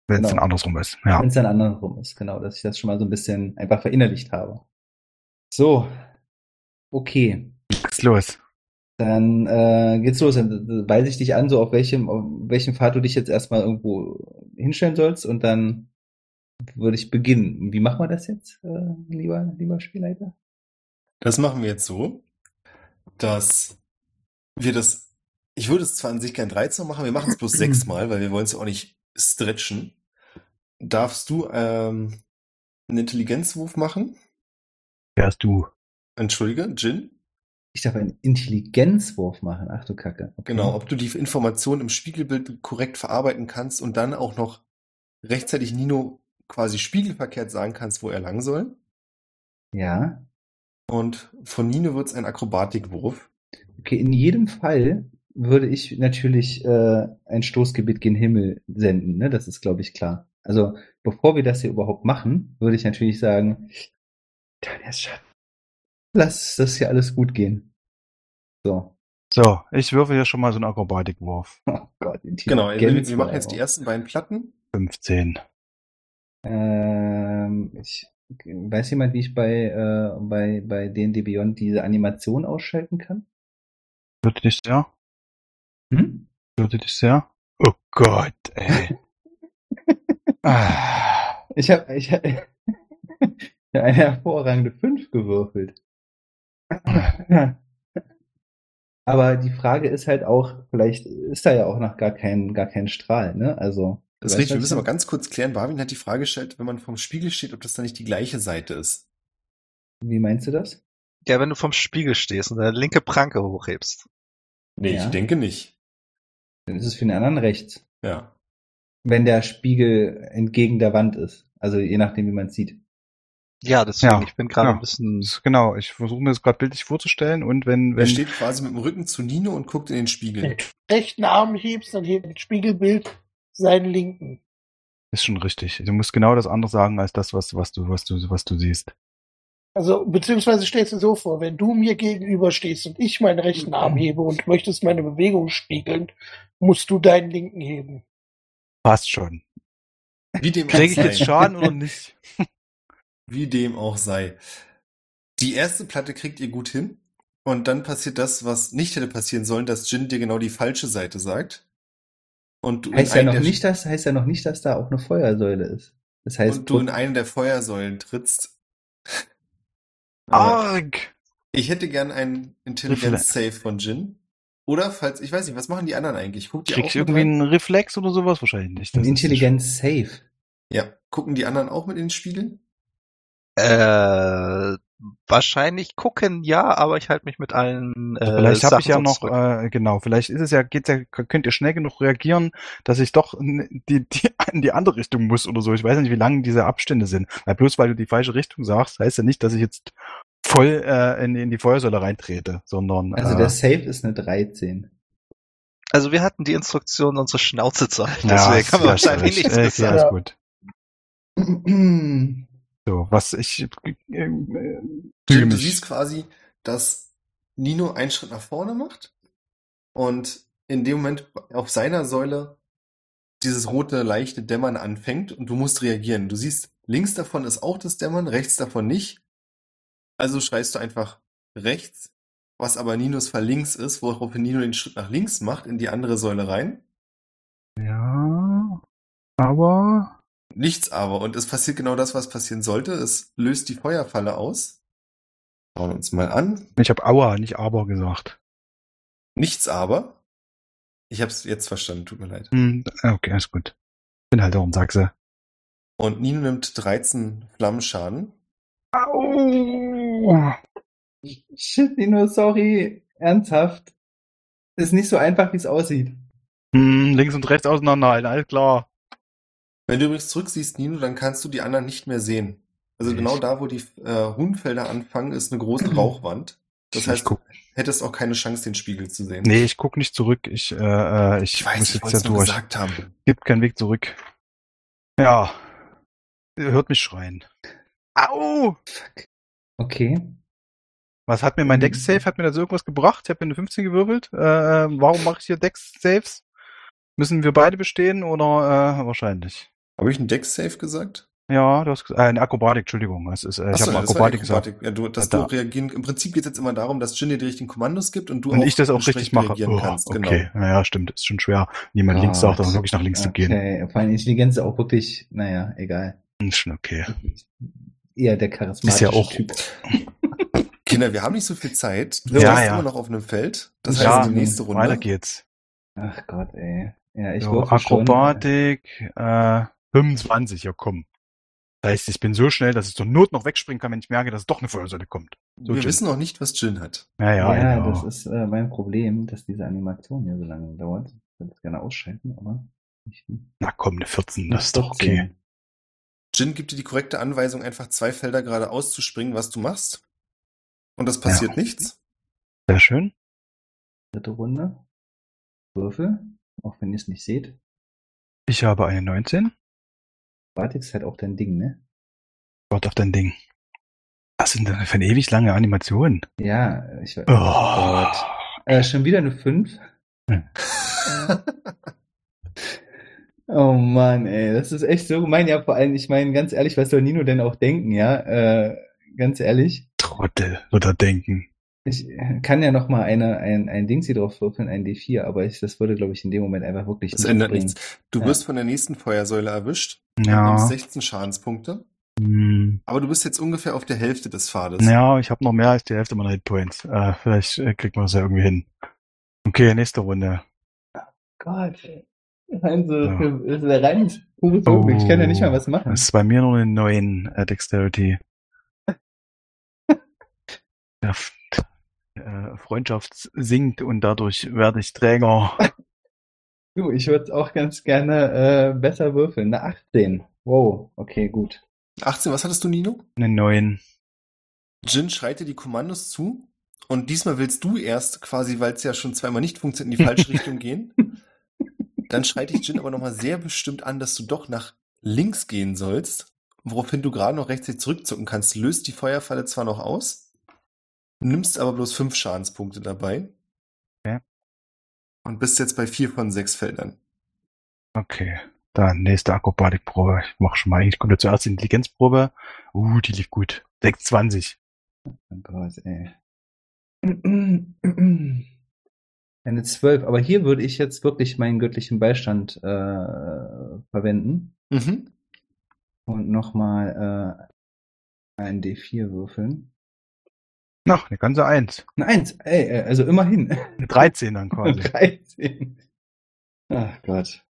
es Genau. dann andersrum ist. Ja. wenn es dann andersrum ist. Genau, dass ich das schon mal so ein bisschen einfach verinnerlicht habe. So. Okay. Geht's los. Dann äh, geht's los. Dann weise ich dich an, so auf welchem, auf welchem Pfad du dich jetzt erstmal irgendwo hinstellen sollst und dann würde ich beginnen. Wie machen wir das jetzt, äh, lieber, lieber Spielleiter? Das machen wir jetzt so, dass wir das, ich würde es zwar an sich gern 13 machen, wir machen es bloß sechsmal, weil wir wollen es ja auch nicht stretchen. Darfst du ähm, einen Intelligenzwurf machen? Wärst du. Entschuldige, Jin? Ich darf einen Intelligenzwurf machen. Ach du Kacke. Okay. Genau, ob du die Informationen im Spiegelbild korrekt verarbeiten kannst und dann auch noch rechtzeitig Nino quasi spiegelverkehrt sagen kannst, wo er lang soll. Ja. Und von Nino wird es ein Akrobatikwurf. Okay, in jedem Fall würde ich natürlich äh, ein Stoßgebet gen Himmel senden. Ne? Das ist, glaube ich, klar. Also, bevor wir das hier überhaupt machen, würde ich natürlich sagen, Tanja, Schatten, lass das hier alles gut gehen. So. So, ich würfe hier schon mal so einen Akrobatikwurf. Oh Gott, Intelligenz. Genau, wir, wir machen jetzt die erste. ersten beiden Platten. 15. Ähm, ich, weiß jemand, wie ich bei, äh, bei, bei D&D Beyond diese Animation ausschalten kann? Würde dich sehr? Hm? Würde dich sehr? Oh Gott, ey. ah, Ich habe ich hab, ich hab eine hervorragende 5 gewürfelt. Aber die Frage ist halt auch, vielleicht ist da ja auch noch gar kein, gar kein Strahl, ne? Also. du Das ist weißt, richtig. Wir was ich müssen aber meine? ganz kurz klären. Barwin hat die Frage gestellt, wenn man vom Spiegel steht, ob das dann nicht die gleiche Seite ist. Wie meinst du das? Ja, wenn du vom Spiegel stehst und deine linke Pranke hochhebst. Nee, Ja. ich denke nicht. Dann ist es für den anderen rechts. Ja. Wenn der Spiegel entgegen der Wand ist. Also je nachdem, wie man es sieht. Ja, deswegen, Ja, ich bin gerade ja. ein bisschen. ist- genau, ich versuche mir das gerade bildlich vorzustellen und wenn, Er wenn, steht quasi mit dem Rücken zu Nino und guckt in den Spiegel. Wenn du den rechten Arm hebst, dann hebt das Spiegelbild seinen linken. ist schon richtig. Du musst genau das andere sagen als das, was, was du, was du, was du siehst. Also, beziehungsweise stellst du dir so vor, wenn du mir gegenüber stehst und ich meinen rechten Arm hebe und möchtest meine Bewegung spiegeln, musst du deinen linken heben. Passt schon. Wie dem Kriege ich sei. jetzt Schaden oder nicht? Wie dem auch sei. Die erste Platte kriegt ihr gut hin. Und dann passiert das, was nicht hätte passieren sollen, dass Jin dir genau die falsche Seite sagt. Und du in Heißt ja einen noch der- nicht, dass, heißt ja noch nicht, dass da auch eine Feuersäule ist. Das heißt, und du in eine der Feuersäulen trittst. Ah. Aber Arg! ich hätte gern einen Intelligenz-Save von Jin. Oder falls, ich weiß nicht, was machen die anderen eigentlich? Guckt ihr auch Kriegst mit du irgendwie rein? einen Reflex oder sowas? Wahrscheinlich nicht. ein Das ist- Intelligenz safe. Ja, gucken die anderen auch mit in den Spiegel? Äh, wahrscheinlich gucken, ja, aber ich halte mich mit allen äh, Vielleicht habe ich Sachen ja so noch, zurück. äh, genau, vielleicht ist es ja, geht's ja, könnt ihr schnell genug reagieren, dass ich doch in die, die, in die andere Richtung muss oder so. Ich weiß nicht, wie lang diese Abstände sind. Weil bloß weil du die falsche Richtung sagst, heißt ja nicht, dass ich jetzt voll äh, in, in die Feuersäule reintrete, sondern Also äh, der Safe ist eine 13. Also wir hatten die Instruktion, unsere Schnauze zu halten. ja, Deswegen haben wir hast du wahrscheinlich recht. nichts Äh, gesagt. Ja, ist Ja. gut. Hm. So, was ich äh, äh, Jin, füge du mich. siehst quasi, dass Nino einen Schritt nach vorne macht und in dem Moment auf seiner Säule dieses rote, leichte Dämmern anfängt und du musst reagieren. Du siehst, links davon ist auch das Dämmern, rechts davon nicht. Also schreist du einfach rechts, was aber Ninos Fall links ist, woraufhin Nino den Schritt nach links macht, in die andere Säule rein. Ja, aber Nichts aber. Und es passiert genau das, was passieren sollte. Es löst die Feuerfalle aus. Schauen wir uns mal an. ich habe Aua, nicht aber gesagt. Nichts aber. Ich habe es jetzt verstanden, tut mir leid. Hm, okay, ist gut. Bin halt auch ein Sachse. Und Nino nimmt 13 Flammenschaden. Au! Shit, Nino, sorry. Ernsthaft. Ist nicht so einfach, wie es aussieht. Hm, links und rechts auseinanderhalten, alles klar. Wenn du übrigens zurücksiehst, Nino, dann kannst du die anderen nicht mehr sehen. Also Echt? genau da, wo die äh, Huhnfelder anfangen, ist eine große Rauchwand. Das Ich heißt, du guck- hättest auch keine Chance, den Spiegel zu sehen. Nee, ich guck nicht zurück. Ich, äh, äh, ich, ich muss weiß, ich jetzt wollte ja es nur durch. gesagt haben. Gibt keinen Weg zurück. Ja. Ihr hört mich schreien. Au! Okay. Was hat mir mein Hm. Mhm. Dex-Save? Hat mir das irgendwas gebracht? Ich habe mir eine 15 gewürfelt. Äh, äh, warum mache ich hier Dex-Saves? Müssen wir beide bestehen oder äh, wahrscheinlich? Habe ich einen Deck-Safe gesagt? Ja, du hast gesagt. Äh, eine Akrobatik, Entschuldigung. Das ist, äh, ich Ach so, habe ja, mal das war die Akrobatik gesagt. Akrobatik. Ja, du, dass Ja, du da. reagieren. Im Prinzip geht es jetzt immer darum, dass Jin dir die richtigen Kommandos gibt und du Und auch ich das auch entsprechend richtig mache. reagieren Oh, kannst. Genau. Ah, okay, naja, stimmt. Ist schon schwer. Niemand links Gott. sagt, aber wirklich nach links zu gehen. Okay, vor allem Intelligenz ist auch wirklich, naja, egal. Ist schon okay. Eher der charismatische Ist ja auch- Typ. Kinder, wir haben nicht so viel Zeit. Du Ja, stehst ja. immer noch auf einem Feld. Das heißt, Ja, die nächste Runde. Weiter geht's. Ach Gott, ey. Ja, ich so, würfel schon. Akrobatik, äh, 25, ja komm. Das heißt, ich bin so schnell, dass ich zur Not noch wegspringen kann, wenn ich merke, dass doch eine Feuersäule kommt. So, wir Jin. wissen noch nicht, was Jin hat. Ja, ja, Ja, genau. das ist äh, mein Problem, dass diese Animation hier so lange dauert. Ich würde es gerne ausschalten, aber ich Na komm, eine 14, das ist doch okay. 14. Jin gibt dir die korrekte Anweisung, einfach zwei Felder gerade auszuspringen, was du machst. Und das passiert nichts. Sehr schön. Dritte Runde. Würfel, auch wenn ihr es nicht seht. Ich habe eine 19. Akrobatik ist halt auch dein Ding, ne? Warte auf dein Ding. Was sind denn für eine ewig lange Animationen? Ja, ich weiß. Oh. Äh, schon wieder eine 5. Hm. Oh Mann, ey, das ist echt so gemein. Ja, vor allem, ich meine, ganz ehrlich, was soll Nino denn auch denken, ja? Äh, ganz ehrlich, Trottel, wird er denken. ich kann ja noch mal eine, ein, ein Ding sie drauf würfeln, ein D4, aber ich, das würde, glaube ich, in dem Moment einfach wirklich Das ändert bringen. nichts. Du Ja. wirst von der nächsten Feuersäule erwischt. Du nimmst Ja. 16 Schadenspunkte. Hm. Aber du bist jetzt ungefähr auf der Hälfte des Pfades. Ja, ich habe noch mehr als die Hälfte meiner Hitpoints. Äh, vielleicht äh, kriegt man das ja irgendwie hin. Okay, nächste Runde. Gott, ey. rein so, Ja. für- das ist ja rein pures Unglück. Ich kann ja nicht mal was Oh, machen. Das ist bei mir nur eine 9 äh, Dexterity. Der F- äh, Freundschaft sinkt und dadurch werde ich Träger. Du, ich würde auch ganz gerne äh, besser würfeln. Eine 18. Wow, okay, gut. 18, was hattest du, Nino? Eine 9. Jin schreit dir die Kommandos zu. Und diesmal willst du erst quasi, weil es ja schon zweimal nicht funktioniert, in die falsche Richtung gehen. Dann schreit dich Jin aber nochmal sehr bestimmt an, dass du doch nach links gehen sollst. woraufhin du gerade noch rechtzeitig zurückzucken kannst, löst die Feuerfalle zwar noch aus, nimmst aber bloß fünf Schadenspunkte dabei. Ja. Und bist jetzt bei vier von sechs Feldern. Okay. Dann nächste Akrobatikprobe. Ich mache schon mal, ich komme zuerst die Intelligenzprobe. Uh, die lief gut. 26. Oh Gott, ey. äh. Eine 12. Aber hier würde ich jetzt wirklich meinen göttlichen Beistand äh, verwenden Mhm. und nochmal äh, ein D4 würfeln. Ach, eine ganze Eins. Eine Eins, ey, äh, also immerhin. Eine 13 dann quasi. 13. Ach Gott.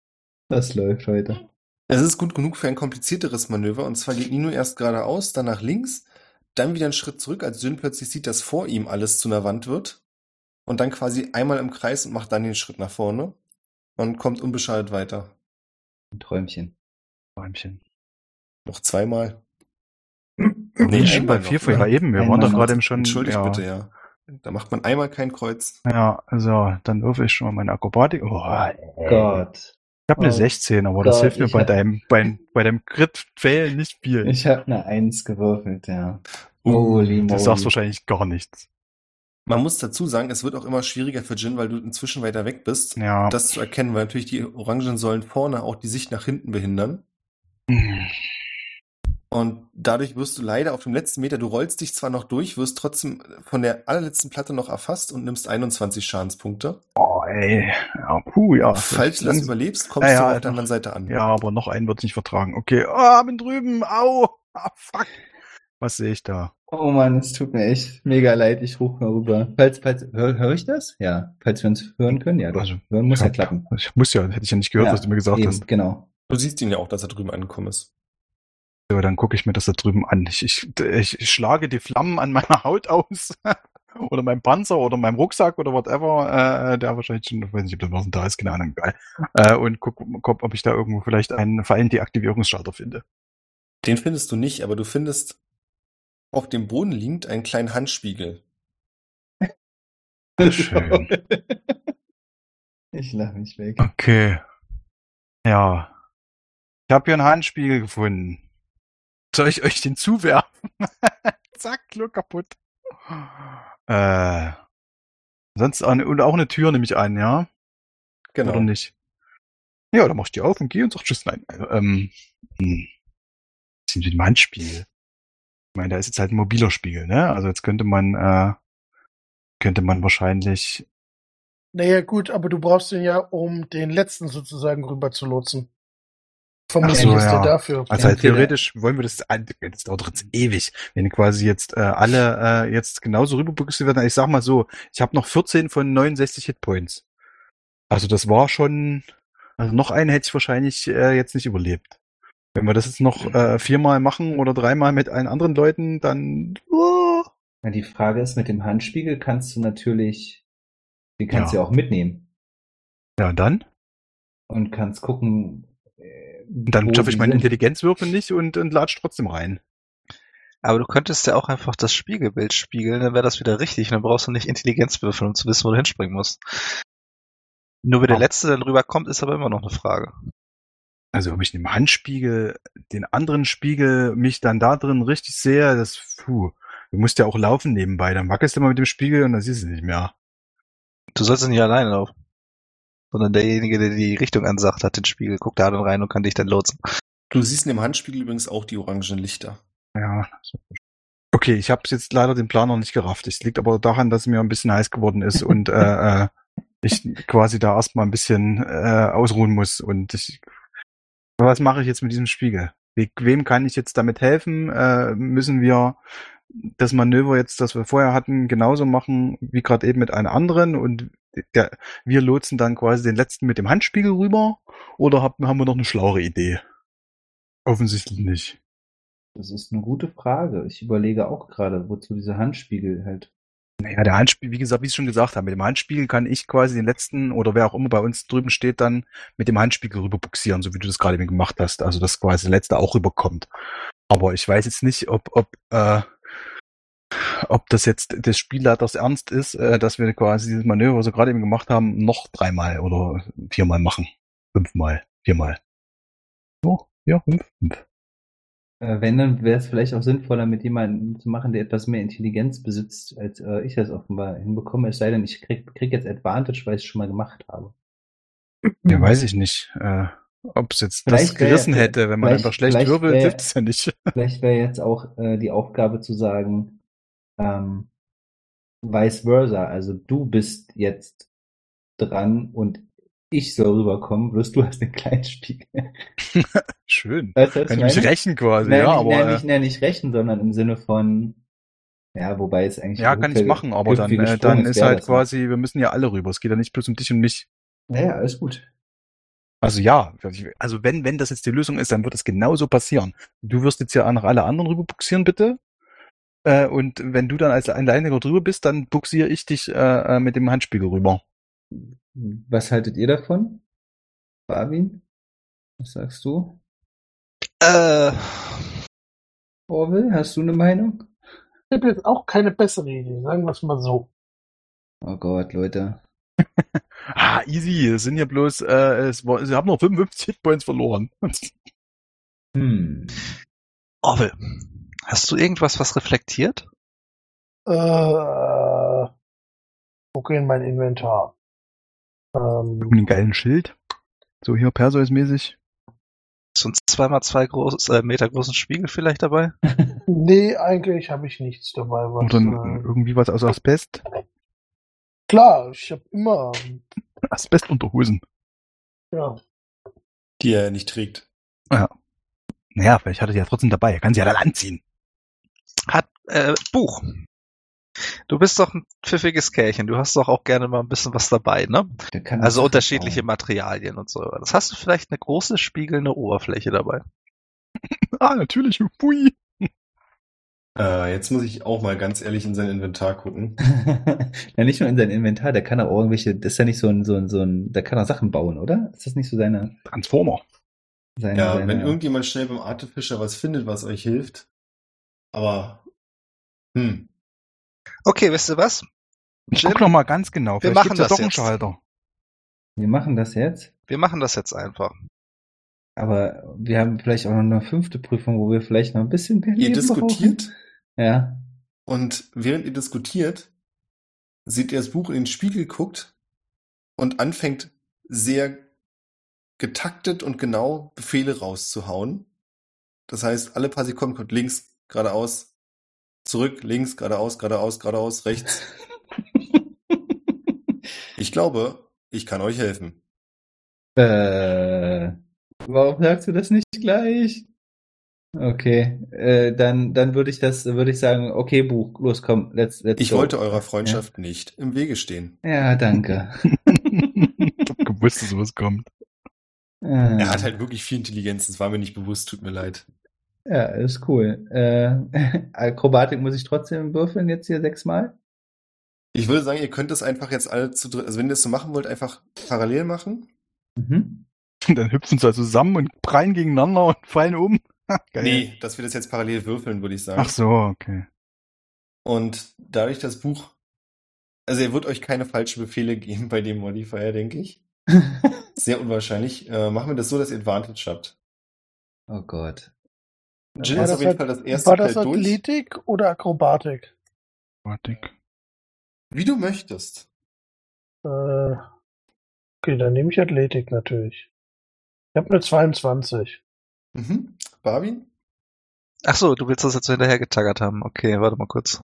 Das läuft heute. Es ist gut genug für ein komplizierteres Manöver. Und zwar geht Nino erst geradeaus, dann nach links, dann wieder einen Schritt zurück, als Jin plötzlich sieht, dass vor ihm alles zu einer Wand wird. Und dann quasi einmal im Kreis und macht dann den Schritt nach vorne und kommt unbeschadet weiter. Ein Träumchen. Bäumchen. Noch zweimal. Nee, schon einmal bei noch, vier ne? vorher eben. Wir Einmal waren doch noch. gerade eben schon. Entschuldigt ja. bitte, ja. Da macht man einmal kein Kreuz. Ja, so, dann würfel ich schon mal meine Akrobatik. Oh, ey. Gott. Ich habe eine Oh 16, aber das Gott, hilft mir ich bei hab- deinem, bei, bei deinem Crit-Fail nicht viel. Ich habe eine Eins gewürfelt, ja. Oh, Holy moly. Uh, Das sagst wahrscheinlich gar nichts. Uh. Man muss dazu sagen, es wird auch immer schwieriger für Jin, weil du inzwischen weiter weg bist, Ja. das zu erkennen, weil natürlich die Orangen sollen vorne auch die Sicht nach hinten behindern. Hm. Und dadurch wirst du leider auf dem letzten Meter, du rollst dich zwar noch durch, wirst trotzdem von der allerletzten Platte noch erfasst und nimmst 21 Schadenspunkte. Oh, ey. Ja, puh, ja. Falls du das Langs- überlebst, kommst Ja, ja, du auf doch. der anderen Seite an. Ja, aber noch einen wird's nicht vertragen. Okay. Ah, bin drüben. Au. Ah, fuck. Was sehe ich da? Oh Mann, es tut mir echt mega leid. Ich rufe mal rüber. Falls, falls, hör, hör ich das? Ja. Falls wir uns hören können, ja. Doch. Also, hören muss ja, ja, klappen. Ich muss ja, hätte ich ja nicht gehört, Ja, was du mir gesagt Eben, hast. genau. Du siehst ihn ja auch, dass er drüben angekommen ist. So, dann gucke ich mir das da drüben an. Ich, ich, ich, ich schlage die Flammen an meiner Haut aus. oder meinem Panzer oder meinem Rucksack oder whatever. Äh, der wahrscheinlich schon, ich weiß nicht, ob da was da ist, keine Ahnung. Geil. Äh, und guck, guck, ob ich da irgendwo vielleicht einen Fallendeaktivierungsschalter finde. Den findest du nicht, aber du findest auf dem Boden liegend einen kleinen Handspiegel. schön. Ich lache mich weg. Okay. Ja. Ich habe hier einen Handspiegel gefunden. Soll ich euch den zuwerfen? Zack, Klo kaputt. Äh. Sonst an, und auch eine Tür nehme ich an, ja? Genau. Oder nicht? Ja, dann mach ich die auf und geh und sag Tschüss. Nein. also, Ähm. hm. Das ist wie ein Handspiegel. Ich meine, da ist jetzt halt ein mobiler Spiegel, ne? Also jetzt könnte man, äh, könnte man wahrscheinlich. Naja, gut, aber du brauchst den ja, um den letzten sozusagen rüber zu lotsen. Ach so, Vermutlich ist ja. der dafür. Also halt Entweder- theoretisch wollen wir das, an- das dauert jetzt ewig, wenn quasi jetzt äh, alle äh, jetzt genauso rüberbüchselt werden. Ich sag mal so, ich habe noch 14 von 69 Hitpoints. Also das war schon, also noch einen hätte ich wahrscheinlich äh, jetzt nicht überlebt. Wenn wir das jetzt noch äh, viermal machen oder dreimal mit allen anderen Leuten, dann oh, Na, Die Frage ist, mit dem Handspiegel kannst du natürlich, den kannst Ja. du ja auch mitnehmen ja und dann, und kannst gucken. äh, und dann wo schaffe ich die meinen sind. Intelligenzwürfel nicht und, und latsch trotzdem rein. Aber du könntest ja auch einfach das Spiegelbild spiegeln, dann wäre das wieder richtig. Dann brauchst du nicht Intelligenzwürfel, um zu wissen, wo du hinspringen musst. Nur wer der Ah. Letzte dann rüberkommt, ist aber immer noch eine Frage. Also ob ich in dem Handspiegel, den anderen Spiegel mich dann da drin richtig sehe, das puh. Du musst ja auch laufen nebenbei, dann wackelst du mal mit dem Spiegel und dann siehst du nicht mehr. Du sollst nicht alleine laufen. Sondern derjenige, der die Richtung ansagt, hat den Spiegel, guckt da dann rein und kann dich dann lotsen. Du siehst in dem Handspiegel übrigens auch die orangen Lichter. Ja. Okay, ich habe jetzt leider den Plan noch nicht gerafft. Es liegt aber daran, dass mir ein bisschen heiß geworden ist und äh, äh, ich quasi da erstmal ein bisschen äh, ausruhen muss. Und ich, was mache ich jetzt mit diesem Spiegel? We wem kann ich jetzt damit helfen? Äh, müssen wir das Manöver jetzt, das wir vorher hatten, genauso machen wie gerade eben mit einem anderen? Und der, wir lotsen dann quasi den letzten mit dem Handspiegel rüber? Oder hab, haben wir noch eine schlauere Idee? Offensichtlich nicht. Das ist eine gute Frage. Ich überlege auch gerade, wozu dieser Handspiegel halt. Ja, der Handspiel, wie gesagt, wie ich schon gesagt habe, mit dem Handspiegel kann ich quasi den letzten oder wer auch immer bei uns drüben steht, dann mit dem Handspiegel rüberbuxieren, so wie du das gerade eben gemacht hast. Also dass quasi der letzte auch rüberkommt. Aber ich weiß jetzt nicht, ob, ob, äh, ob das jetzt des Spielleiters ernst ist, äh, dass wir quasi dieses Manöver, was wir gerade eben gemacht haben, noch dreimal oder viermal machen. Fünfmal, viermal. So, ja, fünf, fünf. Äh, wenn, dann wäre es vielleicht auch sinnvoller, mit jemandem zu machen, der etwas mehr Intelligenz besitzt, als äh, ich das offenbar hinbekomme. Es sei denn, ich krieg, krieg jetzt Advantage, weil ich es schon mal gemacht habe. Ja, weiß ich nicht. Äh, Ob es jetzt das Mhm. Vielleicht wär ja- gerissen hätte, wenn man vielleicht- einfach schlecht vielleicht würfelt, wär- hilft es ja nicht. Vielleicht wäre jetzt auch äh, die Aufgabe zu sagen, ähm, vice versa, also du bist jetzt dran und ich soll rüberkommen, wirst du als den kleinen Spiegel. Schön. Weißt du, was Kann ich mich meine? rächen quasi, nein, ja, nicht, aber nein, äh, nicht, nein, nicht rächen, sondern im Sinne von, ja, wobei es eigentlich. ja, kann ich irgendwie machen, aber dann, äh, gesprungen dann ist wär halt das noch. quasi, wir müssen ja alle rüber. Es geht ja nicht bloß um dich und mich. Naja, alles gut. Also ja, also wenn, wenn das jetzt die Lösung ist, dann wird es genauso passieren. Du wirst jetzt ja auch noch alle anderen rüber buxieren, bitte. Äh, und wenn du dann als Alleiniger drüber bist, dann buxiere ich dich äh, äh, mit dem Handspiegel rüber. Was haltet ihr davon? Barwin? Was sagst du? Äh, Orwell, hast du eine Meinung? Ich habe jetzt auch keine bessere Idee, sagen wir es mal so. Oh Gott, Leute. Ah, easy, es sind ja bloß, äh, es, war- sie haben noch 55 Hitpoints verloren. Hm. Orwell, hast du irgendwas, was reflektiert? Äh, gucke in mein Inventar. Ähm, einen geilen Schild. So hier Perseus-mäßig. So ein 2x2 groß, äh, Meter großen Spiegel vielleicht dabei? nee, eigentlich habe ich nichts dabei. Was, Oder äh, irgendwie was aus Asbest. klar, ich habe immer. Asbest unter Hosen. Ja, die er nicht trägt. Naja, vielleicht hat er sie ja trotzdem dabei. Er kann sie ja dann anziehen. Hat, äh, Buch. Du bist doch ein pfiffiges Kerlchen. Du hast doch auch gerne mal ein bisschen was dabei, ne? Der kann das Also Sachen unterschiedliche bauen. Materialien und so. Das hast du vielleicht eine große spiegelnde Oberfläche dabei. Ah, natürlich. Pui. Äh, jetzt muss ich auch mal ganz ehrlich in sein Inventar gucken. Na, nicht nur in sein Inventar, der kann auch irgendwelche, das ist ja nicht so ein, so ein, so ein, der kann auch Sachen bauen, oder? Ist das nicht so seine, Transformer. seine, Ja, seine wenn irgendjemand schnell beim Artefischer was findet, was euch hilft. Aber, hm. Okay, wisst ihr was? Ich Jim? guck noch mal ganz genau. Vielleicht machen gibt's ja das doch einen jetzt. Schalter. wir machen das jetzt, Wir machen das jetzt einfach. aber wir haben vielleicht auch noch eine fünfte Prüfung, wo wir vielleicht noch ein bisschen mehr Ihr Leben diskutiert brauchen. Ja. und während ihr diskutiert, seht ihr das Buch in den Spiegel guckt und anfängt sehr getaktet und genau Befehle rauszuhauen. Das heißt, alle paar Sekunden kommt links, geradeaus, zurück, links, geradeaus, geradeaus, geradeaus, rechts. Ich glaube, ich kann euch helfen. Äh, warum sagst du das nicht gleich? Okay, äh, dann, dann würde ich das, würde ich sagen, okay, Buch, los, komm, let's, let's Ich go. wollte eurer Freundschaft nicht im Wege stehen. Ja, danke. ich hab gewusst, dass sowas kommt. Äh, Er hat halt wirklich viel Intelligenz, das war mir nicht bewusst, tut mir leid. Ja, ist cool. Äh, Akrobatik muss ich trotzdem würfeln jetzt hier sechsmal. Ich würde sagen, ihr könnt das einfach jetzt alle zu dritt, also wenn ihr das so machen wollt, einfach parallel machen. Mhm. Und dann hüpfen sie zusammen und prallen gegeneinander und fallen um. Geil. Nee, dass wir das jetzt parallel würfeln, würde ich sagen. Ach so, okay. Und dadurch das Buch, also er wird euch keine falschen Befehle geben bei dem Modifier, denke ich. Sehr unwahrscheinlich. Äh, machen wir das so, dass ihr Advantage habt. Oh Gott. Jin War das ist auf jeden At- Fall das erste war das Feld durch. Athletik oder Akrobatik? Warte. Wie du möchtest. Äh, okay, dann nehme ich Athletik natürlich. Ich habe eine 22. Mhm. Barbie? Ach so, du willst das jetzt so hinterher getaggert haben. Okay, warte mal kurz.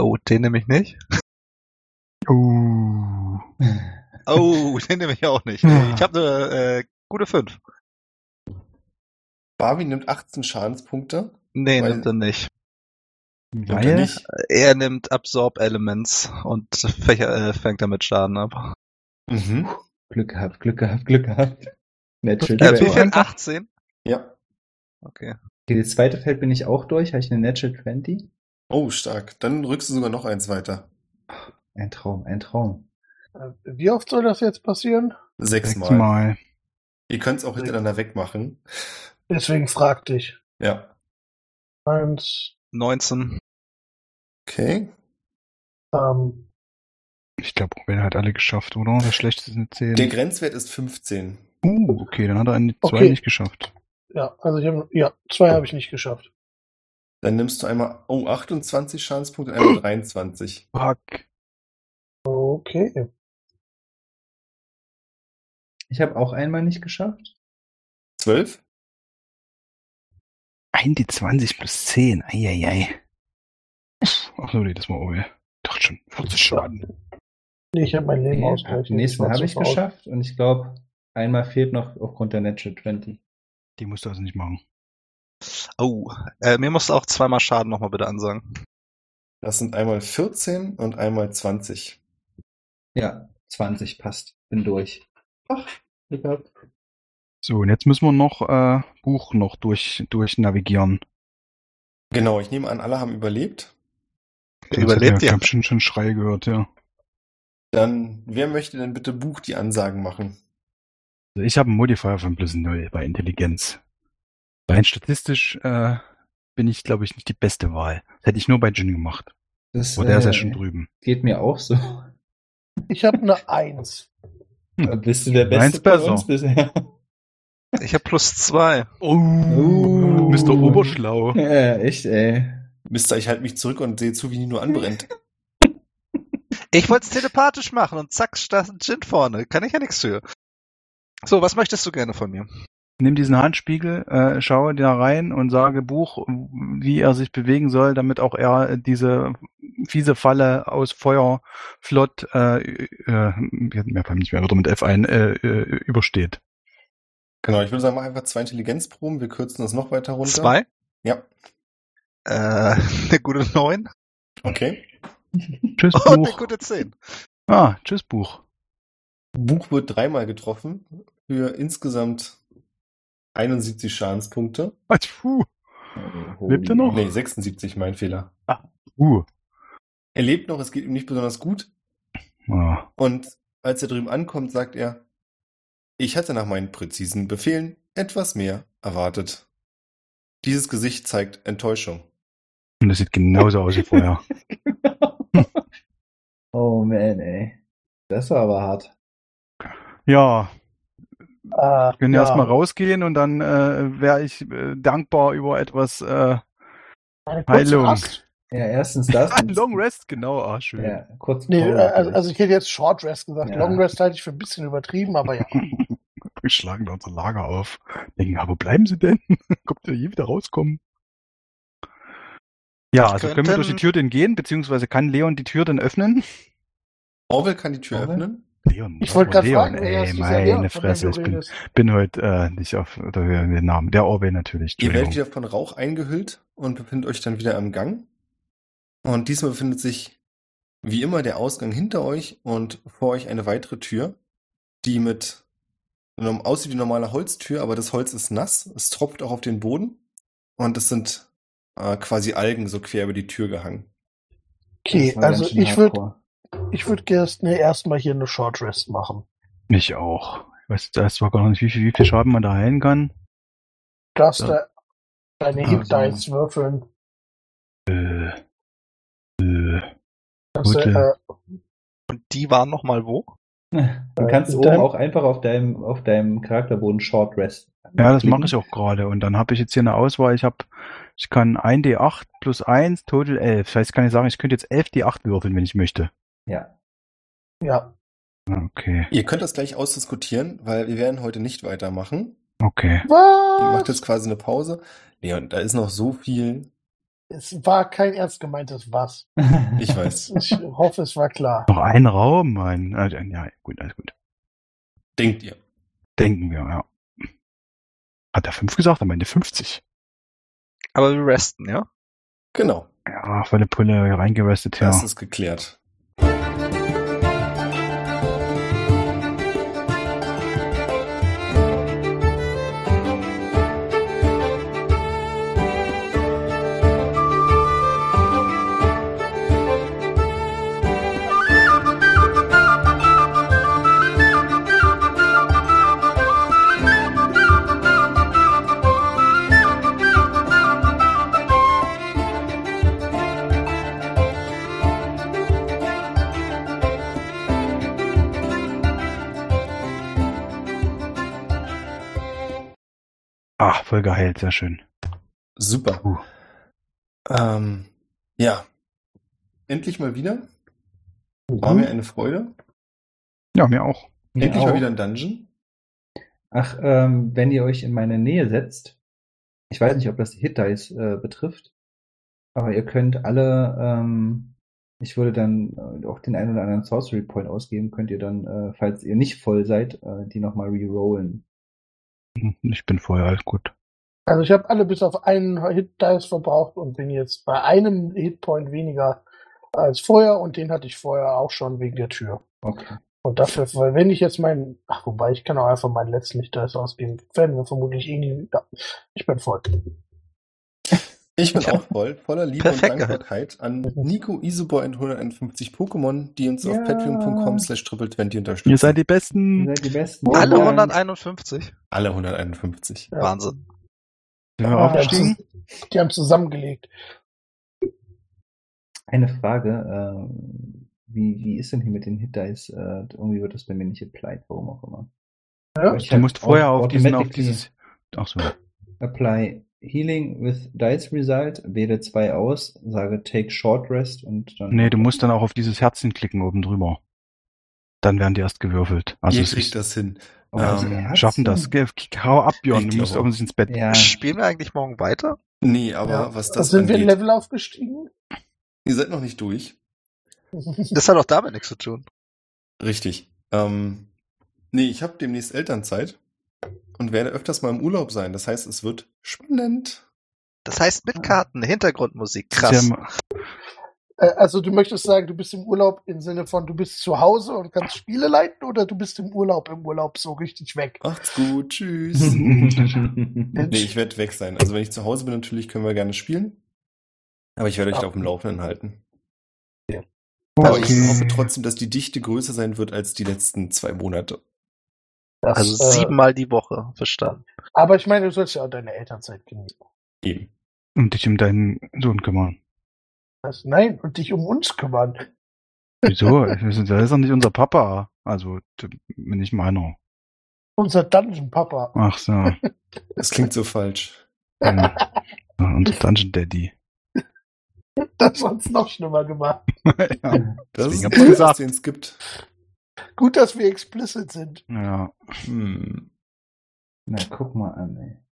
Oh, den nehme ich nicht. Oh. Oh, den nehme ich auch nicht. Nee, Ich habe eine äh, gute 5. Barbie nimmt 18 Schadenspunkte. Nee, Weil- nimmt er nicht. Nimmt er Weil, nicht. Er nimmt Absorb Elements und fächer, äh, fängt damit Schaden ab. Mhm. Glück gehabt, Glück gehabt, Glück gehabt. Natural Äh, 12. wie viel? einfach. 18? Ja. Okay. Okay, das zweite Feld bin ich auch durch. Habe ich eine Natural 20? Oh, stark. Dann rückst du sogar noch eins weiter. Ein Traum, ein Traum. Äh, wie oft soll das jetzt passieren? Sechsmal. sechsmal. Ihr könnt es auch hintereinander wegmachen. Deswegen fragte ich. Ja. Eins, 19. Okay. ähm, Ich glaube, Robin hat alle geschafft, oder? Das schlechteste ist eine 10. Der Grenzwert ist 15. Uh, okay, dann hat er eine 2 Okay. nicht geschafft. Ja, also ich hab, ja, zwei habe ich nicht geschafft. Dann nimmst du einmal, oh, 28 Schadenspunkte, einmal 23. Fuck. Okay. Ich habe auch einmal nicht geschafft. 12? 1 die 20 plus 10. Eieiei. Ach so, nee, das war OE. Dachte schon, 40 Schaden. Nee, ich habe mein Leben Nee, ausgerechnet. den nächsten Das war habe zu ich faul. geschafft und ich glaube, einmal fehlt noch aufgrund der Natural 20. Die musst du also nicht machen. Oh, äh, mir musst du auch zweimal Schaden nochmal bitte ansagen. Das sind einmal 14 und einmal 20. Ja, 20 passt. Bin durch. Ach, ich hab So, und jetzt müssen wir noch äh, Buch noch durch, durch navigieren. Genau, ich nehme an, alle haben überlebt. Der ja. überlebt Ich ja. habe schon, schon Schrei gehört, ja. Dann, wer möchte denn bitte Buch die Ansagen machen? Also ich habe einen Modifier von plus 0 bei Intelligenz. Rein statistisch äh, bin ich, glaube ich, nicht die beste Wahl. Das hätte ich nur bei Jin gemacht. Das Aber Oh, der ist ja äh, schon drüben. geht mir auch so. Ich habe eine Eins. Da Bist du der Beste Meins bei besser. uns bisher? Ich habe plus zwei. Oh, Oh. Mr. Oberschlau. ja, echt, ey. Mister, ich halte mich zurück und sehe zu, wie Nino anbrennt. Ich wollte es telepathisch machen und zack, statt ein Gin vorne. Kann ich ja nichts für. So, was möchtest du gerne von mir? Nimm diesen Handspiegel, äh, schaue da rein und sage Buch, wie er sich bewegen soll, damit auch er äh, diese fiese Falle aus Feuer flott, äh, äh, mir fallen nicht mehr Wörter mit F ein, äh, äh, übersteht. Genau, ich würde sagen, mach einfach zwei Intelligenzproben. Wir kürzen das noch weiter runter. Zwei? Ja. Äh, eine gute neun Okay. Tschüss, und eine Buch. gute zehn. Ah, tschüss, Buch. Buch wird dreimal getroffen für insgesamt 71 Schadenspunkte. Ah, Puh. Äh, Lebt er noch? Oh. Nee, 76, mein Fehler. Uh. Er lebt noch, es geht ihm nicht besonders gut. Ah. Und als er drüben ankommt, sagt er, ich hatte nach meinen präzisen Befehlen etwas mehr erwartet. Dieses Gesicht zeigt Enttäuschung. Und das sieht genauso aus wie vorher. oh man, ey. Das war aber hart. Ja, Ah, können ja. erstmal rausgehen und dann äh, wäre ich äh, dankbar über etwas äh, Eine kurze Heilung. Rast. Ja, erstens das. Ah, Long Rest, genau, ah, schön. Ja, kurz Nee, Pause. äh, also, also ich hätte jetzt Short Rest gesagt. Ja. Long Rest halte ich für ein bisschen übertrieben, aber ja. Wir schlagen da unser Lager auf. Denken, aber bleiben sie denn? Kommt ihr je wieder rauskommen? Ja, also können wir Könnten- durch die Tür denn gehen, beziehungsweise kann Leon die Tür denn öffnen? Orwell kann die Tür Orwell? öffnen. Leon, Ich sag wollte mal gerade Leon, fragen, wer ey, ist dieser Leon, meine von dem Fresse, du ich bin, redest? bin heute äh, nicht auf der Höhe mit den Namen. Der Orwell natürlich, Ihr werdet Entschuldigung. wieder von Rauch eingehüllt und befindet euch dann wieder am Gang. Und diesmal befindet sich wie immer der Ausgang hinter euch und vor euch eine weitere Tür, die mit aussieht wie eine normale Holztür, aber das Holz ist nass, es tropft auch auf den Boden und es sind äh, quasi Algen so quer über die Tür gehangen. Okay, Das war also ganz schön ich würde hardcore. ich würd Gerstner erstmal hier eine Short Rest machen. Ich auch. Ich weiß erst zwar gar nicht, wie viel, wie viel Schaden man da heilen kann. Darfst Ja. da deine Ah, Hip so. Dice würfeln. Äh, äh, Kannst du, Gute. äh, Und die waren nochmal wo? Du kannst Äh, oben dann- auch einfach auf deinem, auf deinem Charakterboden Short Rest. Ja, das mache ich auch gerade. Und dann habe ich jetzt hier eine Auswahl. Ich habe, ich kann 1d8 plus 1, total 11. Das heißt, kann ich sagen, ich könnte jetzt 11d8 würfeln, wenn ich möchte. Ah, Ja. ja, Okay, Ihr könnt das gleich ausdiskutieren, weil wir werden heute nicht weitermachen. okay. Ihr macht was? jetzt quasi eine Pause. Nee, und da ist noch so viel. Es war kein ernst gemeintes Was. Ich weiß. Ich hoffe, es war klar. Noch ein Raum, mein. äh, Ja, gut, alles gut. Denkt ihr. Denken wir, ja. Hat er 5 gesagt? Am Ende 50. Aber wir resten, ja? Genau. Ja, volle Pulle reingerestet, ja. Das ist geklärt. Ach, Ah, voll geheilt, sehr schön. Super. Puh. Ähm, ja. Endlich mal wieder. War mir eine Freude. Ja, mir auch. Mir Endlich auch. mal wieder ein Dungeon. Ach, ähm, wenn ihr euch in meine Nähe setzt, ich weiß nicht, ob das die Hit Dice äh, betrifft, aber ihr könnt alle, ähm, ich würde dann äh, auch den einen oder anderen Sorcery Point ausgeben, könnt ihr dann, äh, falls ihr nicht voll seid, äh, die nochmal rerollen. Hm, Ich bin vorher, alles gut. Also ich habe alle bis auf einen Hit Dice verbraucht und bin jetzt bei einem Hitpoint weniger als vorher und den hatte ich vorher auch schon wegen der Tür. Okay. Und dafür, weil wenn ich jetzt meinen, ach wobei, ich kann auch einfach meinen letzten Hit Dice ausgeben, werden wir vermutlich eh nie, ja, ich bin voll. Ich bin Ja. auch voll, voller Liebe Perfekt und gehalten. Dankbarkeit an Nico Isubor und 151 Pokémon, die uns auf Ja. patreon.com slash triple20 unterstützen. Ihr seid die Ihr Besten. seid die Besten. Oh, Alle Mann. 151? Alle 151. Ja. Wahnsinn. Sind wir Ah, aufgestiegen? Die haben zusammengelegt. Eine Frage, äh, wie, wie ist denn hier mit den Hit Dice? Äh, irgendwie wird das bei mir nicht applied, warum auch immer. Ja, Weil ich Du musst vorher au- auf diesen, auf automatically- dieses. Ach so. Apply Healing with Dice Result, wähle zwei aus, sage Take Short Rest und dann. Nee, du musst dann auch auf dieses Herzchen klicken oben drüber. Dann werden die erst gewürfelt. Also Ihr es kriegt ist, das hin. Oh, also ähm, Herzen? schaffen das. Geh, Hau ab, Björn. Ich Du musst glaube. offensichtlich ins Bett. Ja, Spielen wir eigentlich morgen weiter? Nee, aber Ja. was das Also Sind wir ein angeht, Level aufgestiegen? Äh, ihr seid noch nicht durch. Das hat auch damit nichts zu tun. Richtig. Ähm, nee, ich habe demnächst Elternzeit und werde öfters mal im Urlaub sein. Das heißt, es wird spannend. Das heißt mit Karten, Hintergrundmusik, Das ist krass. Ja, Äh, Also du möchtest sagen, du bist im Urlaub im Sinne von, du bist zu Hause und kannst Spiele leiten oder du bist im Urlaub im Urlaub so richtig weg? Macht's gut, tschüss. nee, ja. ich werde weg sein. Also wenn ich zu Hause bin, natürlich können wir gerne spielen. Aber ich werde euch Ja. da auf dem Laufenden halten. Aber ich hoffe okay. trotzdem, dass die Dichte größer sein wird als die letzten zwei Monate. Das, Also äh, siebenmal die Woche, verstanden. Aber ich meine, du sollst ja auch deine Elternzeit genießen. Eben. Und dich um deinen Sohn kümmern. Das, nein, und dich um uns kümmern. Wieso? Das ist doch nicht unser Papa. Also, t- bin ich meiner. Unser Dungeon-Papa. Ach so. Das klingt so falsch. Hm. Ah, Unser Dungeon Daddy. Das hat uns noch schlimmer gemacht. ja. Das Deswegen ist hab gut, ich's gesagt. dass den es gibt. Gut, dass wir explicit sind. ja. Hm. Na, guck mal an, ey.